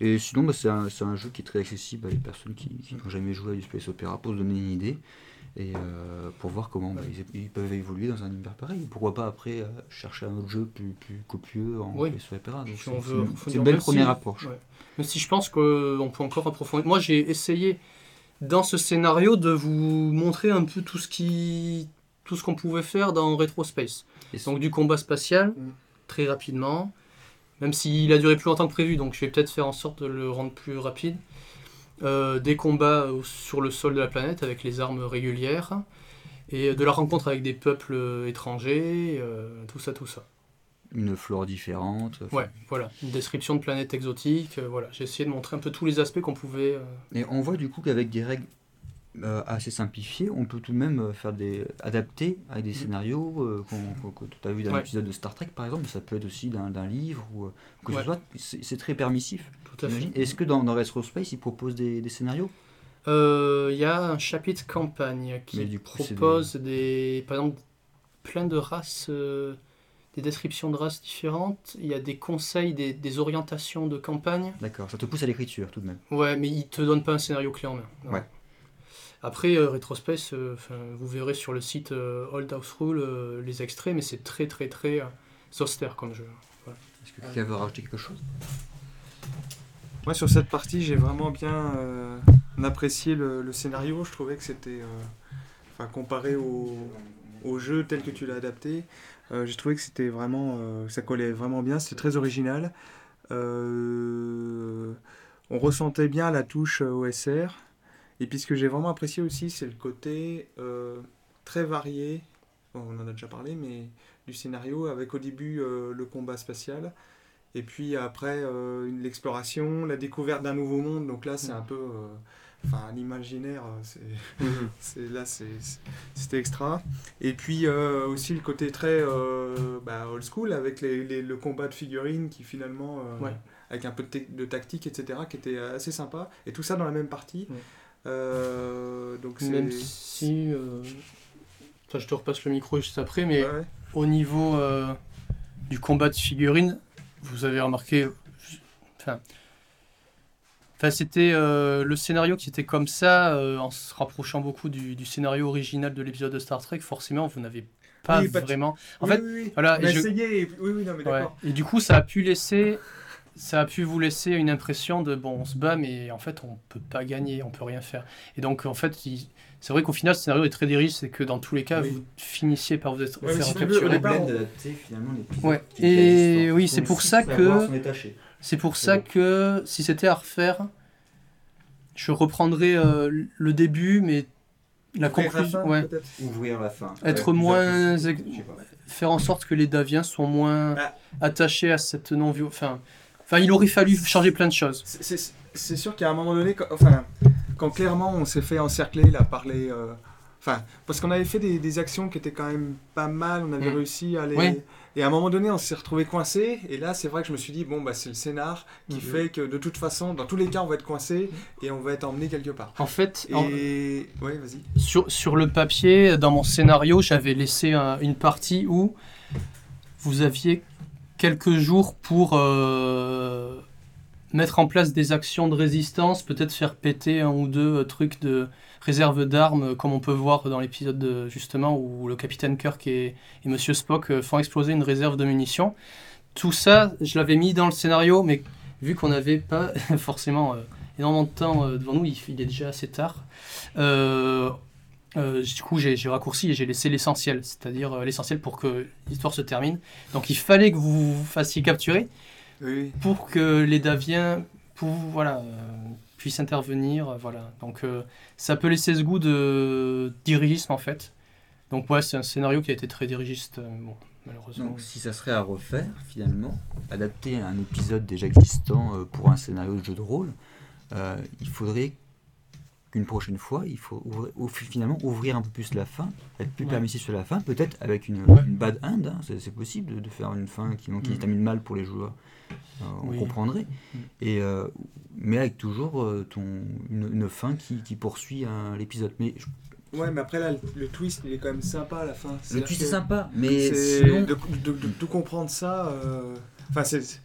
Speaker 3: Et sinon, bah, c'est un, c'est un jeu qui est très accessible à les personnes qui qui n'ont jamais joué à du space opéra pour se donner une idée et euh, pour voir comment bah, ils, ils peuvent évoluer dans un univers pareil. Pourquoi pas après euh, chercher un autre jeu plus, plus copieux en
Speaker 4: Oui.
Speaker 3: space opéra. Hein, Donc,
Speaker 4: Si
Speaker 3: c'est
Speaker 4: on
Speaker 3: c'est
Speaker 4: veut
Speaker 3: une, c'est
Speaker 4: approfondir,
Speaker 3: une belle
Speaker 4: même si-
Speaker 3: première approche.
Speaker 4: Ouais. Même si je pense qu'on peut encore approfondir. Moi, j'ai essayé dans ce scénario de vous montrer un peu tout ce qui tout ce qu'on pouvait faire dans Retro Space.
Speaker 3: Et
Speaker 4: Donc du combat spatial,
Speaker 2: Mhm.
Speaker 4: très rapidement, même s'il a duré plus longtemps que prévu, donc je vais peut-être faire en sorte de le rendre plus rapide. Euh, des combats au- sur le sol de la planète avec les armes régulières, et euh, de la rencontre avec des peuples étrangers, euh, tout ça, tout ça.
Speaker 3: Une flore différente. enfin,
Speaker 4: Ouais, voilà, une description de planète exotique, euh, voilà, j'ai essayé de montrer un peu tous les aspects qu'on pouvait... euh,
Speaker 3: Et on voit du coup qu'avec des règles euh, assez simplifiées, on peut tout de même euh, faire des adapter à des scénarios euh, qu'on- qu'on- que tu as vu dans
Speaker 4: Mm. Ouais.
Speaker 3: l'épisode de Star Trek par exemple, mais ça peut être aussi d'un d'un livre ou euh, que ce
Speaker 4: Ouais.
Speaker 3: soit. C'est c'est très permissif.
Speaker 4: tout à fait.
Speaker 3: j'imagine. Est-ce que dans, dans Retro Space ils proposent des, des scénarios
Speaker 4: Euh, Il y a un chapitre campagne qui
Speaker 3: Mais du coup, c'est
Speaker 4: propose des... par exemple, plein de races, euh, des descriptions de races différentes. Il y a des conseils, des, des orientations de campagne.
Speaker 3: D'accord, ça te pousse à l'écriture tout de même.
Speaker 4: Ouais, mais ils te donnent pas un scénario clé en main. Non.
Speaker 3: Ouais.
Speaker 4: Après, euh, Retrospace, euh, 'fin, vous verrez sur le site euh, Old House Rule euh, les extraits, mais c'est très très très euh, austère comme jeu.
Speaker 3: Est-ce que quelqu'un veut rajouter quelque chose
Speaker 2: Moi, sur cette partie, j'ai vraiment bien euh, apprécié le, le scénario. Je trouvais que c'était. euh, Enfin, comparé au, au jeu tel que tu l'as adapté, euh, j'ai trouvé que c'était vraiment. euh, ça collait vraiment bien. C'était très original. Euh, on ressentait bien la touche euh, OSR. Et puis, ce que j'ai vraiment apprécié aussi, c'est le côté euh, très varié. Bon, on en a déjà parlé, mais du scénario avec au début euh, le combat spatial. Et puis après, euh, une- l'exploration, la découverte d'un nouveau monde. Donc là, c'est un peu. euh, Enfin, l'imaginaire, euh, c'est.
Speaker 4: Mhm.
Speaker 2: <laughs> c'est- Là, c'est- c'est- c'était extra. Et puis euh, aussi le côté très euh, bah, old school avec les, les- le combat de figurines qui finalement. euh,
Speaker 4: Ouais.
Speaker 2: Avec un peu de, tec- de tactique, etc., qui était assez sympa. Et tout ça dans la même partie.
Speaker 4: Ouais.
Speaker 2: Euh, donc c'est.
Speaker 4: Même si... euh, enfin, je te repasse le micro juste après, mais...
Speaker 2: Ouais, ouais.
Speaker 4: Au niveau euh, du combat de figurines, vous avez remarqué. Enfin, enfin, c'était euh, le scénario qui était comme ça, euh, en se rapprochant beaucoup du, du scénario original de l'épisode de Star Trek. Forcément, vous n'avez pas
Speaker 2: Oui, pas de-
Speaker 4: vraiment. En
Speaker 2: Oui,
Speaker 4: fait,
Speaker 2: oui, oui.
Speaker 4: voilà.
Speaker 2: On a
Speaker 4: et Ah, je-
Speaker 2: essayé, et- Oui, oui, non,
Speaker 4: ouais.
Speaker 2: mais d'accord.
Speaker 4: Et du coup, ça a pu laisser, ça a pu vous laisser une impression de bon, on se bat, mais en fait, on peut pas gagner, on peut rien faire. Et donc, en fait, il- c'est vrai qu'au final, ce scénario est très dériste, c'est que dans tous les cas,
Speaker 2: Oui.
Speaker 4: vous finissiez par vous être
Speaker 2: Ouais, mais
Speaker 4: faire
Speaker 2: si tu veux,
Speaker 4: capturer.
Speaker 2: au départ, on-
Speaker 3: d'adapter euh, finalement les
Speaker 4: Ouais. Et oui, c'est pour ça que
Speaker 3: détaché.
Speaker 4: c'est pour ça que si c'était à refaire, je reprendrais euh, le début, mais la
Speaker 2: Après,
Speaker 4: conclusion,
Speaker 2: Rafa,
Speaker 4: ouais.
Speaker 2: peut-être
Speaker 3: Ouvrir la fin.
Speaker 4: Être
Speaker 3: Ouais,
Speaker 4: moins-
Speaker 3: je sais pas.
Speaker 4: faire en sorte que les Daviens sont moins
Speaker 2: Ah.
Speaker 4: attachés à cette non violence Enfin, enfin, il aurait fallu changer plein de choses.
Speaker 2: C'est- c'est- C'est sûr qu'à un moment donné, quand, enfin, quand clairement on s'est fait encercler là par les, euh, enfin, parce qu'on avait fait des, des actions qui étaient quand même pas mal, on avait
Speaker 4: Mm.
Speaker 2: réussi à les.
Speaker 4: Oui.
Speaker 2: Et à un moment donné, on s'est retrouvé coincé. Et là, c'est vrai que je me suis dit bon bah c'est le scénar qui
Speaker 4: Mhm.
Speaker 2: fait que de toute façon, dans tous les cas, on va être coincé et on va être emmené quelque part.
Speaker 4: En fait,
Speaker 2: Et
Speaker 4: en-
Speaker 2: ouais, vas-y.
Speaker 4: sur, sur le papier, dans mon scénario, j'avais laissé un- une partie où vous aviez quelques jours pour euh, mettre en place des actions de résistance, peut-être faire péter un ou deux euh, trucs de réserve d'armes, euh, comme on peut voir dans l'épisode de- justement où le capitaine Kirk et, et Monsieur Spock euh, font exploser une réserve de munitions. Tout ça, je l'avais mis dans le scénario, mais vu qu'on n'avait pas <laughs> forcément euh, énormément de temps euh, devant nous, il, il est déjà assez tard. Euh, euh, du coup, j'ai j'ai raccourci et j'ai laissé l'essentiel, c'est-à-dire euh, l'essentiel pour que l'histoire se termine. Donc, il fallait que vous vous fassiez capturer
Speaker 2: Oui.
Speaker 4: pour que les Daviens pour, voilà, euh, puissent intervenir. euh, Voilà. Donc, euh, ça peut laisser ce goût de dirigisme, en fait. Donc, ouais, c'est un scénario qui a été très dirigiste, euh, bon, malheureusement.
Speaker 3: Donc si ça serait à refaire finalement, adapter un épisode déjà existant euh, pour un scénario de jeu de rôle, euh, il faudrait qu'une prochaine fois, il faut ouvrir- ou- finalement ouvrir un peu plus la fin, être plus
Speaker 6: Ouais.
Speaker 3: permissif sur la fin, peut-être avec une,
Speaker 6: Ouais.
Speaker 3: une bad end, hein, c'est c'est possible de, de faire une fin qui, qui
Speaker 6: Mm.
Speaker 3: se termine mal pour les joueurs, Euh, on
Speaker 4: Oui.
Speaker 3: comprendrait,
Speaker 4: Mm.
Speaker 3: et, euh, mais avec toujours euh, ton, une, une fin qui, qui poursuit hein, l'épisode. Mais je-
Speaker 2: Ouais, mais après là, le, le twist il est quand même sympa à la fin.
Speaker 3: le
Speaker 2: C'est-à-dire
Speaker 3: twist est
Speaker 2: que
Speaker 3: sympa, mais
Speaker 2: c'est-
Speaker 3: sinon...
Speaker 2: de, de- de tout comprendre ça. euh, Enfin, c'est.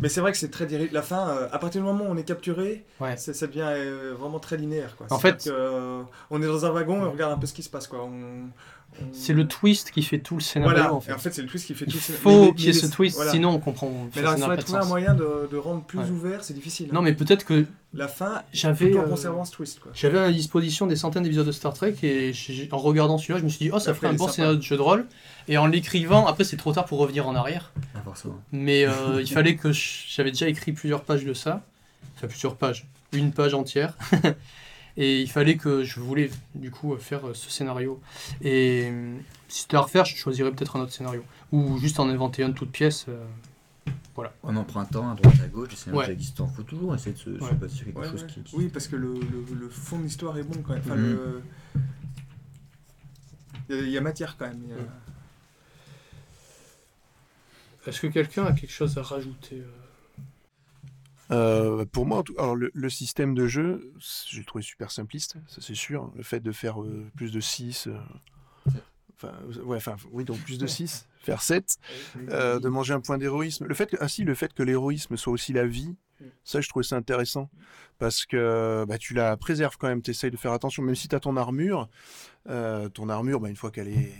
Speaker 2: Mais c'est vrai que c'est très direct. La fin, euh, à partir du moment où on est capturé,
Speaker 4: Ouais.
Speaker 2: ça, ça devient euh, vraiment très linéaire. Quoi.
Speaker 4: En
Speaker 2: C'est-à-dire
Speaker 4: fait-
Speaker 2: que, euh, on est dans un wagon et on regarde un peu ce qui se passe. Quoi. On- on-
Speaker 4: C'est le twist qui fait tout le scénario
Speaker 2: Voilà,
Speaker 4: en
Speaker 2: Et
Speaker 4: fait.
Speaker 2: en fait, c'est le twist qui fait
Speaker 4: Il
Speaker 2: tout le scénario. Mais-
Speaker 4: faut
Speaker 2: mais-
Speaker 4: qu'il y ait
Speaker 2: mais-
Speaker 4: ce twist,
Speaker 2: voilà.
Speaker 4: sinon on comprend.
Speaker 2: Mais
Speaker 4: ça
Speaker 2: alors, il
Speaker 4: n'a pas
Speaker 2: faudrait
Speaker 4: de
Speaker 2: trouver un
Speaker 4: sens.
Speaker 2: moyen de, de rendre plus
Speaker 4: Ouais.
Speaker 2: ouvert, c'est difficile. hein.
Speaker 4: Non mais peut-être que
Speaker 2: La fin,
Speaker 4: j'avais
Speaker 2: tout en
Speaker 4: euh,
Speaker 2: conservant ce twist. Quoi.
Speaker 4: j'avais à la disposition des centaines d'épisodes de Star Trek et j'ai- en regardant celui-là, je me suis dit oh ça
Speaker 2: Après,
Speaker 4: ferait un
Speaker 2: il est
Speaker 4: bon
Speaker 2: sympa.
Speaker 4: scénario de jeu de rôle et en l'écrivant après c'est trop tard pour revenir en arrière.
Speaker 3: Ah, forcément.
Speaker 4: Mais
Speaker 2: <laughs>
Speaker 4: euh, il fallait que je- j'avais déjà écrit plusieurs pages de ça. Enfin, plusieurs pages. Une page entière. <laughs> et il fallait que je voulais, du coup, faire euh, ce scénario. Et euh, si c'était à refaire, je choisirais peut-être un autre scénario. Ou juste en inventer un de toute pièce. euh.
Speaker 3: En empruntant à droite à gauche, c'est
Speaker 4: Ouais.
Speaker 3: un existant. Il faut toujours essayer de se, se
Speaker 4: Ouais.
Speaker 3: bâtir quelque
Speaker 2: Ouais,
Speaker 3: chose
Speaker 2: ouais.
Speaker 3: qui. qui-
Speaker 2: Oui, parce que le, le- le fond de l'histoire est bon quand même. Enfin,
Speaker 4: Mm-hmm.
Speaker 3: Mhm.
Speaker 2: le- Il y a- il y, a matière quand même. il y a-
Speaker 4: Ouais. Est-ce que quelqu'un a quelque chose à rajouter euh
Speaker 1: Euh, pour moi, en tout- alors le, le système de jeu, c- j'ai trouvé super simpliste, ça c'est sûr. Le fait de faire euh, plus de 6, enfin, euh, ouais, enfin, oui, donc plus de 6, faire 7, euh, de manger un point d'héroïsme. Le fait, que- ah si, le fait que l'héroïsme soit aussi la vie, ça je trouvais ça intéressant parce que bah, tu la préserves quand même, tu essayes de faire attention, même si tu as ton armure, euh, ton armure, bah, une fois qu'elle est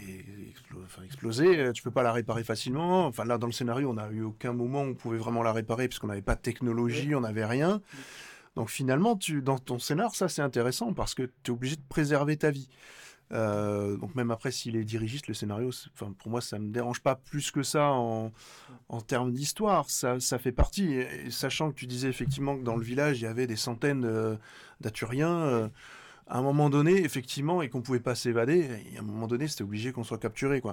Speaker 1: explo- enfin, explosée, euh, tu peux pas la réparer facilement. Enfin là, dans le scénario, on n'a eu aucun moment où on pouvait vraiment la réparer puisqu'on n'avait pas de technologie, on n'avait rien. Donc finalement, tu, dans ton scénar, ça c'est intéressant parce que tu es obligé de préserver ta vie. Euh, donc même après, s'il est dirigiste, le scénario, c'est- enfin, pour moi, ça me dérange pas plus que ça en, en termes d'histoire. Ça, ça fait partie. Et- et sachant que tu disais effectivement que dans le village, il y avait des centaines euh, d'Aturiens. euh, à un moment donné, effectivement, et qu'on pouvait pas s'évader, et à un moment donné, c'était obligé qu'on soit capturé, quoi.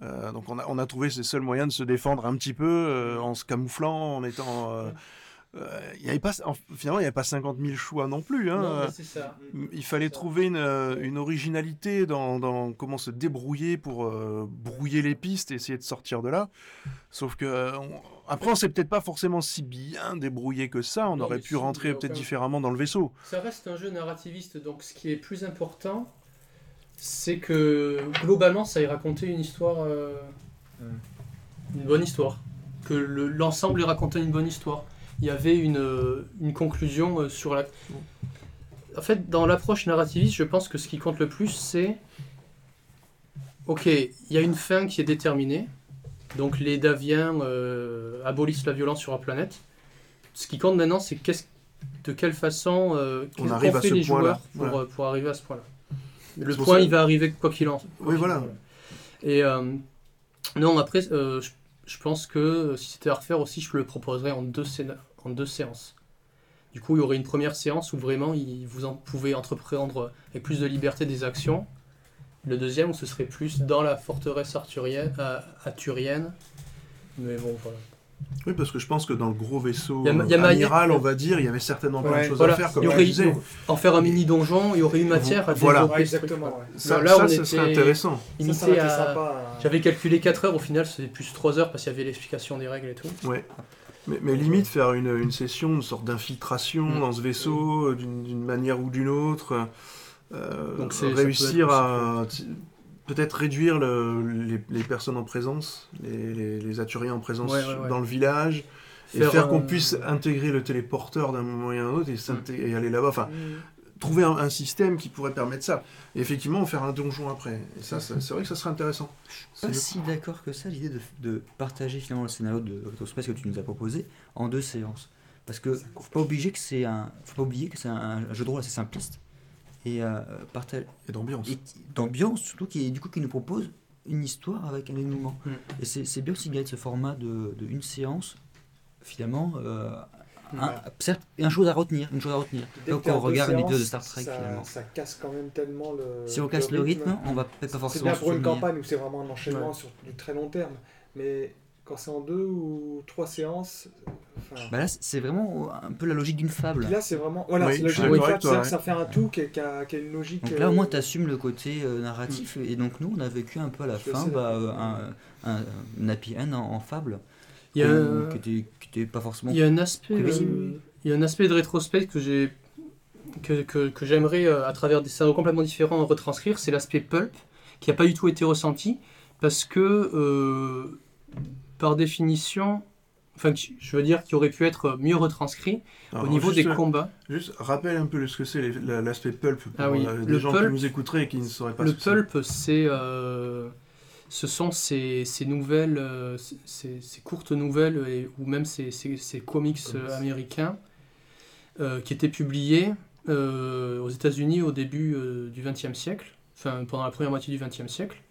Speaker 8: Mm.
Speaker 1: Euh, donc on a, on a trouvé ces seuls moyens de se défendre un petit peu euh, en se camouflant, en étant. euh,
Speaker 8: Mm.
Speaker 1: euh, il y avait pas, en- finalement, il n'y avait pas 50 000 choix non plus. Hein,
Speaker 6: Ah.
Speaker 8: Non, mais c'est ça.
Speaker 1: il fallait trouver une, euh, une originalité dans, dans comment se débrouiller pour euh, brouiller les pistes et essayer de sortir de là. Sauf que euh, on- après, on s'est peut-être pas forcément si bien débrouillé que ça. On
Speaker 8: Non,
Speaker 1: aurait
Speaker 8: mais
Speaker 1: pu
Speaker 8: si,
Speaker 1: rentrer
Speaker 8: mais
Speaker 1: peut-être
Speaker 8: aucun-
Speaker 1: différemment dans le vaisseau.
Speaker 8: Ça reste un jeu narrativiste, donc ce qui est plus important, c'est que globalement, ça y raconter une histoire. euh, Une bonne histoire. Que le- l'ensemble y racontait une bonne histoire. Il y avait une, euh, une conclusion euh, sur la. En fait, dans l'approche narrativiste, je pense que ce qui compte le plus, c'est. Ok, il y a une fin qui est déterminée. Donc les Daviens euh, abolissent la violence sur la planète. Ce qui compte maintenant, c'est qu'est-ce de quelle façon euh,
Speaker 1: On
Speaker 8: qu'est-ce qu'ont
Speaker 1: arrive à
Speaker 4: fait
Speaker 1: ce
Speaker 4: les
Speaker 1: point-là.
Speaker 4: joueurs pour,
Speaker 1: Voilà.
Speaker 4: euh, pour arriver à ce point-là. Le
Speaker 1: C'est pour
Speaker 4: point,
Speaker 1: ça-
Speaker 4: il va arriver quoi qu'il en soit.
Speaker 1: Oui, voilà.
Speaker 4: Et euh, non, après, euh, je, je pense que euh, si c'était à refaire aussi, je le proposerais en deux, scéna- en deux séances. Du coup, il y aurait une première séance où vraiment il, vous en pouvez entreprendre avec plus de liberté des actions. Le deuxième, où ce serait plus dans la forteresse arthurienne, à- arthurienne. Mais bon, voilà.
Speaker 1: Oui, parce que je pense que dans le gros vaisseau
Speaker 4: Y a- y
Speaker 1: euh,
Speaker 4: a ma-
Speaker 1: amiral, on va dire, il y avait certainement plein
Speaker 2: Ouais,
Speaker 1: de choses
Speaker 4: voilà.
Speaker 1: à faire. Comme
Speaker 4: Il y
Speaker 1: tu
Speaker 4: aurait-
Speaker 1: disais.
Speaker 4: En faire un mini donjon, il y aurait eu matière à
Speaker 1: Voilà.
Speaker 4: développer.
Speaker 2: Ouais,
Speaker 4: ce truc.
Speaker 2: exactement. ouais.
Speaker 1: Ça,
Speaker 4: là,
Speaker 1: ça,
Speaker 4: on
Speaker 1: ce
Speaker 4: était-
Speaker 1: serait intéressant.
Speaker 2: Ça, ça
Speaker 4: Limité
Speaker 2: aurait été
Speaker 4: à-
Speaker 2: sympa. hein.
Speaker 4: J'avais calculé 4 heures, au final c'était plus 3 heures parce qu'il y avait l'explication des règles et tout.
Speaker 1: Mais, mais limite, faire une, une session, une sorte d'infiltration
Speaker 4: Mm.
Speaker 1: dans ce vaisseau, euh, d'une d'une manière ou d'une autre. euh,
Speaker 4: Donc c'est- ça peut
Speaker 1: réussir
Speaker 4: être
Speaker 1: à t- peut-être réduire le- les, les personnes en présence, les, les, les Aturiens en présence
Speaker 4: Ouais, ouais, ouais.
Speaker 1: dans le village, et faire qu'on
Speaker 4: euh,
Speaker 1: puisse intégrer le téléporteur d'un moment et à un autre et,
Speaker 4: Mm.
Speaker 1: s'inté- et aller là-bas. Enfin, trouver un, un système qui pourrait permettre ça. Et effectivement, faire un donjon après. Et
Speaker 4: Mm.
Speaker 1: ça, ça- c'est vrai que ça serait intéressant.
Speaker 3: suis pas si d'accord que ça, l'idée de, de partager finalement le scénario de Retrospace que tu nous as proposé en deux séances. Parce que faut pas oublier que c'est un, faut pas oublier que c'est un, un jeu de rôle assez simpliste et euh, parta-
Speaker 1: Et d'ambiance.
Speaker 3: et qui- d'ambiance surtout qui du coup qui nous propose une histoire avec un dénouement.
Speaker 4: Mm.
Speaker 3: Et c'est c'est bien aussi de garder ce format de, de une séance finalement. euh, un, certes, une chose à retenir, une chose à retenir.
Speaker 2: Dès
Speaker 3: Donc
Speaker 2: que t'as
Speaker 3: on
Speaker 2: deux
Speaker 3: regarde un
Speaker 2: séances,
Speaker 3: vidéo de Star Trek
Speaker 2: ça,
Speaker 3: finalement.
Speaker 2: Ça casse quand même tellement le.
Speaker 3: Si on casse le rythme, on va peut-être pas
Speaker 2: C'est
Speaker 3: forcément.
Speaker 2: bien
Speaker 3: se
Speaker 2: pour une
Speaker 3: souvenir.
Speaker 2: campagne où c'est vraiment un enchaînement sur du très long terme. Mais quand c'est en deux ou trois séances, enfin,
Speaker 3: Bah là, c'est vraiment un peu la logique d'une fable.
Speaker 2: Là, c'est vraiment. Voilà,
Speaker 1: Oui,
Speaker 2: c'est la
Speaker 1: je suis
Speaker 2: logique
Speaker 1: d'accord
Speaker 2: de
Speaker 1: avec
Speaker 2: ça,
Speaker 1: toi, ouais.
Speaker 2: ça fait un tout qui a, qui a- qui a une logique.
Speaker 3: Donc là, au moins, tu
Speaker 2: euh,
Speaker 3: assumes le côté euh, narratif.
Speaker 4: Mm.
Speaker 3: Et donc, nous, on a vécu un peu à la
Speaker 2: Je suis
Speaker 3: fin
Speaker 2: assez
Speaker 3: bah,
Speaker 2: d'accord.
Speaker 3: un, un, un happy end en, en fable.
Speaker 4: Il y a,
Speaker 3: qu'on- qui était- qui était pas forcément.
Speaker 4: il y a un aspect,
Speaker 3: prévisible.
Speaker 4: euh, il y a un aspect de rétrospect que j'ai, que, que- que j'aimerais euh, à travers des scénarios complètement différents retranscrire, c'est l'aspect pulp qui n'a pas du tout été ressenti parce que euh, par définition, enfin, qui- je veux dire, qui aurait pu être mieux retranscrit
Speaker 1: Alors,
Speaker 4: au niveau
Speaker 1: juste- euh,
Speaker 4: des combats.
Speaker 1: Juste rappelle un peu le- ce que c'est les- la- l'aspect pulp pour
Speaker 4: Ah oui,
Speaker 1: euh,
Speaker 4: le
Speaker 1: des gens
Speaker 4: pulp-
Speaker 1: qui nous écouteraient et qui ne sauraient pas
Speaker 4: Le
Speaker 1: ce que c'est.
Speaker 4: pulp, c'est, euh, ce sont ces, ces nouvelles, euh, ces- ces, ces courtes nouvelles et- ou même ces, ces- ces comics euh,
Speaker 6: Comics.
Speaker 4: américains euh, qui étaient publiés euh, aux États-Unis au début euh, du XXe siècle, enfin pendant la première moitié du XXe siècle,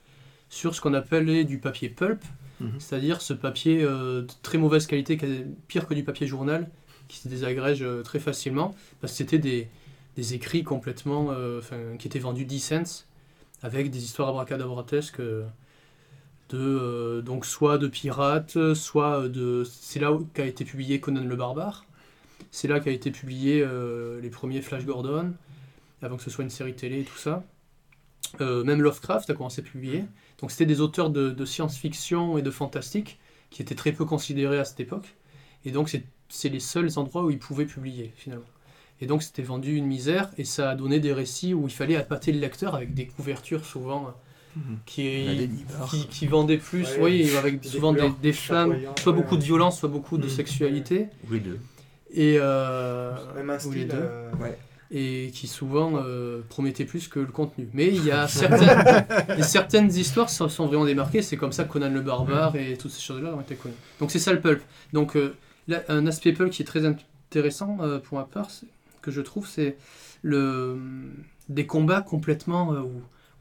Speaker 4: sur ce qu'on appelait du papier pulp,
Speaker 1: Mhm.
Speaker 4: c'est-à-dire ce papier euh, de très mauvaise qualité, quasi- pire que du papier journal, qui se désagrège euh, très facilement, parce que c'était des, des écrits complètement, euh, enfin, qui étaient vendus 10 cents, avec des histoires abracadabrantesques euh, de euh, donc soit de pirates, soit de c'est là où- qu'a été publié Conan le barbare, c'est là qu'a été publié euh, les premiers Flash Gordon, avant que ce soit une série télé et tout ça. Euh, même Lovecraft a commencé à publier. Donc c'était des auteurs de, de science-fiction et de fantastique qui étaient très peu considérés à cette époque. Et donc c'est- c'est les seuls endroits où ils pouvaient publier finalement. Et donc c'était vendu une misère et ça a donné des récits où il fallait appâter le lecteur avec des couvertures souvent euh,
Speaker 1: Mhm.
Speaker 3: La
Speaker 4: qui,
Speaker 3: Denis Barr.
Speaker 4: qui, qui vendaient plus,
Speaker 2: Ouais,
Speaker 4: oui, avec
Speaker 2: des
Speaker 4: souvent des,
Speaker 2: couleurs
Speaker 4: des femmes,
Speaker 2: chatoyantes,
Speaker 4: soit
Speaker 2: ouais, Mm.
Speaker 4: beaucoup de
Speaker 2: ouais.
Speaker 4: violence, soit beaucoup de
Speaker 6: Mhm.
Speaker 4: sexualité.
Speaker 3: Ou les deux.
Speaker 4: Et, euh,
Speaker 2: Même un
Speaker 4: ou les
Speaker 2: style.
Speaker 4: deux
Speaker 2: euh,
Speaker 3: Ouais.
Speaker 4: et qui souvent euh, promettaient plus que le contenu. Mais il
Speaker 3: <laughs>
Speaker 4: y a certaines, et certaines histoires se sont vraiment démarquées, c'est comme ça que Conan le Barbare et toutes ces choses-là ont été connues. Donc c'est ça le pulp. Donc euh, là, un aspect pulp qui est très intéressant euh, pour ma part, c'est- que je trouve, c'est le, des combats complètement euh, où,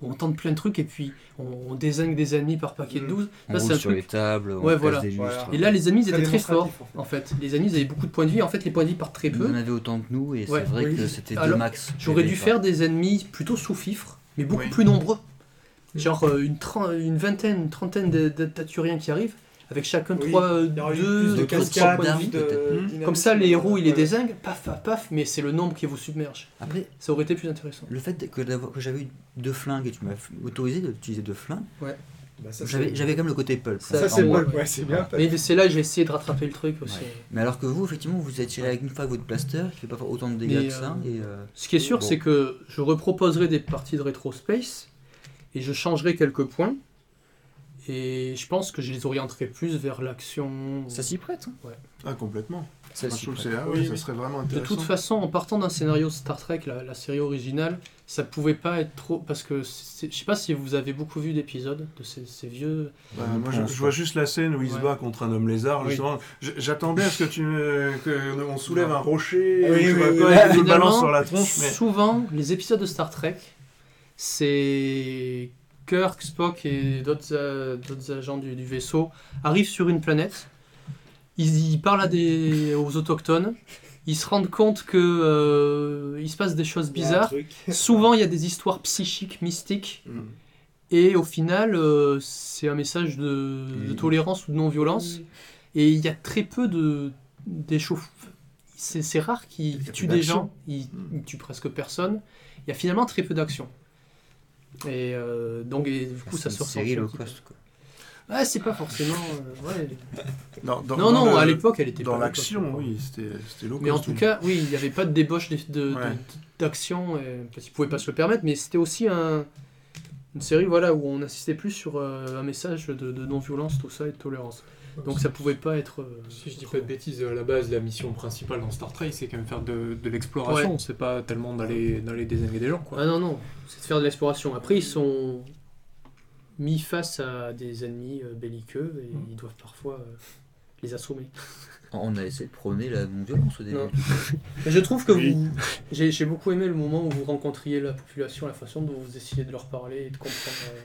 Speaker 4: où on tente plein de trucs et puis on, on désigne des ennemis par paquet de
Speaker 2: Mm.
Speaker 4: 12.
Speaker 3: On
Speaker 4: Là, c'est
Speaker 3: roule
Speaker 4: un
Speaker 3: sur les
Speaker 4: truc.
Speaker 3: tables, on
Speaker 4: Ouais,
Speaker 3: casse
Speaker 4: voilà.
Speaker 3: des lustres.
Speaker 2: Voilà.
Speaker 4: Et là, les amis, ils étaient
Speaker 2: très
Speaker 4: très forts,
Speaker 2: démonstratif, en fait.
Speaker 4: en fait. Les amis, ils avaient beaucoup de points de vie. En fait, les points de vie partent très
Speaker 3: Vous
Speaker 4: peu.
Speaker 3: en avez autant que nous
Speaker 4: Ouais,
Speaker 3: et c'est vrai
Speaker 2: oui.
Speaker 3: que c'était deux
Speaker 4: Alors,
Speaker 3: max.
Speaker 4: J'aurais dû
Speaker 3: Pas.
Speaker 4: faire des ennemis plutôt sous-fifres, mais beaucoup
Speaker 1: Oui.
Speaker 4: plus nombreux. Genre euh, une, tren- une vingtaine, une trentaine de, de Taturiens qui arrivent, avec chacun
Speaker 2: Oui,
Speaker 4: trois, euh,
Speaker 2: Il y aura eu
Speaker 4: deux,
Speaker 2: plus de
Speaker 4: trois
Speaker 2: cascades,
Speaker 4: points de
Speaker 2: plus
Speaker 4: vie.
Speaker 2: de
Speaker 3: peut-être.
Speaker 2: dynamisme.
Speaker 4: Comme ça, les héros, il les
Speaker 2: Ouais.
Speaker 4: désingue, paf, paf, paf, mais c'est le nombre qui vous submerge.
Speaker 3: Après,
Speaker 4: Ça aurait été plus intéressant.
Speaker 3: le fait que, d'avoir- que j'avais eu deux flingues et tu m'as autorisé d'utiliser deux flingues,
Speaker 2: Bah, ça,
Speaker 3: j'avais
Speaker 2: c'est-
Speaker 3: j'avais quand même le côté pulp.
Speaker 4: Ça,
Speaker 3: hein,
Speaker 2: Ça,
Speaker 3: en
Speaker 2: c'est
Speaker 3: moi.
Speaker 2: pas ouais, c'est bien.
Speaker 4: Mais c'est là que j'ai essayé de rattraper le truc aussi.
Speaker 3: Ouais. Mais alors que vous, effectivement, vous êtes tiré avec une fois avec votre plaster qui fait pas autant de dégâts
Speaker 4: Mais,
Speaker 3: que ça.
Speaker 4: euh,
Speaker 3: Et, euh,
Speaker 4: Ce qui est sûr,
Speaker 3: Bon.
Speaker 4: c'est que je reproposerai des parties de Retro Space et je changerai quelques points. Et je pense que je les orienterai plus vers l'action.
Speaker 3: ça s'y prête. hein.
Speaker 1: Ah, complètement.
Speaker 3: Ça
Speaker 1: Moi,
Speaker 3: s'y
Speaker 1: je trouve que
Speaker 3: prête.
Speaker 1: c'est- ah ouais,
Speaker 2: Oui,
Speaker 1: ça
Speaker 2: oui.
Speaker 1: serait vraiment
Speaker 4: De
Speaker 1: intéressant.
Speaker 4: toute façon, en partant d'un scénario Star Trek, la, la série originale, ça pouvait pas être trop. Parce que c'est- je sais pas si vous avez beaucoup vu d'épisodes de ces, ces vieux.
Speaker 1: Bah, moi, je, je vois juste la scène où il se
Speaker 4: Ouais.
Speaker 1: bat contre un homme lézard.
Speaker 4: Oui.
Speaker 1: Justement, J- j'attendais à ce que tu me- que on soulève un rocher,
Speaker 7: Ah
Speaker 2: Oui,
Speaker 1: ou je sais
Speaker 2: oui,
Speaker 1: pas
Speaker 2: oui,
Speaker 1: quoi,
Speaker 2: oui.
Speaker 1: et que <laughs> je le
Speaker 4: Finalement,
Speaker 1: balance sur la tronche. Mais
Speaker 4: Souvent, les épisodes de Star Trek, c'est Kirk, Spock et d'autres euh, d'autres agents du, du vaisseau arrivent sur une planète. Ils, ils parlent à des, aux autochtones. Ils se rendent compte que euh, il se passe des choses
Speaker 2: Il y a un
Speaker 4: bizarres.
Speaker 2: truc.
Speaker 4: Souvent, il y a des histoires psychiques, mystiques.
Speaker 1: Mm.
Speaker 4: Et au final, euh, c'est un message de, de
Speaker 3: Mm.
Speaker 4: tolérance ou de non-violence. Et il y a très peu de d'échauff. C'est c'est rare
Speaker 1: Il y
Speaker 4: qu'ils
Speaker 1: a
Speaker 4: tuent
Speaker 1: peu
Speaker 4: des
Speaker 1: d'action.
Speaker 4: gens, ils
Speaker 1: Mm.
Speaker 4: ils tuent presque personne. Il y a finalement très peu d'action. Et euh, donc, et du coup,
Speaker 3: C'est
Speaker 4: ça
Speaker 3: une
Speaker 4: sort
Speaker 3: série low cost. Quoi.
Speaker 4: Ouais, c'est pas forcément. euh, ouais.
Speaker 1: dans- dans-
Speaker 4: non,
Speaker 1: dans
Speaker 4: non,
Speaker 1: le-
Speaker 4: à l'époque, elle était
Speaker 1: dans
Speaker 4: pas low cost,
Speaker 1: l'action,
Speaker 4: quoi.
Speaker 1: oui, c'était c'était low
Speaker 4: Mais en
Speaker 1: cost,
Speaker 4: tout cas, oui, il n'y avait pas de débauche de- de-
Speaker 1: Ouais.
Speaker 4: de- d'action, et- parce qu'ils ne pouvaient pas se le permettre, mais c'était aussi un- une série voilà, où on insistait plus sur euh, un message de, de non-violence, tout ça, et de tolérance. Donc ça pouvait pas être... euh,
Speaker 6: Si je dis pas de bêtises, à la base, la mission principale dans Star Trek, c'est quand même faire de, de l'exploration. C'est pas tellement d'aller, d'aller désinguer des gens, quoi.
Speaker 4: Ah non, non, c'est de faire de l'exploration. Après, ils sont mis face à des ennemis euh, belliqueux, et ils doivent parfois euh, les assommer.
Speaker 3: On a essayé de prôner la non-violence au début.
Speaker 4: Non. Mais je trouve que
Speaker 1: Oui.
Speaker 4: vous. J'ai j'ai beaucoup aimé le moment où vous rencontriez la population, la façon dont vous essayez de leur parler et de comprendre. euh,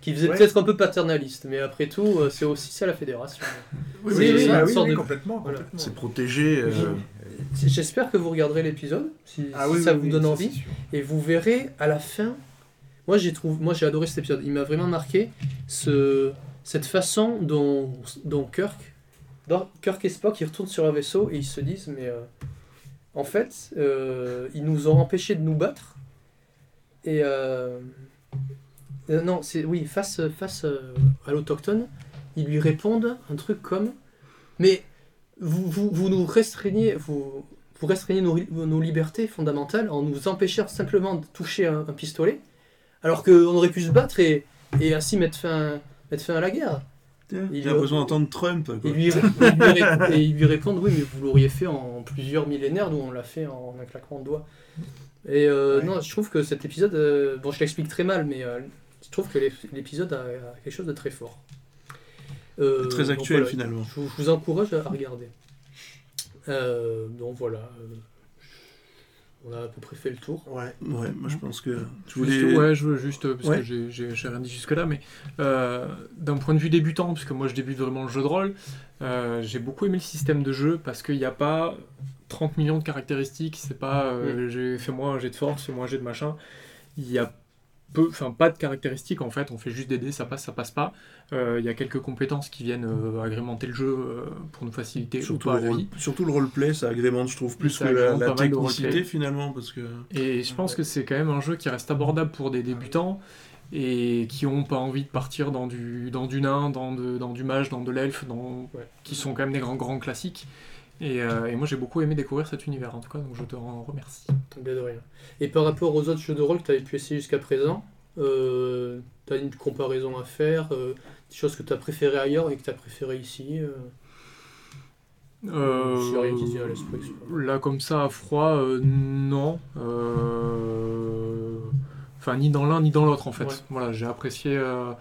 Speaker 4: qui faisait
Speaker 2: Ouais.
Speaker 4: peut-être un peu paternaliste, mais après tout, euh, c'est aussi ça la fédération.
Speaker 1: Oui, oui,
Speaker 4: Oui, oui,
Speaker 1: c'est-
Speaker 4: bah
Speaker 2: bah
Speaker 4: oui, oui,
Speaker 2: complètement.
Speaker 4: Voilà.
Speaker 2: complètement.
Speaker 1: c'est protégé. euh,
Speaker 4: J'espère que vous regarderez l'épisode, si,
Speaker 2: Ah
Speaker 4: si
Speaker 2: oui,
Speaker 4: ça
Speaker 2: oui,
Speaker 4: vous
Speaker 2: oui,
Speaker 4: donne
Speaker 2: ça,
Speaker 4: envie.
Speaker 2: c'est sûr.
Speaker 4: Et vous verrez à la fin. Moi j'ai trouvé, moi j'ai adoré cet épisode. Il m'a vraiment marqué ce, cette façon dont, dont Kirk Donc, Kirk et Spock, ils retournent sur un vaisseau et ils se disent, mais euh, en fait, euh, ils nous ont empêchés de nous battre. Et euh, euh, non, c'est oui, face, face euh, à l'autochtone, ils lui répondent un truc comme, mais vous, vous, vous nous restreignez, vous, vous restreignez nos, ri- nos libertés fondamentales en nous empêchant simplement de toucher un, un pistolet, alors qu'on aurait pu se battre et, et ainsi mettre fin, mettre fin à la guerre. Il
Speaker 7: Il a
Speaker 4: lui-
Speaker 7: besoin d'entendre Trump.
Speaker 4: Et
Speaker 7: Quoi.
Speaker 4: lui, et lui ré- et ils lui répondent oui mais vous l'auriez fait en plusieurs millénaires d'où on l'a fait en un claquement de doigts. Et euh, non je trouve que cet épisode, euh, bon je l'explique très mal mais euh, je trouve que l'ép- l'épisode a, a quelque chose de très fort. Euh,
Speaker 7: Très
Speaker 4: donc
Speaker 7: actuel
Speaker 4: voilà,
Speaker 7: finalement.
Speaker 4: Je, vous- je vous encourage à à regarder. Euh, donc voilà, euh, on a à peu près fait le tour.
Speaker 5: Ouais.
Speaker 7: Ouais, moi je pense que. Tu
Speaker 6: Juste-
Speaker 7: voulais.
Speaker 6: ouais, je veux juste, euh, parce
Speaker 7: Ouais.
Speaker 6: que j'ai- j'ai j'ai rien dit jusque-là, mais euh, d'un point de vue débutant, puisque moi je débute vraiment le jeu de rôle, euh, j'ai beaucoup aimé le système de jeu parce qu'il n'y a pas 30 millions de caractéristiques, c'est pas euh,
Speaker 7: Mm.
Speaker 6: j'ai fait moi un jet de force, fais moi un jet de machin. Il y a peu, enfin pas de caractéristiques en fait, on fait juste des dés, ça passe, ça passe pas. Euh, Il y a quelques compétences qui viennent euh, agrémenter le jeu euh, pour nous faciliter ou
Speaker 7: Surtout
Speaker 6: pas
Speaker 7: le,
Speaker 6: la
Speaker 7: role-
Speaker 6: vie.
Speaker 7: surtout le roleplay, ça agrémente, je trouve, plus
Speaker 6: Ça
Speaker 7: que la,
Speaker 6: agrémente
Speaker 7: la
Speaker 6: pas mal le
Speaker 7: technicité
Speaker 6: roleplay.
Speaker 7: finalement. Parce que.
Speaker 6: Et je pense que c'est quand même un jeu qui reste abordable pour des débutants et qui ont pas envie de partir dans du, dans du nain, dans, de- dans du mage, dans de l'elfe, dans,
Speaker 4: Ouais.
Speaker 6: qui sont quand même des grands, grands classiques. Et, euh, et moi j'ai beaucoup aimé découvrir cet univers en tout cas, donc je te en remercie.
Speaker 4: Tant bien de rien. Et par rapport aux autres jeux de rôle que tu avais pu essayer jusqu'à présent, euh, tu as une comparaison à faire, euh, des choses que tu as préférées ailleurs et que tu as préférées ici euh,
Speaker 6: Euh,
Speaker 4: S'il y a rien qui te vient à l'esprit, c'est pas grave.
Speaker 6: là comme ça à froid, euh, non. Euh, Enfin ni dans l'un ni dans l'autre en fait.
Speaker 4: Ouais.
Speaker 6: Voilà, j'ai apprécié... euh,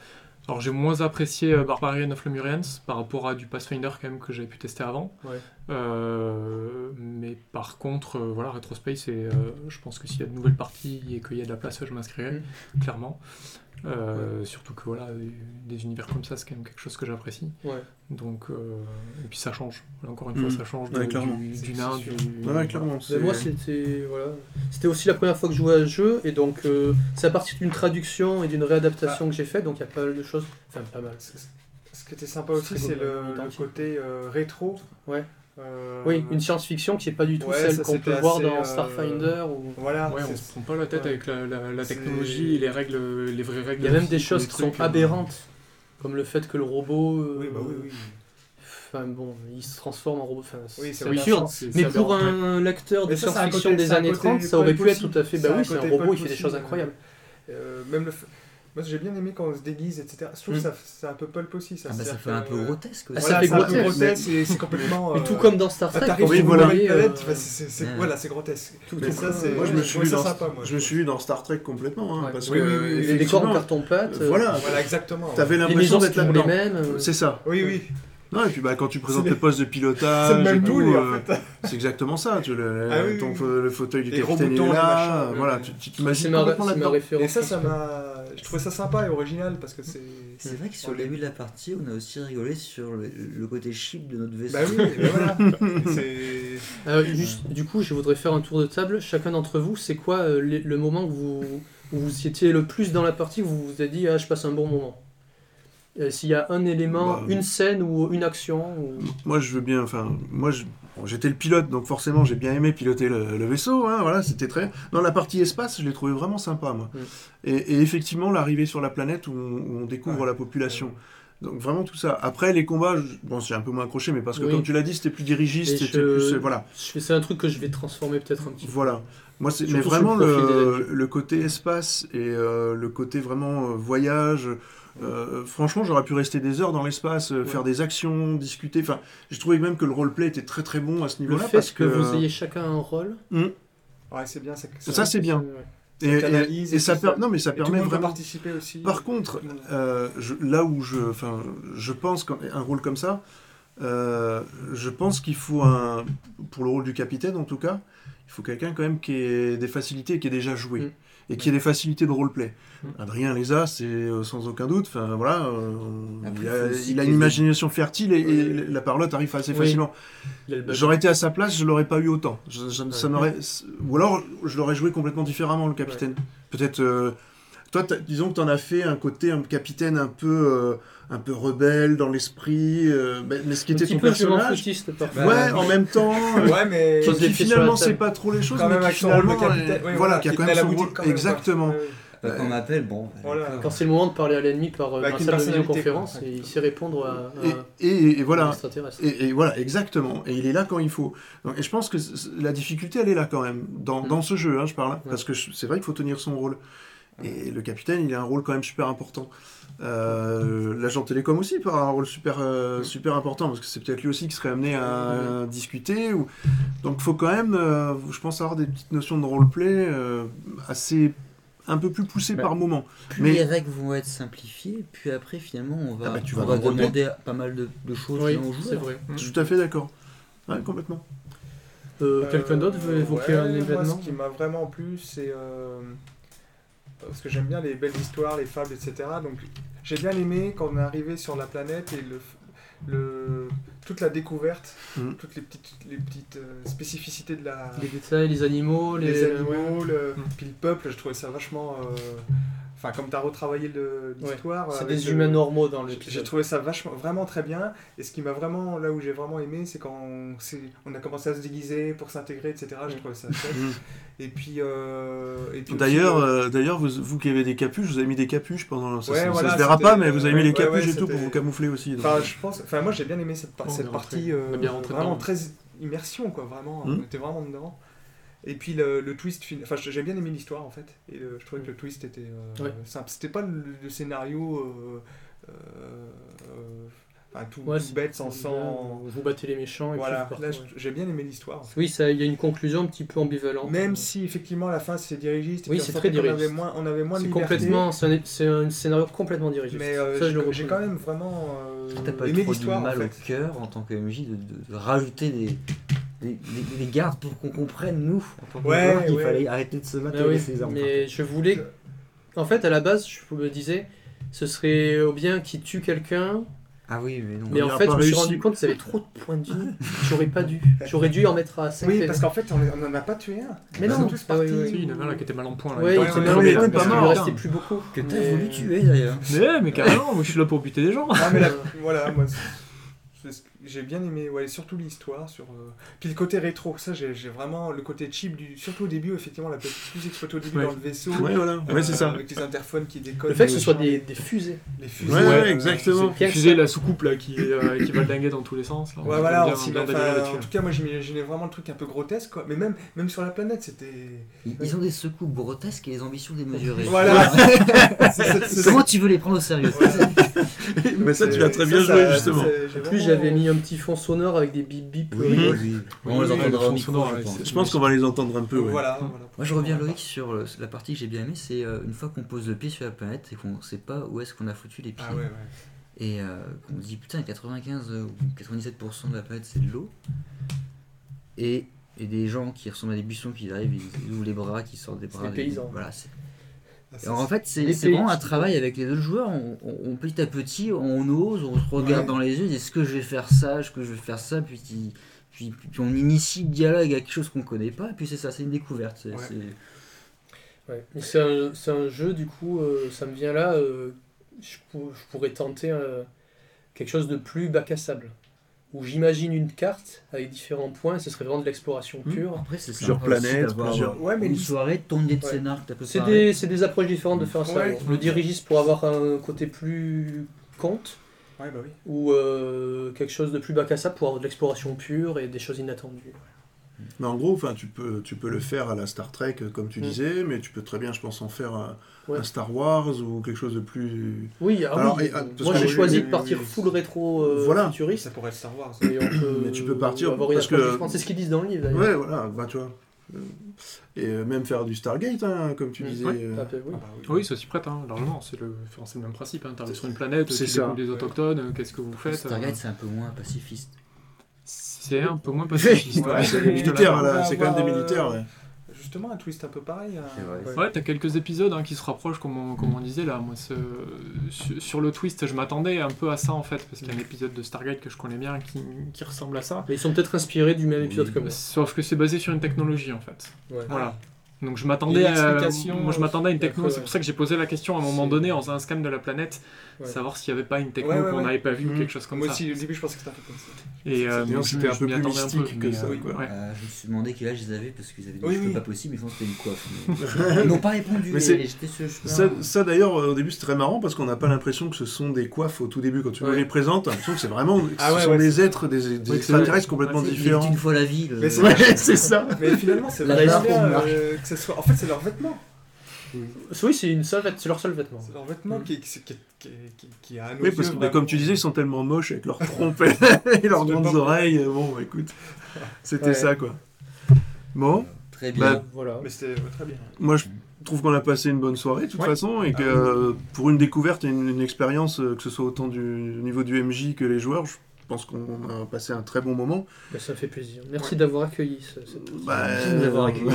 Speaker 6: Alors j'ai moins apprécié euh, Barbarian of Lemurians par rapport à du Pathfinder quand même que j'avais pu tester avant.
Speaker 4: Ouais.
Speaker 6: Euh, mais par contre, euh, voilà, Retrospace, et, euh, je pense que s'il y a de nouvelles parties et qu'il y a de la place, je m'inscrirai, clairement. Euh, Surtout que voilà, euh, des univers comme ça, c'est quand même quelque chose que j'apprécie.
Speaker 4: Ouais.
Speaker 6: Donc, euh, et puis ça change. Encore une
Speaker 7: Mhm.
Speaker 6: fois, ça change de-
Speaker 7: Ouais, clairement.
Speaker 6: du,
Speaker 4: C'est-
Speaker 6: du nain,
Speaker 4: c'est
Speaker 6: du.
Speaker 4: sûr.
Speaker 7: Ouais, clairement.
Speaker 4: Mais
Speaker 7: c'est-
Speaker 4: moi, c'était voilà. C'était aussi la première fois que je jouais à ce jeu, et donc euh, c'est à partir d'une traduction et d'une réadaptation
Speaker 2: Ah.
Speaker 4: que j'ai fait, donc il y a pas mal de choses. Enfin, pas
Speaker 2: Euh,
Speaker 4: mal.
Speaker 2: Ce qui était sympa aussi, c'est le, le côté euh, rétro.
Speaker 4: Ouais.
Speaker 2: Euh,
Speaker 4: Oui, une science-fiction qui n'est pas du tout
Speaker 2: Ouais,
Speaker 4: celle
Speaker 2: ça,
Speaker 4: qu'on peut
Speaker 2: c'était
Speaker 4: voir
Speaker 2: assez,
Speaker 4: dans
Speaker 2: euh,
Speaker 4: Starfinder. Ou...
Speaker 2: Voilà.
Speaker 6: Ouais, on
Speaker 2: c'est-
Speaker 6: se prend pas la tête
Speaker 2: Ouais.
Speaker 6: avec la, la- la
Speaker 2: C'est-
Speaker 6: technologie et les règles, les vraies règles.
Speaker 4: Il y a même
Speaker 6: de
Speaker 4: des
Speaker 6: physique,
Speaker 4: choses
Speaker 6: des
Speaker 4: qui sont
Speaker 6: trucs, euh,
Speaker 4: aberrantes, comme le fait que le robot. euh,
Speaker 2: Oui, bah oui, oui.
Speaker 4: Enfin bon, il se transforme en robot. Enfin,
Speaker 2: Oui,
Speaker 4: c'est
Speaker 2: c'est
Speaker 4: absurde.
Speaker 2: absurde.
Speaker 6: c'est-
Speaker 4: Mais
Speaker 6: c'est
Speaker 4: pour
Speaker 6: aberrant, ouais.
Speaker 4: un lecteur de
Speaker 2: Mais ça, c'est un
Speaker 4: science-fiction
Speaker 2: côté-
Speaker 4: des
Speaker 2: c'est un
Speaker 4: années
Speaker 2: côté
Speaker 4: 30, ça aurait pu être
Speaker 2: possible.
Speaker 4: tout à fait.
Speaker 2: C'est
Speaker 4: Bah
Speaker 2: un
Speaker 4: oui, c'est un
Speaker 2: côté
Speaker 4: robot,
Speaker 2: pas
Speaker 4: il fait des
Speaker 2: possible,
Speaker 4: choses
Speaker 2: euh,
Speaker 4: incroyables.
Speaker 2: Euh, même le. f- Moi, j'ai bien aimé quand on se déguise, etc. Je trouve
Speaker 4: Mm.
Speaker 2: que ça, c'est un peu pulp aussi. Ça,
Speaker 3: Ah bah, ça
Speaker 2: C'est-à-dire
Speaker 3: fait un
Speaker 2: que,
Speaker 3: peu
Speaker 2: euh,
Speaker 3: grotesque.
Speaker 4: Ah,
Speaker 3: aussi.
Speaker 4: ça
Speaker 2: voilà,
Speaker 4: fait
Speaker 2: c'est un peu
Speaker 4: grotesque.
Speaker 2: c'est- C'est complètement.
Speaker 4: Mais tout
Speaker 2: euh,
Speaker 4: comme dans Star
Speaker 2: Ah,
Speaker 4: Trek,
Speaker 2: t'arrives
Speaker 4: quand
Speaker 2: sur
Speaker 4: vous
Speaker 2: une nouvelle
Speaker 4: voyez,
Speaker 2: planète,
Speaker 4: euh,
Speaker 2: enfin, c'est- c'est-
Speaker 3: Ouais.
Speaker 2: Voilà, c'est grotesque.
Speaker 4: tout-
Speaker 7: Mais
Speaker 4: tout
Speaker 2: ça,
Speaker 4: comme,
Speaker 2: c'est-
Speaker 4: euh,
Speaker 7: Moi, je
Speaker 2: ouais,
Speaker 7: me
Speaker 2: je
Speaker 7: suis
Speaker 2: trouvais
Speaker 7: vu
Speaker 2: ça
Speaker 7: dans,
Speaker 2: sympa, moi.
Speaker 7: je me suis vu dans Star Trek complètement, hein,
Speaker 4: Ouais.
Speaker 7: parce
Speaker 4: Oui,
Speaker 7: que
Speaker 4: oui, oui, oui. les décors en
Speaker 7: effectivement,
Speaker 4: carton pâte,
Speaker 7: euh, voilà,
Speaker 2: Voilà, exactement.
Speaker 7: t'avais
Speaker 4: les
Speaker 7: l'impression
Speaker 4: maisons c'est
Speaker 7: d'être
Speaker 4: toujours les
Speaker 7: là-dedans.
Speaker 4: mêmes. euh,
Speaker 7: C'est ça.
Speaker 2: Oui, oui.
Speaker 7: Non, et puis bah, quand tu présentes
Speaker 2: C'est-
Speaker 7: tes postes de pilotage,
Speaker 2: C'est le même
Speaker 7: et tout,
Speaker 2: moule, et en
Speaker 7: euh,
Speaker 2: fait.
Speaker 7: c'est exactement ça. Tu, le,
Speaker 2: Ah oui,
Speaker 7: ton
Speaker 2: oui,
Speaker 7: fa- le fauteuil du
Speaker 2: Les gros
Speaker 7: capitaine est
Speaker 2: boutons, les
Speaker 7: là,
Speaker 2: machins,
Speaker 7: voilà,
Speaker 2: ouais.
Speaker 7: tu tu
Speaker 4: C'est
Speaker 7: t'imagines
Speaker 4: ma,
Speaker 7: complètement
Speaker 4: c'est ma
Speaker 7: là-dedans.
Speaker 4: référence.
Speaker 2: Et ça, ça m'a. Je trouvais ça sympa et original parce que c'est.
Speaker 7: Mm.
Speaker 3: C'est vrai que sur
Speaker 2: On
Speaker 3: le
Speaker 2: les-
Speaker 3: début de la partie, on a aussi rigolé sur le, le côté chip de notre vaisseau.
Speaker 2: Bah oui, mais voilà. C'est.
Speaker 4: Euh, juste, du coup, je voudrais faire un tour de table. Chacun d'entre vous, c'est quoi euh, les- le moment que vous, où vous étiez le plus dans la partie, où vous vous êtes dit, ah, je passe un bon moment Euh, S'il y a un élément,
Speaker 7: Bah,
Speaker 4: une scène ou une action ou...
Speaker 7: Moi, je veux bien. Enfin, moi, je- bon, j'étais le pilote, donc forcément, j'ai bien aimé piloter le, le vaisseau. hein, voilà, c'était très. Dans la partie espace, je l'ai trouvé vraiment sympa, moi.
Speaker 4: Mm.
Speaker 7: Et, et effectivement, l'arrivée sur la planète où on, où on découvre la population. Donc vraiment tout ça. Après les combats, je- bon, j'ai un peu moins accroché, mais parce que
Speaker 4: Oui.
Speaker 7: comme tu l'as dit, c'était plus
Speaker 4: Et
Speaker 7: dirigiste, c'était
Speaker 4: je-
Speaker 7: plus euh, voilà,
Speaker 4: Je fais- C'est un truc que je vais transformer peut-être un petit peu.
Speaker 7: voilà. Moi, c'est
Speaker 4: Surtout
Speaker 7: mais
Speaker 4: sur
Speaker 7: vraiment
Speaker 4: le profil
Speaker 7: le, le côté espace et euh, le côté vraiment euh, voyage. euh, franchement, j'aurais pu rester des heures dans l'espace, euh,
Speaker 4: Ouais.
Speaker 7: faire des actions, discuter. Enfin, j'ai trouvé même que le roleplay était très très bon à ce
Speaker 4: Le
Speaker 7: niveau-là
Speaker 4: fait
Speaker 7: parce
Speaker 4: que, vous ayez chacun un rôle.
Speaker 2: Ouais, c'est bien. Ça,
Speaker 7: ça c'est bien.
Speaker 4: Ouais.
Speaker 7: Et, et-
Speaker 2: canalise
Speaker 7: et
Speaker 2: et
Speaker 7: ça,
Speaker 2: tout
Speaker 7: per-
Speaker 2: ça.
Speaker 7: non mais ça
Speaker 2: Et tout le
Speaker 7: permet
Speaker 2: monde peut
Speaker 7: vraiment.
Speaker 2: participer aussi.
Speaker 7: Par contre,
Speaker 2: Tout le monde.
Speaker 7: euh, je- là où je, enfin, je pense qu'un rôle comme ça, euh, je pense qu'il faut un, pour le rôle du capitaine en tout cas, il faut quelqu'un quand même qui ait des facilités et qui ait déjà joué.
Speaker 4: Mm.
Speaker 7: Et qui ait des facilités de roleplay.
Speaker 6: Mm.
Speaker 7: Adrien les a, c'est euh, sans aucun doute. Enfin voilà, euh, on-
Speaker 3: Après,
Speaker 7: il
Speaker 3: il faut
Speaker 7: a,
Speaker 3: aussi
Speaker 7: il a
Speaker 3: que
Speaker 7: une
Speaker 3: les-
Speaker 7: imagination fertile et, et la parlotte arrive assez
Speaker 4: Oui.
Speaker 7: facilement.
Speaker 4: Il a le badge.
Speaker 7: J'aurais été à sa place, je l'aurais pas eu autant. Je- je- ça
Speaker 4: Ouais.
Speaker 7: m'aurait- Ou alors, je l'aurais joué complètement différemment, le capitaine. Peut-être euh, Toi, t'as- disons que t'en as fait un côté un capitaine un peu, euh, un peu rebelle dans l'esprit, euh, mais, mais ce qui
Speaker 8: Un
Speaker 7: était
Speaker 8: petit
Speaker 7: ton
Speaker 8: peu je m'en
Speaker 7: personnage.
Speaker 8: foutiste, parfois.
Speaker 2: Bah,
Speaker 7: ouais, en même temps. euh,
Speaker 2: Ouais, mais.
Speaker 4: Pose les
Speaker 7: qui
Speaker 4: pieds sur
Speaker 7: finalement
Speaker 4: la table.
Speaker 7: sait pas trop les choses,
Speaker 2: Quand
Speaker 7: mais
Speaker 2: même
Speaker 7: qui
Speaker 2: avec son rôle de
Speaker 7: finalement.
Speaker 2: capitaine.
Speaker 7: est-
Speaker 2: oui,
Speaker 7: voilà, qui a quand
Speaker 2: tenait
Speaker 7: même
Speaker 2: la
Speaker 7: son
Speaker 2: boutique
Speaker 7: rôle.
Speaker 2: quand même, quoi.
Speaker 7: Exactement.
Speaker 2: Ouais, ouais.
Speaker 7: Euh,
Speaker 9: Quand on m'appelle, bon.
Speaker 3: bah,
Speaker 2: Voilà.
Speaker 9: d'accord.
Speaker 4: Quand c'est le moment de parler à l'ennemi par euh,
Speaker 2: Bah,
Speaker 4: par
Speaker 2: qu'une
Speaker 4: salle de
Speaker 2: personnalité,
Speaker 4: visioconférence,
Speaker 2: quoi.
Speaker 4: et il sait répondre à,
Speaker 7: Et,
Speaker 4: à
Speaker 7: et- et
Speaker 4: un
Speaker 7: voilà.
Speaker 4: extraterrestre.
Speaker 7: Et, et voilà, exactement. Et il est là quand il faut. Donc, et je pense que c- c- la difficulté, elle est là quand même, dans,
Speaker 4: Mm.
Speaker 7: dans ce jeu, hein, je parle. Parce que je- c'est vrai qu'il faut tenir son rôle. Et le capitaine, il a un rôle quand même super important. Euh, L'agent télécom aussi peut avoir un rôle super, euh, super important, parce que c'est peut-être lui aussi qui serait amené à discuter. Ou... Donc faut quand même, euh, je pense, avoir des petites notions de roleplay euh, assez un peu plus poussées
Speaker 6: Ouais.
Speaker 7: par moment.
Speaker 3: Plus
Speaker 7: Mais-
Speaker 3: les règles vont être simplifiées, puis après, finalement, on va,
Speaker 7: Ah bah, tu
Speaker 3: on
Speaker 7: vas
Speaker 3: va
Speaker 7: dans le
Speaker 3: demander pas mal de, de choses
Speaker 4: Oui,
Speaker 3: aux
Speaker 4: c'est
Speaker 3: joueurs.
Speaker 4: vrai.
Speaker 2: hein.
Speaker 7: Je suis tout à fait d'accord. Ouais, complètement.
Speaker 4: Euh,
Speaker 2: Euh,
Speaker 6: Quelqu'un d'autre veut évoquer
Speaker 2: ouais,
Speaker 6: un
Speaker 2: moi,
Speaker 6: événement
Speaker 2: Ce qui m'a vraiment plu, c'est. euh, Parce que j'aime bien les belles histoires, les fables, etc. Donc j'ai bien aimé quand on est arrivé sur la planète et le. le... toute la découverte,
Speaker 7: Mhm.
Speaker 2: toutes les petites, les petites euh, spécificités de la.
Speaker 4: Les détails, les animaux, les, euh,
Speaker 2: les animaux, le...
Speaker 6: Mm.
Speaker 2: puis le peuple, je trouvais ça vachement. euh, Enfin, comme t'as retravaillé le-
Speaker 4: Ouais.
Speaker 2: l'histoire.
Speaker 4: C'est
Speaker 2: avec
Speaker 4: des
Speaker 2: le-
Speaker 4: humains normaux dans
Speaker 2: J'ai- J'ai
Speaker 4: l'épisode.
Speaker 2: trouvé ça vachement, vraiment très bien. Et ce qui m'a vraiment, là où j'ai vraiment aimé, c'est quand on, s'est- on a commencé à se déguiser pour s'intégrer, etc. J'ai
Speaker 4: Mm.
Speaker 2: trouvé ça chouette. et puis, euh, et puis aussi,
Speaker 7: D'ailleurs,
Speaker 2: euh,
Speaker 7: euh, d'ailleurs, vous, vous qui avez des capuches, vous avez mis des capuches pendant. Ça,
Speaker 2: Ouais,
Speaker 7: ça- ça
Speaker 2: voilà,
Speaker 7: se verra
Speaker 2: c'était-
Speaker 7: pas, mais vous avez mis
Speaker 2: ouais,
Speaker 7: les
Speaker 2: ouais,
Speaker 7: capuches
Speaker 2: ouais,
Speaker 7: et tout pour
Speaker 2: c'était-
Speaker 7: vous camoufler aussi. donc.
Speaker 2: enfin, je pense, enfin, moi j'ai bien aimé cette, par-
Speaker 6: On est
Speaker 2: cette
Speaker 6: rentré.
Speaker 2: partie, euh,
Speaker 4: On est bien rentré
Speaker 2: vraiment
Speaker 4: dedans.
Speaker 2: très immersion, quoi. Vraiment,
Speaker 7: Mm.
Speaker 3: Hmm.
Speaker 2: on était vraiment dedans. Et puis le, le twist, fin- enfin, j'ai bien aimé l'histoire en fait. Et euh, je trouvais que le twist était euh,
Speaker 4: Ouais.
Speaker 2: simple. C'était pas le, le scénario. euh, euh, euh, enfin, tout,
Speaker 4: Ouais,
Speaker 2: tout
Speaker 4: c'est-
Speaker 2: bête, sans. sans...
Speaker 4: Vous battez les méchants. Et
Speaker 2: Voilà,
Speaker 4: puis vous
Speaker 2: là
Speaker 4: partez.
Speaker 2: j'ai bien aimé l'histoire. en fait.
Speaker 4: Oui, ça- il y a une conclusion un petit peu ambivalente.
Speaker 2: Même si effectivement à la fin c'est dirigiste, et
Speaker 4: Oui,
Speaker 2: puis on
Speaker 4: c'est
Speaker 2: sentait
Speaker 4: très
Speaker 2: qu'on
Speaker 4: dirigiste.
Speaker 2: Avait moins, on avait moins de
Speaker 4: C'est
Speaker 2: liberté,
Speaker 4: complètement, c'est un, c'est un scénario complètement dirigé.
Speaker 2: Mais euh,
Speaker 4: ça, je
Speaker 2: j'ai-
Speaker 4: le
Speaker 2: j'ai
Speaker 4: reconnais.
Speaker 2: quand même vraiment euh,
Speaker 3: T'as pas
Speaker 2: aimé
Speaker 3: trop du
Speaker 2: l'histoire. En
Speaker 3: mal
Speaker 2: fait.
Speaker 3: au cœur en tant que MJ de, de- de rajouter des, des, des- des gardes pour qu'on comprenne, nous, en tant que
Speaker 2: Ouais,
Speaker 3: joueurs, qu'il
Speaker 2: ouais.
Speaker 3: fallait arrêter de se battre
Speaker 4: Ah
Speaker 3: et
Speaker 4: oui,
Speaker 3: laisser les armes.
Speaker 4: mais je voulais. En fait, à la base, je me disais, ce serait au bien qu'ils tuent quelqu'un.
Speaker 3: Ah oui, mais non.
Speaker 4: Mais
Speaker 7: y
Speaker 4: en
Speaker 7: a
Speaker 4: fait, je
Speaker 7: pas
Speaker 4: me suis
Speaker 7: réussi.
Speaker 4: rendu compte qu'ils avaient trop de points de vie. J'aurais pas dû. J'aurais dû en mettre à 5.
Speaker 2: Oui, parce qu'en fait on on en a pas tué un.
Speaker 4: Mais
Speaker 2: Ils
Speaker 4: non,
Speaker 2: sont tous
Speaker 4: ah ouais,
Speaker 2: partis.
Speaker 4: ouais.
Speaker 6: Bah, Si, Il y en a un là qui était mal en point. Là.
Speaker 4: Ouais,
Speaker 6: Il
Speaker 4: il
Speaker 6: était en
Speaker 4: était
Speaker 6: train de
Speaker 4: mal en
Speaker 6: crever, là,
Speaker 4: point,
Speaker 7: mais
Speaker 4: parce
Speaker 7: pas
Speaker 4: qu'il lui
Speaker 7: mort,
Speaker 4: restait plus beaucoup. Euh,
Speaker 3: Que t'as
Speaker 4: Mais-
Speaker 3: voulu tuer d'ailleurs.
Speaker 6: Mais, mais carrément, moi je suis là pour buter des gens.
Speaker 2: Ah, mais la- voilà, moi c'est- c'est- j'ai bien aimé, ouais, surtout l'histoire. sur euh, Puis le côté rétro, ça j'ai j'ai vraiment le côté cheap, du... surtout au début, effectivement, on l'a peut-être plus exploité au début
Speaker 6: Ouais.
Speaker 2: dans le vaisseau.
Speaker 7: Ouais, voilà.
Speaker 2: euh,
Speaker 7: Ouais, c'est <laughs> ça.
Speaker 2: Avec les interphones qui déconnent.
Speaker 4: Le fait que ce
Speaker 2: les
Speaker 4: soit
Speaker 2: machins,
Speaker 4: des, des fusées.
Speaker 2: les
Speaker 7: Ouais,
Speaker 2: fusées.
Speaker 7: ouais,
Speaker 2: euh,
Speaker 7: exactement.
Speaker 4: Bien
Speaker 6: Fusée
Speaker 4: sûr.
Speaker 6: la soucoupe là qui, euh, qui va le dinguer dans tous les sens. Là.
Speaker 2: Ouais, voilà,
Speaker 6: bien,
Speaker 2: on s'y
Speaker 6: bien
Speaker 2: met-
Speaker 6: délirer
Speaker 2: enfin,
Speaker 6: là-dessus.
Speaker 2: en tout cas, moi j'imaginais vraiment le truc un peu grotesque, quoi. Mais même, même sur la planète, c'était.
Speaker 3: Ils, ils ont des secours grotesques et des ambitions démesurées.
Speaker 2: Voilà. C'est- c'est-
Speaker 3: Comment tu veux les prendre au sérieux
Speaker 2: Voilà.
Speaker 7: mais ça, tu l'as très
Speaker 2: Ça,
Speaker 7: bien
Speaker 2: ça,
Speaker 7: joué,
Speaker 2: ça,
Speaker 7: justement.
Speaker 2: c'est- j'ai
Speaker 4: En plus,
Speaker 2: vraiment-
Speaker 4: j'avais mis un petit fond sonore avec des bip bip. euh,
Speaker 3: Oui, oui. On les
Speaker 6: Oui, le
Speaker 3: entendra au
Speaker 6: fond
Speaker 3: micro,
Speaker 6: sonore,
Speaker 3: je
Speaker 6: ouais,
Speaker 3: pense.
Speaker 6: c'est-
Speaker 7: Je pense qu'on va les entendre un peu. ouais.
Speaker 2: Voilà, voilà.
Speaker 3: Moi je reviens Loïc sur le- la partie que j'ai bien aimée, c'est euh, une fois qu'on pose le pied sur la planète et qu'on sait pas où est-ce qu'on a foutu les pieds.
Speaker 2: Ah ouais, ouais.
Speaker 3: Et euh, qu'on se dit putain 95 euh, ou 97% de la planète c'est de l'eau. Et, et des gens qui ressemblent à des buissons qui arrivent, ils, ils ouvrent les bras, qui sortent des bras.
Speaker 4: des
Speaker 3: et-
Speaker 4: paysans.
Speaker 3: Voilà, c'est-
Speaker 2: Ah,
Speaker 3: Et
Speaker 2: ça,
Speaker 3: en fait c'est
Speaker 4: Des
Speaker 3: c'est vraiment
Speaker 4: pays-
Speaker 3: un travail avec les autres joueurs, on, on- on- petit à petit on ose, on se regarde
Speaker 2: Ouais.
Speaker 3: dans les yeux, on dit, est-ce que je vais faire ça, est-ce que je vais faire ça, puis, qui- puis, puis- puis on initie le dialogue à quelque chose qu'on connaît pas, et puis c'est ça, c'est une découverte. c'est-
Speaker 2: Ouais.
Speaker 3: c'est-
Speaker 4: Ouais. Mais c'est un, c'est un jeu, du coup, euh, ça me vient là, euh, je, pour- je pourrais tenter euh, quelque chose de plus bac à sable. Où j'imagine une carte avec différents points, ce serait vraiment de l'exploration
Speaker 3: Hmm.
Speaker 4: pure.
Speaker 3: Après, c'est
Speaker 7: Plusieurs
Speaker 3: sympa aussi
Speaker 7: planètes,
Speaker 3: d'avoir euh,
Speaker 7: plusieurs-
Speaker 2: Ouais, mais
Speaker 3: Une
Speaker 2: l'hi-
Speaker 3: soirée, ton idée de
Speaker 4: Ouais.
Speaker 3: scénar que t'as
Speaker 4: C'est
Speaker 3: préparé.
Speaker 4: des, c'est des approches différentes de faire ça.
Speaker 2: Ouais.
Speaker 4: Alors, Le dirigiste pour avoir un côté plus conte
Speaker 2: ouais, bah oui.
Speaker 4: ou euh, quelque chose de plus bac à sable pour avoir de l'exploration pure et des choses inattendues.
Speaker 7: Mais en gros, enfin, tu peux, tu peux le faire à la Star Trek, euh, comme tu
Speaker 4: Mm.
Speaker 7: disais, mais tu peux très bien, je pense, en faire un,
Speaker 4: Ouais.
Speaker 7: un Star Wars ou quelque chose de plus.
Speaker 4: Oui, ah
Speaker 7: Alors,
Speaker 4: oui.
Speaker 7: et, ah, parce
Speaker 4: moi
Speaker 7: que-
Speaker 4: j'ai
Speaker 7: oui,
Speaker 4: choisi
Speaker 7: oui,
Speaker 4: de
Speaker 7: oui,
Speaker 4: partir
Speaker 7: oui.
Speaker 4: full rétro euh,
Speaker 7: Voilà.
Speaker 4: futuriste.
Speaker 2: Ça pourrait être Star Wars.
Speaker 4: Et on peut,
Speaker 7: Mais tu peux partir,
Speaker 4: avoir une
Speaker 7: parce
Speaker 4: approche
Speaker 7: que-
Speaker 4: différente. C'est ce qu'ils disent dans le livre d'ailleurs.
Speaker 7: Ouais, voilà, bah, tu vois. Euh, Et euh, même faire du Stargate, hein, comme tu
Speaker 4: Mm.
Speaker 7: disais.
Speaker 6: Ouais.
Speaker 7: euh,
Speaker 4: Ah, bah oui.
Speaker 2: Ah bah oui.
Speaker 6: Oui, ça s'y prête, hein, largement. C'est le, enfin, c'est le même principe. Hein. T'arrives sur une planète,
Speaker 7: C'est
Speaker 6: tu
Speaker 7: ça.
Speaker 6: découvres des autochtones, euh, qu'est-ce que vous faites euh,
Speaker 3: Stargate, c'est un peu moins pacifiste.
Speaker 6: C'est un peu moins pacifiste.
Speaker 7: <laughs>
Speaker 2: Ouais,
Speaker 6: ouais.
Speaker 7: c'est
Speaker 2: mais-
Speaker 7: des militaires,
Speaker 2: on
Speaker 7: là,
Speaker 2: va
Speaker 7: c'est quand même des
Speaker 2: avoir,
Speaker 7: militaires.
Speaker 2: euh,
Speaker 7: ouais.
Speaker 2: Justement, un twist un peu pareil. hein.
Speaker 3: C'est vrai.
Speaker 2: Ouais.
Speaker 6: Ouais, t'as quelques épisodes hein, qui se rapprochent, comme on, comme on disait là. Moi, ce- sur, sur le twist, je m'attendais un peu à ça en fait, parce qu'il y a un épisode de Stargate que je connais bien qui, qui ressemble à ça.
Speaker 4: Mais ils sont peut-être inspirés du même épisode
Speaker 3: Oui.
Speaker 4: comme ça.
Speaker 3: Ah.
Speaker 6: Sauf que c'est basé sur une technologie en fait.
Speaker 4: Ouais. Ah,
Speaker 6: Voilà. Donc je m'attendais
Speaker 2: Et
Speaker 6: à,
Speaker 2: l'explication,
Speaker 6: moi je
Speaker 2: euh,
Speaker 6: m'attendais à une
Speaker 2: après,
Speaker 6: techno, c'est
Speaker 2: ouais.
Speaker 6: pour ça que j'ai posé la question à un moment
Speaker 2: C'est-
Speaker 6: donné en faisant un scan de la planète,
Speaker 2: Ouais.
Speaker 6: savoir s'il n'y avait pas une techno
Speaker 2: Ouais, ouais,
Speaker 6: qu'on
Speaker 2: ouais.
Speaker 6: n'avait pas vue ou
Speaker 10: Mhm.
Speaker 6: quelque chose comme
Speaker 2: Moi
Speaker 6: ça.
Speaker 2: aussi, au début, je pensais que c'était un peu comme ça.
Speaker 6: Et euh,
Speaker 11: C'était-
Speaker 6: donc,
Speaker 11: c'était
Speaker 6: je-
Speaker 11: un
Speaker 6: je
Speaker 11: peu
Speaker 6: m'y
Speaker 11: plus
Speaker 6: attendais un peu,
Speaker 11: mystique que
Speaker 6: mais,
Speaker 11: ça,
Speaker 6: euh,
Speaker 11: quoi.
Speaker 6: ouais.
Speaker 3: Euh, je me suis demandé quel âge ils avaient parce qu'ils avaient des
Speaker 2: Oui,
Speaker 3: cheveux
Speaker 2: oui.
Speaker 3: pas possibles, mais je pense que c'était une coiffe.
Speaker 7: <laughs>
Speaker 3: mais- Ils n'ont pas répondu.
Speaker 7: Mais
Speaker 3: Mais
Speaker 7: c'est-
Speaker 3: j'étais ce cheveu.
Speaker 7: Ça, ça, d'ailleurs, euh, au début, c'est très marrant parce qu'on n'a pas l'impression que ce sont des coiffes au tout début. Quand tu me
Speaker 2: Ouais.
Speaker 7: les présentes, t'as l'impression que c'est vraiment. que
Speaker 2: Ah
Speaker 7: ce
Speaker 2: ouais,
Speaker 7: sont
Speaker 2: ouais,
Speaker 7: des êtres, des, des
Speaker 6: Ouais, c'est-
Speaker 7: extraterrestres complètement
Speaker 6: ouais, c'est-
Speaker 3: Il est
Speaker 7: différents.
Speaker 3: Ah, une fois la euh, vie. le-
Speaker 2: Mais c'est-
Speaker 7: Ouais, c'est ça.
Speaker 2: Mais finalement, c'est
Speaker 3: La
Speaker 2: vrai
Speaker 3: barbe,
Speaker 2: là,
Speaker 3: on marche.
Speaker 2: euh, que ce soit. En fait, c'est leur vêtement.
Speaker 4: Oui, c'est une seule, c'est leur seul vêtement.
Speaker 2: C'est leur
Speaker 6: Mm.
Speaker 2: vêtement qui, qui, qui, qui, qui a à nos
Speaker 7: Oui, parce
Speaker 2: yeux,
Speaker 7: que, bah,
Speaker 2: vraiment-
Speaker 7: comme tu disais, ils sont tellement moches avec leurs trompes et- et leurs
Speaker 2: C'est
Speaker 7: grandes
Speaker 2: pas-
Speaker 7: oreilles. Bon, bah, écoute, c'était
Speaker 2: Ouais.
Speaker 7: ça, quoi. Bon,
Speaker 3: Très bien.
Speaker 7: bah,
Speaker 4: Voilà.
Speaker 2: Mais c'était ouais, très bien.
Speaker 7: moi, je trouve qu'on a passé une bonne soirée, de toute
Speaker 6: Ouais.
Speaker 7: façon, et que euh, pour une découverte et une, une expérience, euh, que ce soit autant du niveau du MJ que les joueurs, je pense qu'on a passé un très bon moment. <laughs>
Speaker 4: Bah, ça fait plaisir. Merci d'avoir accueilli ce- cette...
Speaker 7: Bah,
Speaker 3: Merci de nous
Speaker 7: <laughs>
Speaker 3: avoir accueillis.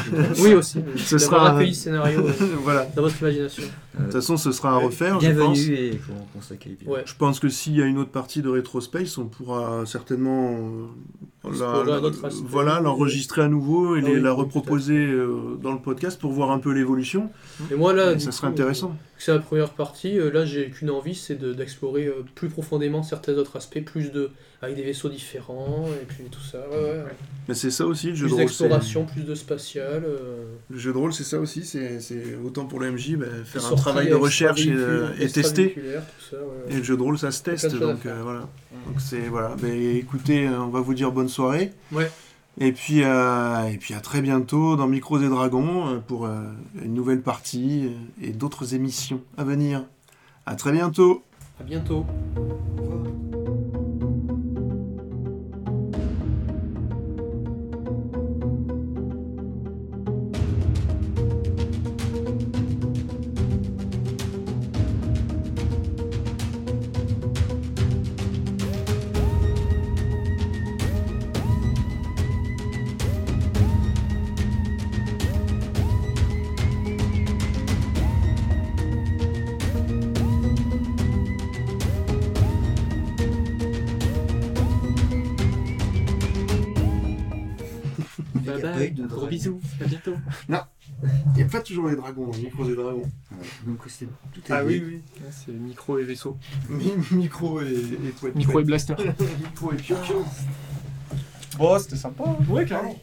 Speaker 4: Oui aussi. Merci d'avoir
Speaker 7: sera-
Speaker 4: accueilli ce scénario
Speaker 7: <laughs>
Speaker 4: euh,
Speaker 7: voilà. De
Speaker 4: dans votre imagination.
Speaker 7: toute façon, ce sera à refaire, je pense.
Speaker 3: Bienvenue et qu'on qu'on s'accueille bien.
Speaker 4: Ouais.
Speaker 7: Je pense que s'il y a une autre partie de Retrospace, on pourra certainement euh, la-
Speaker 4: Explorer
Speaker 7: la-
Speaker 4: d'autres aspects.
Speaker 7: voilà, l'enregistrer à nouveau et
Speaker 4: Ah
Speaker 7: les-
Speaker 4: oui,
Speaker 7: la
Speaker 4: oui,
Speaker 7: reproposer euh, dans le podcast pour voir un peu l'évolution.
Speaker 4: Et moi là, du
Speaker 7: Hmm. Ça serait
Speaker 4: coup,
Speaker 7: intéressant.
Speaker 4: euh, C'est la première partie. euh, Là, j'ai qu'une envie, c'est de- d'explorer euh, plus profondément certains autres aspects, plus de avec des vaisseaux différents et puis tout ça. Ouais, ouais.
Speaker 7: Mais c'est ça aussi le jeu
Speaker 4: Plus
Speaker 7: de rôle. c'est-
Speaker 4: d'exploration, plus de spatial. euh,
Speaker 7: Le jeu de rôle, c'est ça aussi. C'est c'est autant pour le MJ, ben, faire un
Speaker 4: sorties
Speaker 7: travail de recherche et, euh, et tester.
Speaker 4: extravéhiculaires, tout ça, ouais, ouais.
Speaker 7: Et le jeu de rôle, ça se
Speaker 4: plein de
Speaker 7: teste.
Speaker 4: choses à
Speaker 7: Donc
Speaker 4: faire.
Speaker 7: euh, voilà. Donc c'est voilà. Mais écoutez, euh, on va vous dire bonne soirée.
Speaker 4: Ouais.
Speaker 7: Et puis, euh, et puis à très bientôt dans Micros et Dragons euh, pour euh, une nouvelle partie euh, et d'autres émissions à venir. À très bientôt.
Speaker 4: À bientôt.
Speaker 3: Il y a
Speaker 6: Bye
Speaker 3: pas
Speaker 6: bye,
Speaker 3: eu de
Speaker 6: gros
Speaker 3: drague.
Speaker 6: bisous, à bientôt.
Speaker 7: Il n'y a pas toujours les dragons dans Micros et Dragons.
Speaker 3: Ouais. Donc c'est tout est
Speaker 2: Ah
Speaker 3: dit.
Speaker 2: oui, oui.
Speaker 6: C'est micro et vaisseau.
Speaker 7: Micro et, et <laughs>
Speaker 6: Micro et blaster.
Speaker 7: Micro et pio
Speaker 2: Bon, c'était sympa. hein.
Speaker 7: Ouais, carrément.